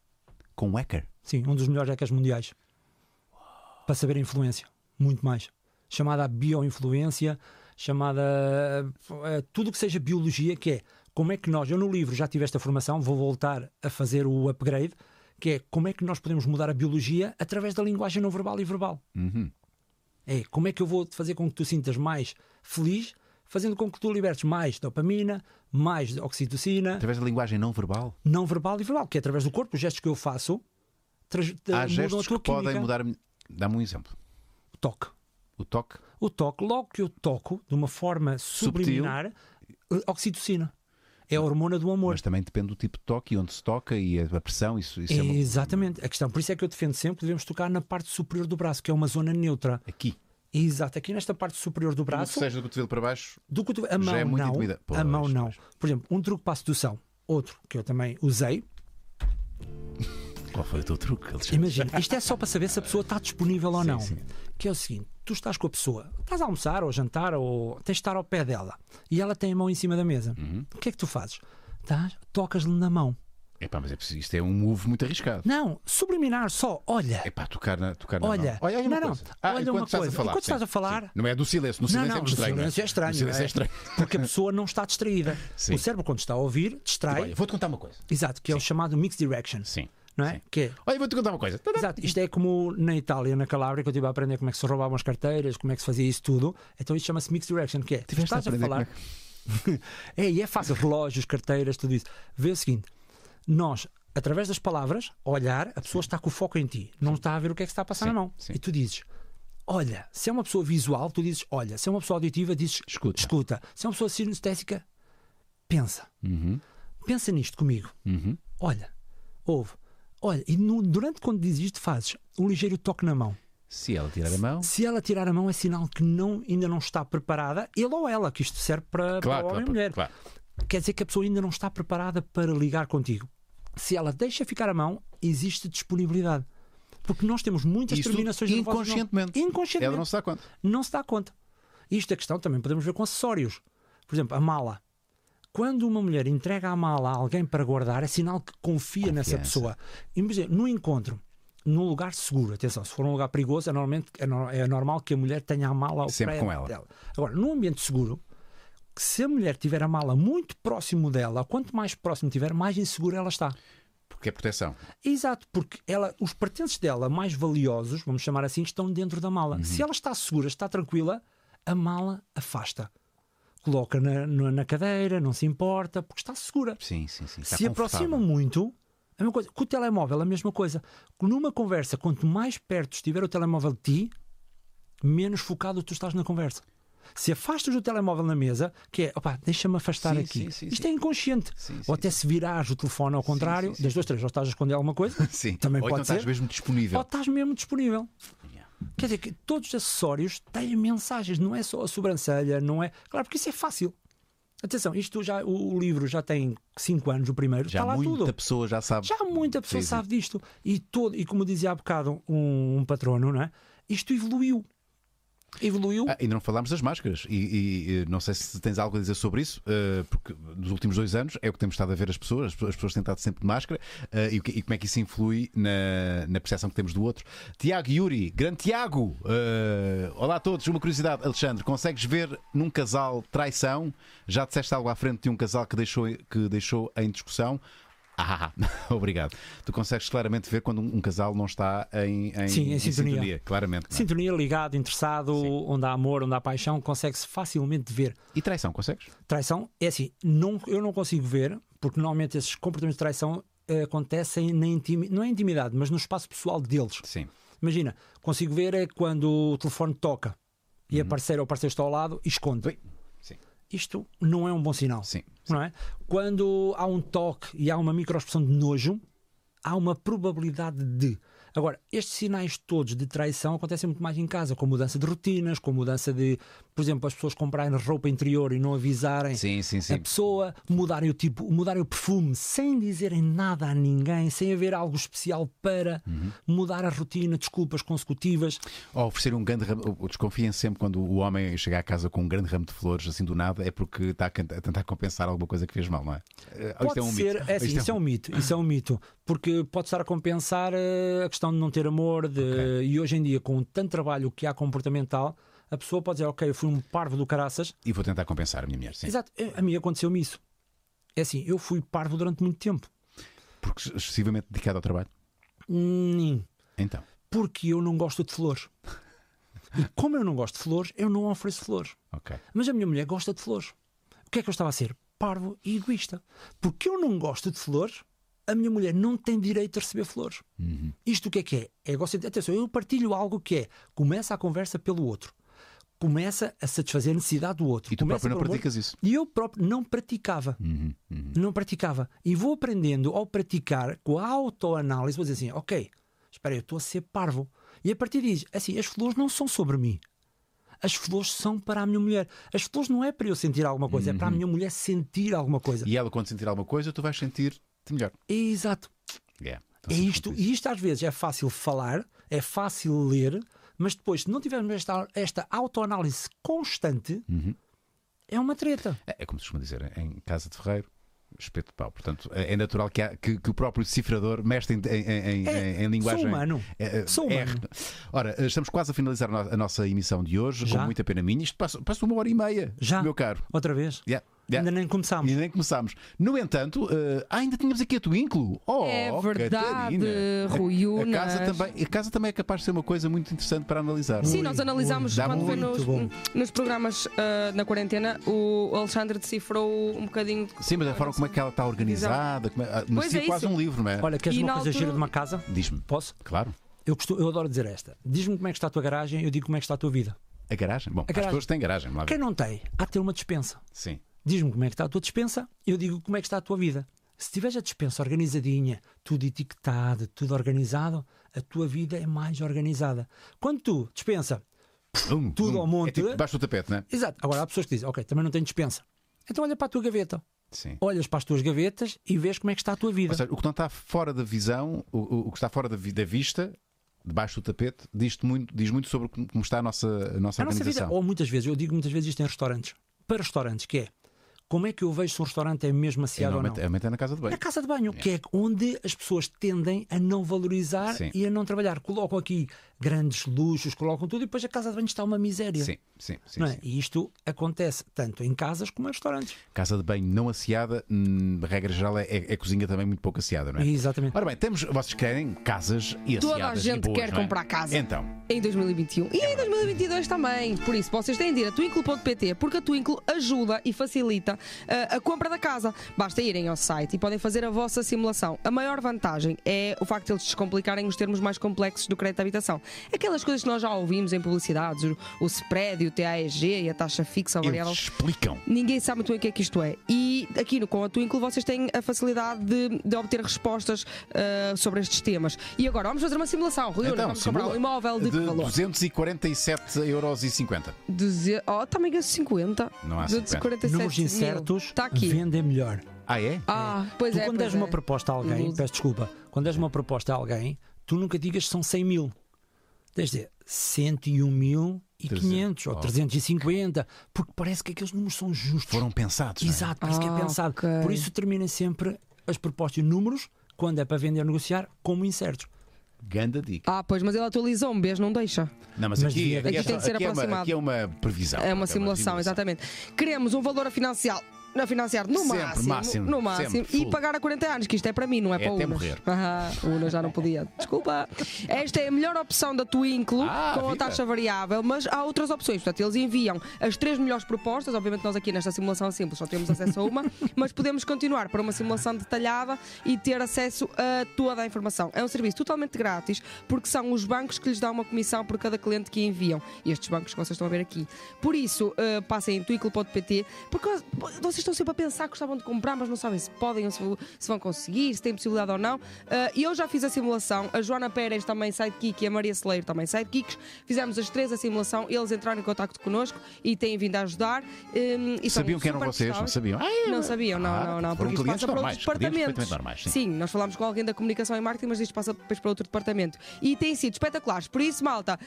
S1: Com o hacker?
S3: Sim, um dos melhores hackers mundiais. Para saber a influência, muito mais. Chamada a bioinfluência, chamada eh, tudo o que seja biologia, que é como é que nós, eu no livro já tive esta formação, vou voltar a fazer o upgrade, que é como é que nós podemos mudar a biologia através da linguagem não verbal e verbal. É como é que eu vou fazer com que tu sintas mais feliz, fazendo com que tu libertes mais dopamina, mais oxitocina,
S1: Através da linguagem não verbal?
S3: não verbal e verbal, que é através do corpo, os gestos que eu faço trans-
S1: Há
S3: Eh, mudam
S1: gestos
S3: a
S1: que
S3: tua química.
S1: podem mudar. a mi- Dá-me um exemplo.
S3: O toque.
S1: O toque.
S3: O toque, logo que eu toco, de uma forma
S1: Subtil.
S3: subliminar, eh, oxitocina. É a hormona do amor.
S1: Mas também depende do tipo de toque e onde se toca e a pressão. Isso, isso é uma-
S3: Exatamente. A questão, por isso é que eu defendo sempre que devemos tocar na parte superior do braço, que é uma zona neutra.
S1: Aqui.
S3: Exato, aqui nesta parte superior do braço,
S1: Seja do cotovelo para baixo.
S3: do que a
S1: já
S3: mão
S1: é muito
S3: não.
S1: intimida. Pois,
S3: a mão não.
S1: pois.
S3: Por exemplo, um truque para a sedução, outro que eu também usei.
S1: Qual foi o teu truque, Alexandre?
S3: Imagina, isto é só para saber se a pessoa está disponível ou
S1: Sim,
S3: não.
S1: sim.
S3: Que é o seguinte: tu estás com a pessoa, estás a almoçar ou a jantar ou tens de estar ao pé dela e ela tem a mão em cima da mesa.
S1: Uhum.
S3: O que é que tu fazes? Estás- Tocas-lhe na mão.
S1: Epá, mas é preciso, isto é um move muito arriscado.
S3: Não, subliminar só, olha.
S1: Epá, tocar na. Tocar na
S3: Olha,
S1: mão. olha, olha uma
S3: não, não,
S1: coisa. Ah,
S3: olha
S1: enquanto
S3: uma
S1: estás
S3: coisa.
S1: a falar.
S3: Enquanto
S1: sim,
S3: estás a falar-
S1: sim. Não é do silêncio. No silêncio
S3: não,
S1: é
S3: não,
S1: muito estranho.
S3: o
S1: não
S3: silêncio é estranho.
S1: No silêncio
S3: não
S1: é estranho.
S3: Porque a pessoa não está distraída.
S1: [LAUGHS] Sim.
S3: O cérebro, quando está a ouvir, distrai.
S1: Olha, vou-te contar uma coisa.
S3: Exato, que é o chamado mixed direction.
S1: Sim.
S3: Não é?
S1: sim.
S3: Que é
S1: Olha, vou-te contar uma coisa.
S3: Exato, isto é como na Itália, na Calábria, que eu estive a aprender como é que se roubavam as carteiras, como é que se fazia isso tudo. Então isto chama-se mixed direction, que é tu
S1: Tiveste a
S3: estás a,
S1: aprender
S3: falar. [LAUGHS] é, e é fácil, relógios, carteiras, tudo isso. Vê o seguinte: nós, através das palavras, olhar, a pessoa está com o foco em ti, não está a ver o que é que está a passar
S1: Sim,
S3: na mão.
S1: sim.
S3: E tu dizes. Olha, se é uma pessoa visual, tu dizes olha, se é uma pessoa auditiva, dizes
S1: Escuta.
S3: escuta. Se é uma pessoa sinestésica, pensa.
S1: Uhum.
S3: Pensa nisto comigo. Olha, ouve. Olha, e no- durante quando diz isto, fazes um ligeiro toque na mão.
S1: Se ela tirar a mão.
S3: Se ela tirar a mão, é sinal que não, ainda não está preparada, ele ou ela, que isto serve para, para
S1: Claro,
S3: o homem
S1: claro,
S3: e mulher.
S1: claro.
S3: Quer dizer que a pessoa ainda não está preparada para ligar contigo. Se ela deixa ficar a mão, existe disponibilidade. Porque nós temos muitas
S1: Isto
S3: terminações nervosas no-
S1: inconscientemente.
S3: Inconscientemente
S1: Ela não se dá conta.
S3: não se dá conta. Isto é questão também podemos ver com acessórios. Por exemplo, a mala. Quando uma mulher entrega a mala a alguém para guardar, é sinal que confia nessa
S1: Confiança.
S3: pessoa. Imagina, no encontro, num lugar seguro, atenção, se for um lugar perigoso, é, normalmente, é, nor- é normal que a mulher tenha a mala ao
S1: Sempre
S3: pé
S1: com ela.
S3: dela. Agora, num ambiente seguro, que se a mulher tiver a mala muito próximo dela, quanto mais próximo tiver, mais insegura ela está.
S1: Porque é proteção.
S3: Exato, porque ela, os pertences dela mais valiosos, vamos chamar assim, estão dentro da mala. Se ela está segura, está tranquila, a mala afasta. Coloca na, na- na cadeira, não se importa, porque está segura.
S1: Sim, sim, sim. Está
S3: se aproxima
S1: confortável.
S3: muito, é uma coisa. Com o telemóvel, é a mesma coisa. Numa conversa, quanto mais perto estiver o telemóvel de ti, menos focado tu estás na conversa. Se afastas o telemóvel na mesa, que é, opá, deixa-me afastar
S1: Sim,
S3: aqui.
S1: sim, sim,
S3: Isto
S1: sim.
S3: é inconsciente.
S1: Sim, sim,
S3: ou até se virares o telefone ao contrário,
S1: sim, sim.
S3: das duas, três, ou estás a esconder alguma coisa,
S1: [LAUGHS] Sim.
S3: também
S1: Ou então
S3: pode
S1: estás
S3: ser,
S1: mesmo disponível.
S3: ou estás mesmo disponível. Quer dizer que todos os acessórios têm mensagens, não é só a sobrancelha, não é. Claro, porque isso é fácil. Atenção, isto já, o, o livro já tem 5 anos, o primeiro,
S1: Já
S3: está tá lá
S1: muita
S3: tudo.
S1: pessoa já sabe.
S3: Já muita pessoa
S1: Sim, sim.
S3: sabe disto. E, todo, e como dizia há bocado um, um patrono, não é? isto evoluiu. Evoluiu.
S1: Ah, ainda não falámos das máscaras e, e, eh, não sei se tens algo a dizer sobre isso, eh, porque nos últimos dois anos é o que temos estado a ver as pessoas, as pessoas- as pessoas têm estado sempre de máscara eh, e, o que- e como é que isso influi na, na percepção que temos do outro. Tiago Yuri, grande Tiago, eh, olá a todos, uma curiosidade, Alexandre, consegues ver num casal traição? Já disseste algo à frente de um casal que deixou, que deixou em discussão? Ah, [LAUGHS] obrigado. Tu consegues claramente ver quando um, um casal não está em, em-
S3: Sim, em
S1: em
S3: sintonia.
S1: claramente. não é?
S3: Sintonia ligado, interessado, onde há amor, onde há paixão, consegue-se facilmente ver.
S1: E traição, consegues?
S3: Traição é assim, não, eu não consigo ver, porque normalmente esses comportamentos de traição eh, acontecem na intimi- não é intimidade, mas no espaço pessoal deles.
S1: Sim.
S3: Imagina, consigo ver é quando o telefone toca e a parceira ou o parceiro está ao lado e esconde.
S1: Ui. Uhum. Sim.
S3: Isto não é um bom sinal.
S1: Sim.
S3: Não é? Quando há um toque e há uma microexpressão de nojo, há uma probabilidade de. Agora, estes sinais todos de traição acontecem muito mais em casa, com mudança de rotinas, com mudança de, por exemplo, as pessoas comprarem roupa interior e não avisarem
S1: Sim, sim,
S3: a
S1: sim.
S3: pessoa, mudarem o tipo, mudarem o perfume sem dizerem nada a ninguém, sem haver algo especial para mudar a rotina, desculpas consecutivas.
S1: Ou oferecer um grande ramo. o- Desconfiem sempre quando o homem chega à casa com um grande ramo de flores, assim do nada, é porque está a cant- a tentar compensar alguma coisa que fez mal, não é? Eh,
S3: pode ser, é assim, isso é um mito, isso é um mito, porque pode estar a compensar eh, a questão de não ter amor de-
S1: Ok.
S3: e hoje em dia com tanto trabalho que há comportamental, a pessoa pode dizer, ok, eu fui um parvo do caraças.
S1: E vou tentar compensar a minha mulher, sim.
S3: Exato, eh, a mim aconteceu-me isso. É assim, eu fui parvo durante muito tempo.
S1: Porque excessivamente dedicado ao trabalho.
S3: Hum,
S1: Então.
S3: porque eu não gosto de flores. E como eu não gosto de flores, eu não ofereço flores.
S1: Ok.
S3: Mas a minha mulher gosta de flores. O que é que eu estava a ser? Parvo e egoísta. Porque eu não gosto de flores, a minha mulher não tem direito a receber flores.
S1: Uhum.
S3: Isto o que é que é? É egocentrismo. Atenção, eu partilho algo que é: começa a conversa pelo outro, começa a satisfazer a necessidade do outro.
S1: E tu
S3: Começa
S1: próprio não
S3: pelo amor-
S1: praticas isso.
S3: E eu próprio não praticava. Não praticava. E vou aprendendo ao praticar com a autoanálise, vou dizer assim: ok, espera, aí, eu estou a ser parvo. E a partir disso, assim, as flores não são sobre mim. As flores são para a minha mulher. As flores não é para eu sentir alguma coisa, é para a minha mulher sentir alguma coisa.
S1: Uhum.
S3: É
S1: E ela, quando sentir alguma coisa, tu vais sentir-te melhor.
S3: Exato.
S1: Yeah. Então,
S3: É
S1: sim,
S3: isto,
S1: sim, sim.
S3: e isto às vezes é fácil falar, é fácil ler, mas depois, se não tivermos esta, esta autoanálise constante,
S1: Uhum.
S3: é uma treta.
S1: É, é como se costuma dizer, em casa de ferreiro. Espeto de pau, portanto, é é natural que, há- que- que o próprio decifrador mestre em, em- em- em-
S3: É,
S1: em linguagem.
S3: sou humano.
S1: É, é,
S3: Sou humano.
S1: R. Ora, eh, estamos quase a finalizar a no- a nossa emissão de hoje,
S3: Já?
S1: com muita pena minha. Isto passa, passa uma hora e meia,
S3: Já?
S1: meu caro.
S3: Outra vez?
S1: Yeah, yeah.
S3: Ainda nem começámos.
S1: E nem começámos. No entanto, eh, ainda tínhamos aqui a Twinkle. Oh,
S2: É verdade,
S1: Catarina.
S2: Rui
S1: A, a,
S2: Unas.
S1: casa também, a casa também é capaz de ser uma coisa muito interessante para analisar.
S2: Sim,
S3: Muito,
S2: nós analisámos
S1: um muito,
S2: quando foi
S3: muito
S2: nos,
S3: bom.
S2: nos programas ah, na quarentena, o Alexandre decifrou um bocadinho de
S1: Sim, mas a forma como é que ela está organizada, como é, ah,
S2: Pois
S1: merecia
S2: é
S1: quase
S2: isso.
S1: um livro, não é?
S3: Olha, queres
S2: E
S3: uma
S2: na
S3: coisa
S2: altura-
S3: gira de uma casa?
S1: Diz-me,
S3: Posso?
S1: claro,
S3: Eu, costumo, eu adoro dizer esta. Diz-me como é que está a tua garagem, eu digo como é que está a tua vida.
S1: a garagem. Bom, as
S3: garagem.
S1: pessoas têm garagem, lá
S3: Quem não tem, há de ter uma dispensa.
S1: Sim.
S3: Diz-me como é que está a tua dispensa, eu digo como é que está a tua vida. Se tiveres a dispensa organizadinha, tudo etiquetado, tudo organizado, a tua vida é mais organizada. Quando tu dispensa,
S1: Hum,
S3: Tudo
S1: hum.
S3: ao monte,
S1: É tipo
S3: né?
S1: debaixo do tapete, não é?
S3: exato, agora há pessoas que dizem, ok, também não tenho dispensa. Então olha para a tua gaveta,
S1: Sim.
S3: olhas para as tuas gavetas e vês como é que está a tua vida.
S1: Ou seja, o que não está fora da visão, o, o- o que está fora da, vi- da vista, debaixo do tapete, diz muito, diz muito sobre como como está a nossa, a nossa
S3: a nossa vida,
S1: organização.
S3: ou muitas vezes, eu digo muitas vezes isto em restaurantes, para restaurantes, que é como é que eu vejo se um restaurante é mesmo
S1: E
S3: assiado ou não.
S1: normalmente- normalmente é na casa de
S3: Na
S1: banho.
S3: casa de banho, que é onde as pessoas tendem a não valorizar
S1: Sim.
S3: e a não trabalhar. Colocam aqui grandes luxos, colocam tudo e depois a casa de banho está uma miséria.
S1: Sim, sim, sim.
S3: não é?
S1: sim.
S3: E isto acontece tanto em casas como em restaurantes.
S1: Casa de banho não asseada, hum, regra geral, é, é- é cozinha também muito pouco asseada, não é?
S3: Exatamente.
S1: Ora bem, temos, vocês querem casas e
S2: Toda a
S1: asseadas e
S2: gente
S1: boas,
S2: quer
S1: não é?
S2: comprar casa.
S1: Então,
S2: em 2021
S1: É
S2: e em 2022 também. Por isso, vocês têm de ir a twinkle.pt porque a Twinkle ajuda e facilita ah, a compra da casa. Basta irem ao site e podem fazer a vossa simulação. A maior vantagem é o facto de eles descomplicarem os termos mais complexos do crédito de habitação. Aquelas coisas que nós já ouvimos em publicidades, o, o spread, o TAEG e a taxa fixa ou variável.
S1: eles explicam.
S2: Ninguém sabe muito bem o que é que isto é. E aqui no Com a Twinkle vocês têm a facilidade de, de obter respostas ah, sobre estes temas. E agora vamos fazer uma simulação, Rui. Unas. vamos comprar
S1: simula.
S2: um imóvel de,
S1: Então, de
S2: que valor?
S1: 247,50 euros.
S2: Duze... Oh, está mega 50.
S1: Não há 50.
S3: Números
S2: 247 mil
S3: certos
S2: Está aqui.
S3: vendem melhor.
S1: Ah, é?
S2: Ah, pois
S3: tu
S2: é.
S3: quando
S2: pois
S3: des
S2: é.
S3: uma proposta a alguém,
S2: Iluso.
S3: peço desculpa, quando des uma proposta a alguém, tu nunca digas que são 100 mil. Tens de dizer 101 mil e 500 ou
S1: Oh.
S3: 350, porque parece que aqueles números são justos.
S1: Foram pensados. não é?
S3: Exato, parece que
S2: Ah,
S3: é pensado.
S2: ok.
S3: Por isso terminem sempre as propostas em números, quando é para vender ou negociar, como incertos.
S1: Ganda dica.
S2: Ah, pois, mas ele atualizou-me, beijo, não deixa.
S1: Não, mas,
S3: Mas
S1: aqui,
S3: devia-
S1: aqui, é
S2: Aqui tem
S1: só-
S2: que ser
S1: aqui é uma,
S2: aproximado.
S1: aqui é uma previsão.
S2: É uma simulação, exatamente. Queremos um valor a financiar, a financiar no
S1: Sempre,
S2: máximo,
S1: máximo,
S2: no máximo
S1: sempre,
S2: e
S1: full.
S2: pagar a 40 anos, que isto é para mim, não é,
S1: É
S2: para o
S1: até
S2: Unas.
S1: morrer.
S2: Aham, o Unas já não
S1: [LAUGHS]
S2: podia. Desculpa. Esta é a melhor opção da Twinkle
S1: Ah,
S2: com a
S1: viva.
S2: taxa variável, mas há outras opções. Portanto, eles enviam as três melhores propostas. Obviamente, nós aqui nesta simulação é simples só temos acesso a
S1: [LAUGHS]
S2: uma, mas podemos continuar para uma simulação detalhada e ter acesso a toda a informação. É um serviço totalmente grátis porque são os bancos que lhes dão uma comissão por cada cliente que enviam. Estes bancos que vocês estão a ver aqui. Por isso, eh, passem em twinkle.pt porque vocês estão sempre a pensar que gostavam de comprar, mas não sabem se podem ou se, se vão conseguir, se têm possibilidade ou não. Eh, eu já fiz a simulação, a Joana Pérez também sidekick e a Maria Celeiro também sidekicks. Fizemos as três a simulação, eles entraram em contato connosco e têm vindo a ajudar. eh, e são
S1: Sabiam quem eram
S2: super
S1: vocês? Não
S2: prestáveis.
S1: sabiam? Ah, é,
S2: Não sabiam, não,
S1: Ah,
S2: não,
S1: foram
S2: não. Porque
S1: clientes
S2: isto passa para outros
S1: normais, clientes
S2: departamentos.
S1: perfeitamente normais, sim.
S2: nós falámos com alguém da comunicação e marketing, mas isto passa depois para outro departamento. E têm sido espetaculares. Por isso, malta,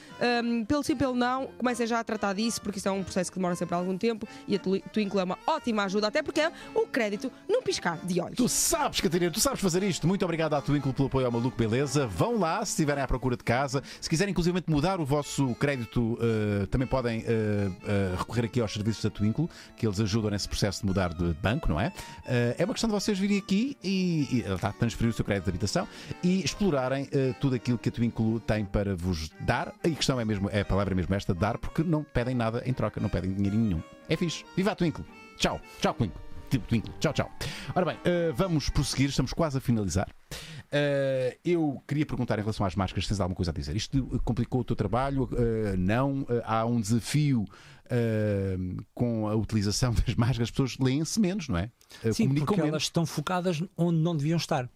S2: hum, pelo sim, pelo não, comecem já a tratar disso, porque isto é um processo que demora sempre algum tempo e a Twi- Twinkle é uma ótima ajuda, até porque é o crédito num piscar de olhos.
S1: Tu sabes, Catarina, tu sabes fazer isto. Muito obrigado à Twinkle pelo apoio ao Maluco Beleza. Vão lá se estiverem à procura de casa. Se quiserem, inclusive, mudar o vosso crédito, eh, também podem eh, eh, recorrer aqui aos serviços da Twinkle, que eles ajudam nesse processo de mudar de banco, não é? Eh, é uma questão de vocês virem aqui e, e lá está, transferir o seu crédito de habitação e explorarem eh, tudo aquilo que a Twinkle tem para vos dar. E a questão é mesmo, é a palavra mesmo esta, dar, porque não pedem nada em troca, não pedem dinheirinho nenhum. É fixe. Viva a Twinkle. Tchau. Tchau, Twinkle. Tipo Twinkle. Tchau, tchau. Ora bem, eh, vamos prosseguir, estamos quase a finalizar. Eh, eu queria perguntar em relação às máscaras, se tens alguma coisa a dizer. Isto eh, complicou o teu trabalho? Eh, não? Eh, há um desafio eh, com a utilização [LAUGHS] das máscaras, as pessoas leem-se menos, não é? Eh,
S3: Sim,
S1: comunicam
S3: porque elas
S1: menos.
S3: estão focadas onde não deviam estar.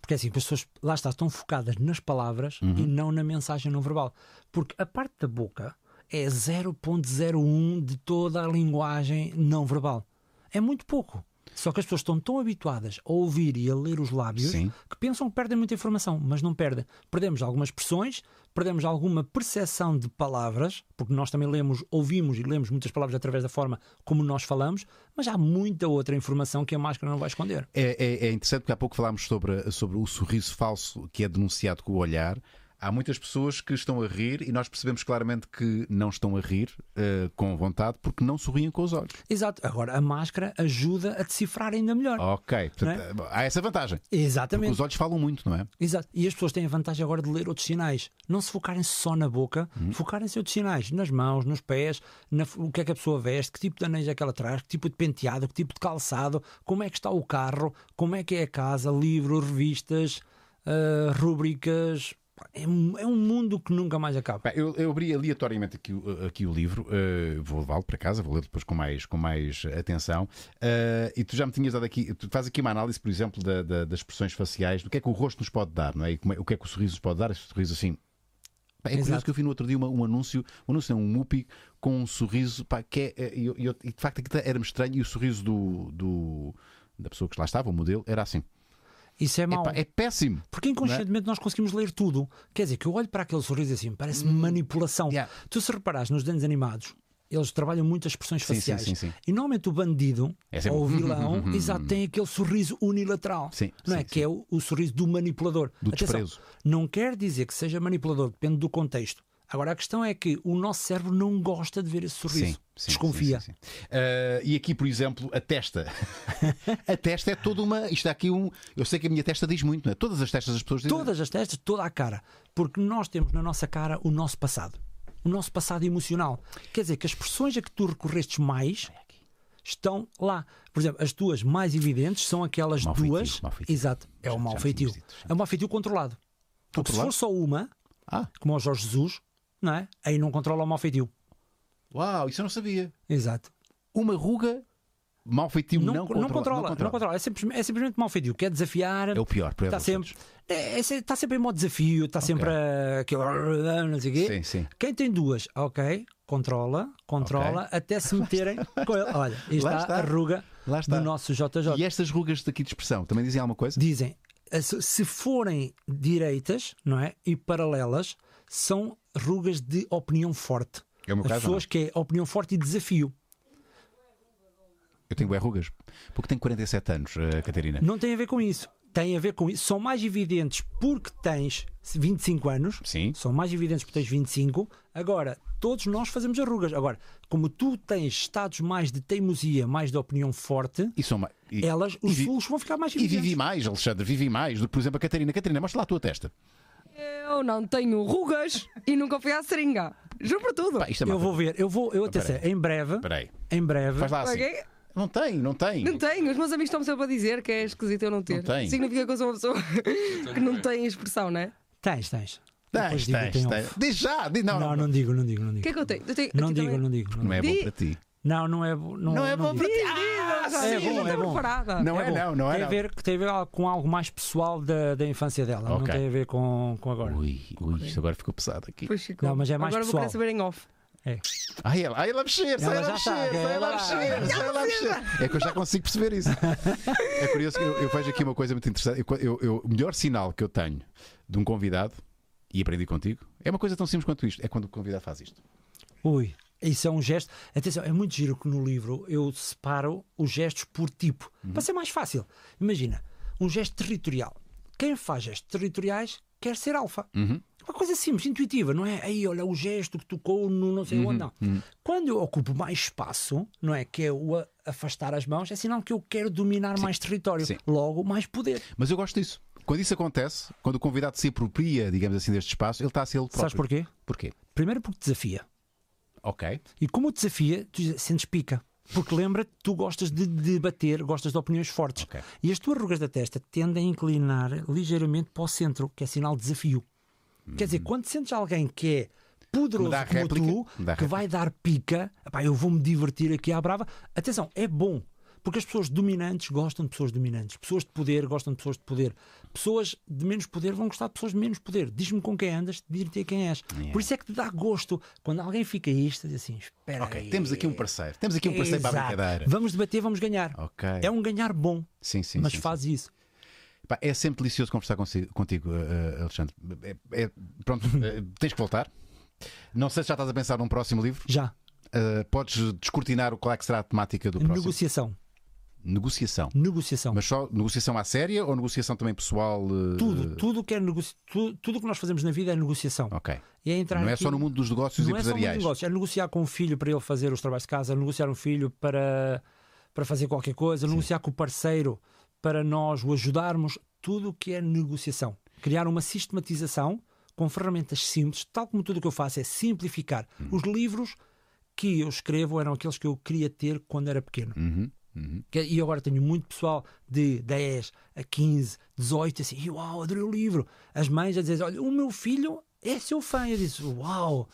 S3: Porque assim, as pessoas lá está, estão focadas nas palavras
S1: Uhum.
S3: e não na mensagem não verbal. Porque a parte da boca é 0.01 de toda a linguagem não verbal. É muito pouco. Só que as pessoas estão tão habituadas a ouvir e a ler os lábios
S1: Sim.
S3: que pensam que perdem muita informação, mas não perdem. Perdemos algumas expressões, perdemos alguma percepção de palavras, porque nós também lemos, ouvimos e lemos muitas palavras através da forma como nós falamos, mas há muita outra informação que a máscara não vai esconder.
S1: É, é- é interessante porque há pouco falámos sobre, sobre o sorriso falso que é denunciado com o olhar. Há muitas pessoas que estão a rir e nós percebemos claramente que não estão a rir eh, com vontade porque não sorriem com os olhos.
S3: Exato. Agora, a máscara ajuda a decifrar ainda melhor.
S1: Ok, portanto,
S3: é?
S1: eh, há essa vantagem. Porque
S3: Exatamente.
S1: os olhos falam muito, não é?
S3: Exato. E as pessoas têm a vantagem agora de ler outros sinais. Não se focarem só na boca, focarem-se em outros sinais, nas mãos, nos pés, na f- o que é que a pessoa veste, que tipo de anéis é que ela traz, que tipo de penteado, que tipo de calçado, como é que está o carro, como é que é a casa, livros, revistas, ah, rúbricas. É, um- é um mundo que nunca mais acaba.
S1: Pá, eu, eu abri aleatoriamente aqui, o- aqui o livro, eh, vou levá-lo para casa, vou ler depois com mais, com mais atenção. Eh, e tu já me tinhas dado aqui, tu fazes aqui uma análise, por exemplo, da- da- das expressões faciais, do que é que o rosto nos pode dar, não é? E como é- o que é que o sorriso nos pode dar, esse sorriso assim. Pá, é curioso
S3: Exato.
S1: que eu vi no outro dia uma- um anúncio, um anúncio, não, um mupi com um sorriso, pá, que é, eh, e eu- e eu- e de facto aquilo era-me estranho, e o sorriso do, do- da pessoa que lá estava, o modelo, era assim.
S3: Isso é mau.
S1: Epá, é péssimo.
S3: Porque inconscientemente nós conseguimos ler tudo. Quer dizer, que eu olho para aquele sorriso assim, parece manipulação.
S1: Hum. yeah.
S3: Tu se reparares nos desenhos animados, eles trabalham muito as expressões
S1: Sim, sim,
S3: faciais.
S1: sim, sim.
S3: E normalmente o bandido
S1: É sempre
S3: ou o
S1: um-
S3: vilão
S1: [LAUGHS]
S3: exato, tem aquele sorriso unilateral.
S1: Sim,
S3: não é?
S1: sim,
S3: Que é o, o sorriso do manipulador.
S1: Do
S3: Atenção,
S1: desprezo.
S3: Não quer dizer que seja manipulador, depende do contexto. Agora a questão é que o nosso cérebro não gosta de ver esse sorriso. Desconfia.
S1: sim, sim, sim. Ah, e aqui, por exemplo, a testa. [LAUGHS] a testa é toda uma. Isto é aqui um. Eu sei que a minha testa diz muito, não é? Todas as testas das pessoas dizem.
S3: Todas as testas, toda a cara. Porque nós temos na nossa cara o nosso passado. O nosso passado emocional. Quer dizer, que as expressões a que tu recorrestes mais estão lá. Por exemplo, as tuas mais evidentes são aquelas
S1: Mau feitio,
S3: duas.
S1: mau feitio.
S3: Exato. É
S1: Já-
S3: o mau
S1: já
S3: feitio.
S1: tínhamos dito, já
S3: É o mau feitio controlado. Porque se
S1: Controlado?
S3: for só uma,
S1: Ah,
S3: como o Jorge Jesus, não é? Aí não controla o mau feitio.
S1: uau, isso eu não sabia.
S3: Exato.
S1: Uma ruga, mal feitio, não,
S3: Não, não, controla, não controla, É, simplesmente, é simplesmente mau feitio. Quer desafiar.
S1: É o pior, por
S3: Está sempre, é- é se- está tá sempre em modo desafio, está sempre a, aquele, não sei o quê.
S1: Sim, sim.
S3: Quem tem duas, ok, Controla, controla, até
S1: [LAUGHS]
S3: se meterem com ele. Olha, aí está,
S1: está.
S3: a ruga
S1: Lá está.
S3: do nosso JJ.
S1: E é- estas rugas daqui de expressão também dizem alguma coisa?
S3: Dizem, eh, se se forem direitas não é, e paralelas, são rugas de opinião forte.
S1: É o meu
S3: As
S1: caso. ou não?
S3: pessoas que é opinião forte e desafio.
S1: Eu tenho bué rugas. Porque tenho 47 anos, eh, Catarina.
S3: Não tem a ver com isso. Tem a ver com isso. São mais evidentes porque tens 25 anos.
S1: Sim.
S3: São mais evidentes porque tens 25. Agora, todos nós fazemos arrugas. Agora, como tu tens estados mais de teimosia, mais de opinião forte,
S1: E sou mais. E,
S3: elas, os
S1: vi-
S3: fulos vão ficar mais
S1: e
S3: evidentes.
S1: vivi mais, Alexandre, vivi mais do que, por exemplo, a Catarina. Catarina, mostra lá a tua testa.
S2: Eu não tenho rugas e nunca fui à seringa. Juro por tudo.
S1: Pá, isto é
S3: Eu
S1: mau.
S3: vou ver, eu vou, eu até
S1: Espera
S3: sei, em breve,
S1: Espera aí.
S3: em breve,
S1: Faz lá assim.
S2: Ok?
S1: Não tem, não tem.
S2: Não tenho, os meus amigos estão sempre a dizer que é esquisito eu não ter.
S1: Não tenho.
S2: Significa que eu sou uma pessoa [LAUGHS] que não tem expressão, não é?
S3: tens, tens. Depois
S1: Tens,
S3: digo,
S1: tens,
S3: tem
S1: tens.
S3: off.
S1: Diz já. Diz, não,
S3: Não, não digo, não digo, não
S2: O
S3: digo.
S2: que é que eu tenho? Eu tenho-
S3: Não
S2: eu
S3: digo,
S2: também-
S3: não digo, não
S1: Não
S3: digo.
S1: é bom
S2: Diz.
S1: para ti.
S3: Não, não é bo- não,
S1: Não é bom
S3: digo.
S1: para ti.
S2: Diz,
S1: Ah,
S2: diz,
S3: É
S1: sim.
S3: bom,
S2: não
S3: é
S2: estou
S3: bom.
S2: preparada.
S1: Não é,
S3: bom.
S1: não, não é.
S3: tem, a
S1: não.
S3: ver, tem a ver al- com algo mais pessoal da, da infância dela, não
S1: Ok.
S3: tem a ver com, com agora.
S1: Ui, ui, isto agora ficou pesado aqui.
S2: Pois ficou.
S3: Não, mas é mais
S2: Agora vou querer
S3: pessoal.
S2: saber em off.
S1: Ai, ela, ai, ela a mexer, sai
S3: Ela
S1: ela a mexer,
S3: já sabe,
S1: sai ela a
S3: ela-
S1: mexer, sai ela a mexer. É que eu já consigo perceber
S3: [LAUGHS]
S1: isso. É curioso que eu, eu vejo aqui uma coisa muito interessante. Eu- eu- eu- o melhor sinal que eu tenho de um convidado, e aprendi contigo, é uma coisa tão simples quanto isto: é quando o convidado faz isto.
S3: Ui, isso é um gesto. Atenção, é muito giro que no livro eu separo os gestos por tipo,
S1: Uhum.
S3: para ser mais fácil. Imagina, um gesto territorial. Quem faz gestos territoriais quer ser alfa.
S1: Uhum.
S3: Uma coisa simples, intuitiva, não é? Aí, olha, o gesto que tocou no não sei onde,
S1: Uhum,
S3: não. Quando eu ocupo mais espaço, não é? Que é o a- afastar as mãos, é sinal que eu quero dominar mais território.
S1: Sim.
S3: Logo, mais poder.
S1: Mas eu gosto disso. Quando isso acontece, quando o convidado se apropria, digamos assim, deste espaço, ele está a ser ele próprio.
S3: Sabes porquê?
S1: Porquê?
S3: Primeiro porque desafia.
S1: Ok.
S3: E como te desafia, tu dizes, sentes pica. Porque lembra-te, tu gostas de debater, gostas de opiniões fortes.
S1: Ok.
S3: E as tuas rugas da testa tendem a inclinar ligeiramente para o centro, que é sinal de desafio. Quer dizer, quando sentes alguém que é
S1: Me
S3: poderoso
S1: dá a
S3: como
S1: réplica,
S3: tu,
S1: me dá a
S3: que vai dar pica, "Epá, eu vou-me divertir aqui à brava. Atenção, é bom. Porque as pessoas dominantes gostam de pessoas dominantes. Pessoas de poder gostam de pessoas de poder. Pessoas de menos poder vão gostar de pessoas de menos poder. Diz-me com quem andas, dir-te quem és. Por isso é que te dá gosto. Quando alguém fica isto, diz assim: espera
S1: Ok.
S3: aí. É
S1: Temos aqui um parceiro. Temos aqui um parceiro para a
S3: Exato.
S1: brincadeira.
S3: Vamos debater, vamos ganhar.
S1: Ok.
S3: É um ganhar bom,
S1: Sim, sim.
S3: mas
S1: sim,
S3: faz isso.
S1: Pá, é sempre delicioso conversar consigo- contigo, eh, eh, Alexandre. É- é- pronto, eh, tens que voltar. Não sei se já estás a pensar num próximo livro.
S3: Já.
S1: Eh, podes descortinar o qual é que será a temática do próximo.
S3: Negociação.
S1: Negociação.
S3: Negociação.
S1: Mas só negociação à séria ou negociação também pessoal? eh,
S3: Tudo, tudo que é negoci... tudo, tudo que nós fazemos na vida é negociação.
S1: Ok.
S3: E é entrar
S1: Não é
S3: aqui-
S1: só no mundo dos negócios
S3: Não é só muito
S1: empresariais.
S3: negócio, é negociar com o filho para ele fazer os trabalhos de casa, negociar um filho para, para fazer qualquer coisa, negociar com o parceiro para nós o ajudarmos. Tudo o que é negociação. Criar uma sistematização com ferramentas simples, tal como tudo o que eu faço, é simplificar.
S1: Hum.
S3: Os livros que eu escrevo eram aqueles que eu queria ter quando era pequeno.
S1: Uhum, uhum.
S3: Que- E agora tenho muito pessoal de 10 a 15, 18, assim, uau, adorei o livro. As mães a dizer, olha, o meu filho é seu fã. Eu disse, uau.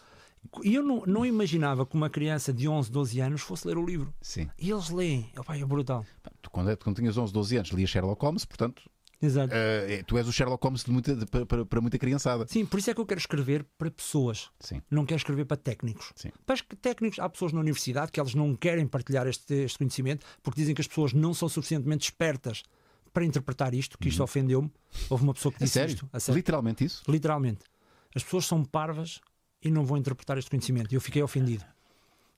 S3: E eu não, não imaginava que uma criança de 11, 12 anos fosse ler o livro.
S1: Sim.
S3: E eles leem. Opa, é brutal.
S1: Pá, Tu, quando, quando tinhas 11, 12 anos, lias Sherlock Holmes, portanto,
S3: Exato.
S1: eh, tu és o Sherlock Holmes de muita- de- para- para, para muita criançada.
S3: Sim, por isso é que eu quero escrever para pessoas.
S1: Sim.
S3: Não quero escrever para técnicos.
S1: Sim.
S3: Para os técnicos, há pessoas na universidade que elas não querem partilhar este, este conhecimento porque dizem que as pessoas não são suficientemente espertas para interpretar isto, que isto ofendeu-me. Houve uma pessoa que
S1: Uhum. A
S3: disse
S1: sério?
S3: isto. A sério.
S1: Literalmente isso?
S3: Literalmente. As pessoas são parvas e não vão interpretar este conhecimento. E Eu fiquei ofendido.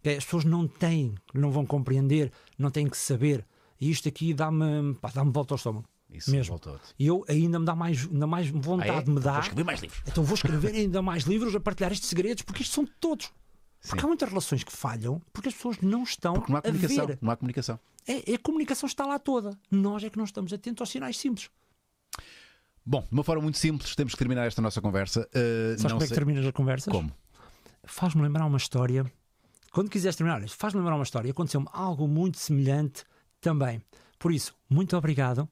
S3: É, As pessoas não têm, não vão compreender, não têm que saber. E isto aqui dá-me pá, dá-me volta ao estômago.
S1: Isso
S3: Mesmo.
S1: voltou-te.
S3: E eu ainda me dá mais, ainda mais
S1: Ah, é?
S3: vontade me dá.
S1: Vou escrever mais livros.
S3: Então vou escrever ainda mais livros a partilhar estes segredos, porque isto são de todos. Porque há muitas relações que falham porque as pessoas não estão
S1: Porque não há
S3: a
S1: comunicação.
S3: ver.
S1: Não há comunicação.
S3: É, é a comunicação está lá toda. Nós é que não estamos atentos aos sinais simples.
S1: Bom, de uma forma muito simples, temos que terminar esta nossa conversa. Uh,
S3: Sabes
S1: não
S3: como é que
S1: sei-
S3: terminas as conversas?
S1: Como?
S3: faz-me lembrar uma história. Quando quiseres terminar, olha, faz-me lembrar uma história. Aconteceu-me algo muito semelhante também. Por isso, muito obrigado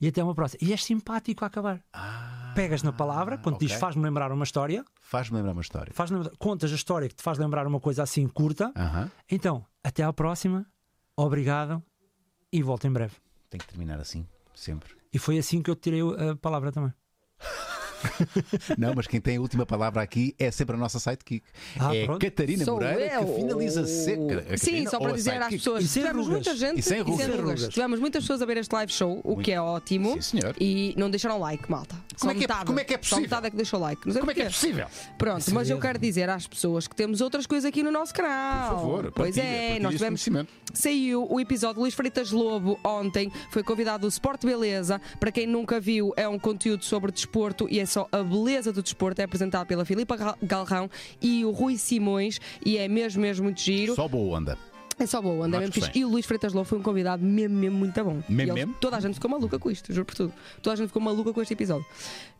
S3: e até uma próxima. E és simpático a acabar. Pegas na palavra, quando
S1: ok.
S3: diz faz-me lembrar uma história,
S1: Faz-me lembrar uma história.
S3: faz contas a história que te faz lembrar uma coisa assim curta.
S1: Aham.
S3: Então, até à próxima, obrigado e volto em breve.
S1: Tem que terminar assim, sempre.
S3: E foi assim que eu tirei a palavra também.
S1: Não, mas quem tem a última palavra aqui é sempre a nossa sidekick.
S3: Ah,
S1: é
S3: pronto.
S1: Catarina
S2: Sou
S1: Moreira
S2: eu.
S1: que finaliza seca.
S2: Sim, só para dizer às pessoas,
S3: E sem
S2: tivemos
S3: rugas.
S2: muita gente
S1: E sem rugas.
S3: rugas.
S2: Tivemos muitas pessoas a ver este live show, o que é ótimo.
S1: Sim, senhor.
S2: E não deixaram like, malta.
S1: Como
S2: Só
S1: é que é-
S2: metade.
S1: como é que é
S2: Só
S1: possível?
S2: metade é que deixou like. Não sei
S1: Como é que é
S2: porquê.
S1: possível?
S2: Pronto,
S3: Isso
S2: mas eu
S3: mesmo.
S2: quero dizer às pessoas que temos outras coisas aqui no nosso canal.
S1: Por favor,
S2: Pois
S1: partilha,
S2: é,
S1: partilha
S2: nós
S1: este
S2: tivemos
S1: conhecimento.
S2: Saiu o episódio de Luís Freitas Lobo ontem, foi convidado do Sport Beleza. Para quem nunca viu, é um conteúdo sobre desporto e é só a beleza do desporto. É apresentado pela Filipa Gal- Galrão e o Rui Simões e é mesmo, mesmo muito giro.
S1: Só boa onda.
S2: É só boa, anda
S1: Nós
S2: mesmo fixe.
S1: gostei.
S2: E o Luís Freitas Lobo foi um convidado mesmo, mesmo muito bom.
S1: Mesmo,
S2: E ele-
S1: mesmo?
S2: Toda a gente ficou maluca com isto, juro por tudo. Toda a gente ficou maluca com este episódio.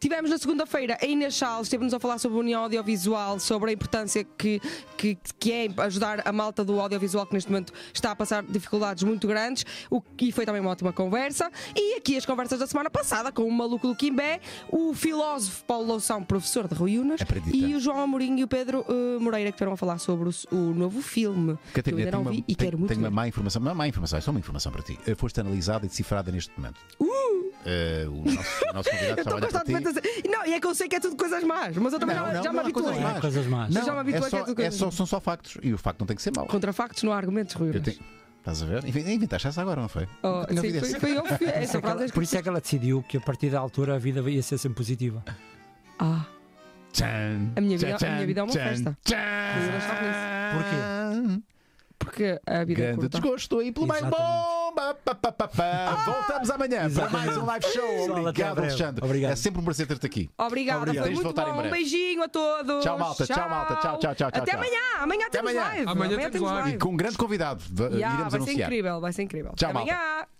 S2: Tivemos na segunda-feira a Inês Charles, esteve-nos a falar sobre a União Audiovisual, sobre a importância que, que, que é ajudar a malta do audiovisual que neste momento está a passar dificuldades muito grandes. O, e foi também uma ótima conversa. E aqui as conversas da semana passada com o maluco do Quimbé, o filósofo Paulo Loução, professor de Rui Unas,
S1: Aprendi
S2: e
S1: tanto.
S2: o João Amorim e o Pedro eh, Moreira que estiveram a falar sobre o, s- o novo filme.
S1: Catarina,
S2: eu ainda
S1: tenho uma,
S2: não vi e
S1: tenho-
S2: quero muito
S1: tenho uma
S2: ver.
S1: má informação. Uma má informação, é só uma informação para ti. Eh, Foste analisada e decifrada neste momento. Eh, o, nosso, o nosso convidado
S2: Uh! [LAUGHS] Eu
S1: trabalha
S2: estou
S1: para ti.
S2: constantemente a dizer. Não, e é que eu sei que é tudo coisas más, mas eu também
S1: Não,
S2: já,
S1: não, é
S2: já
S1: não
S2: me
S1: há coisas
S2: habituei.
S1: más.
S3: Há coisas más.
S1: Não,
S2: Já me habituei
S1: é
S2: a que é
S1: só,
S2: tudo coisa
S1: é só- são só factos. E o facto não tem que ser mau.
S2: Contra factos não há argumentos, Rui.
S1: Eu
S2: Unas.
S1: tenho- Estás a ver? Inven- Inventaste essa agora, não foi?
S2: Oh,
S1: Nunca tinha
S2: sim,
S1: ouvido
S2: foi,
S1: essa. [LAUGHS]
S2: foi eu que fui-
S3: Por isso,
S2: Essa
S3: é que
S2: frase
S3: ela,
S2: é
S3: por isso é que ela decidiu que a partir da altura a vida ia ser sempre positiva.
S2: Ah,
S1: Tchan,
S2: A minha vida-
S1: tchan,
S2: a minha vida é uma
S1: tchan,
S2: festa.
S1: tchan.
S2: Pois eu não estava porque a vida é
S1: Grande
S2: curta.
S1: desgosto aí pelo meio
S3: Exatamente.
S1: bomba. Pa, pa, pa,
S2: Ah!
S1: pa. Voltamos amanhã para
S3: Exatamente.
S1: mais um live show.
S3: Pessoal, até
S1: Obrigado,
S3: breve.
S1: Alexandre.
S3: Obrigado.
S1: É sempre um prazer ter-te aqui.
S2: Obrigada,
S1: Obrigado.
S2: foi
S1: Tens de
S2: muito
S1: voltar em
S2: bom. Um
S1: breve.
S2: beijinho a todos.
S1: Tchau, malta, tchau, malta, tchau, tchau, tchau,
S2: Até
S1: tchau.
S2: amanhã, amanhã temos
S1: amanhã.
S2: live.
S4: Amanhã temos live.
S1: E com um grande convidado. v-
S2: Yeah,
S1: iremos
S2: vai ser
S1: anunciar.
S2: incrível, vai ser incrível.
S1: Tchau,
S2: Até
S1: malta.
S2: amanhã.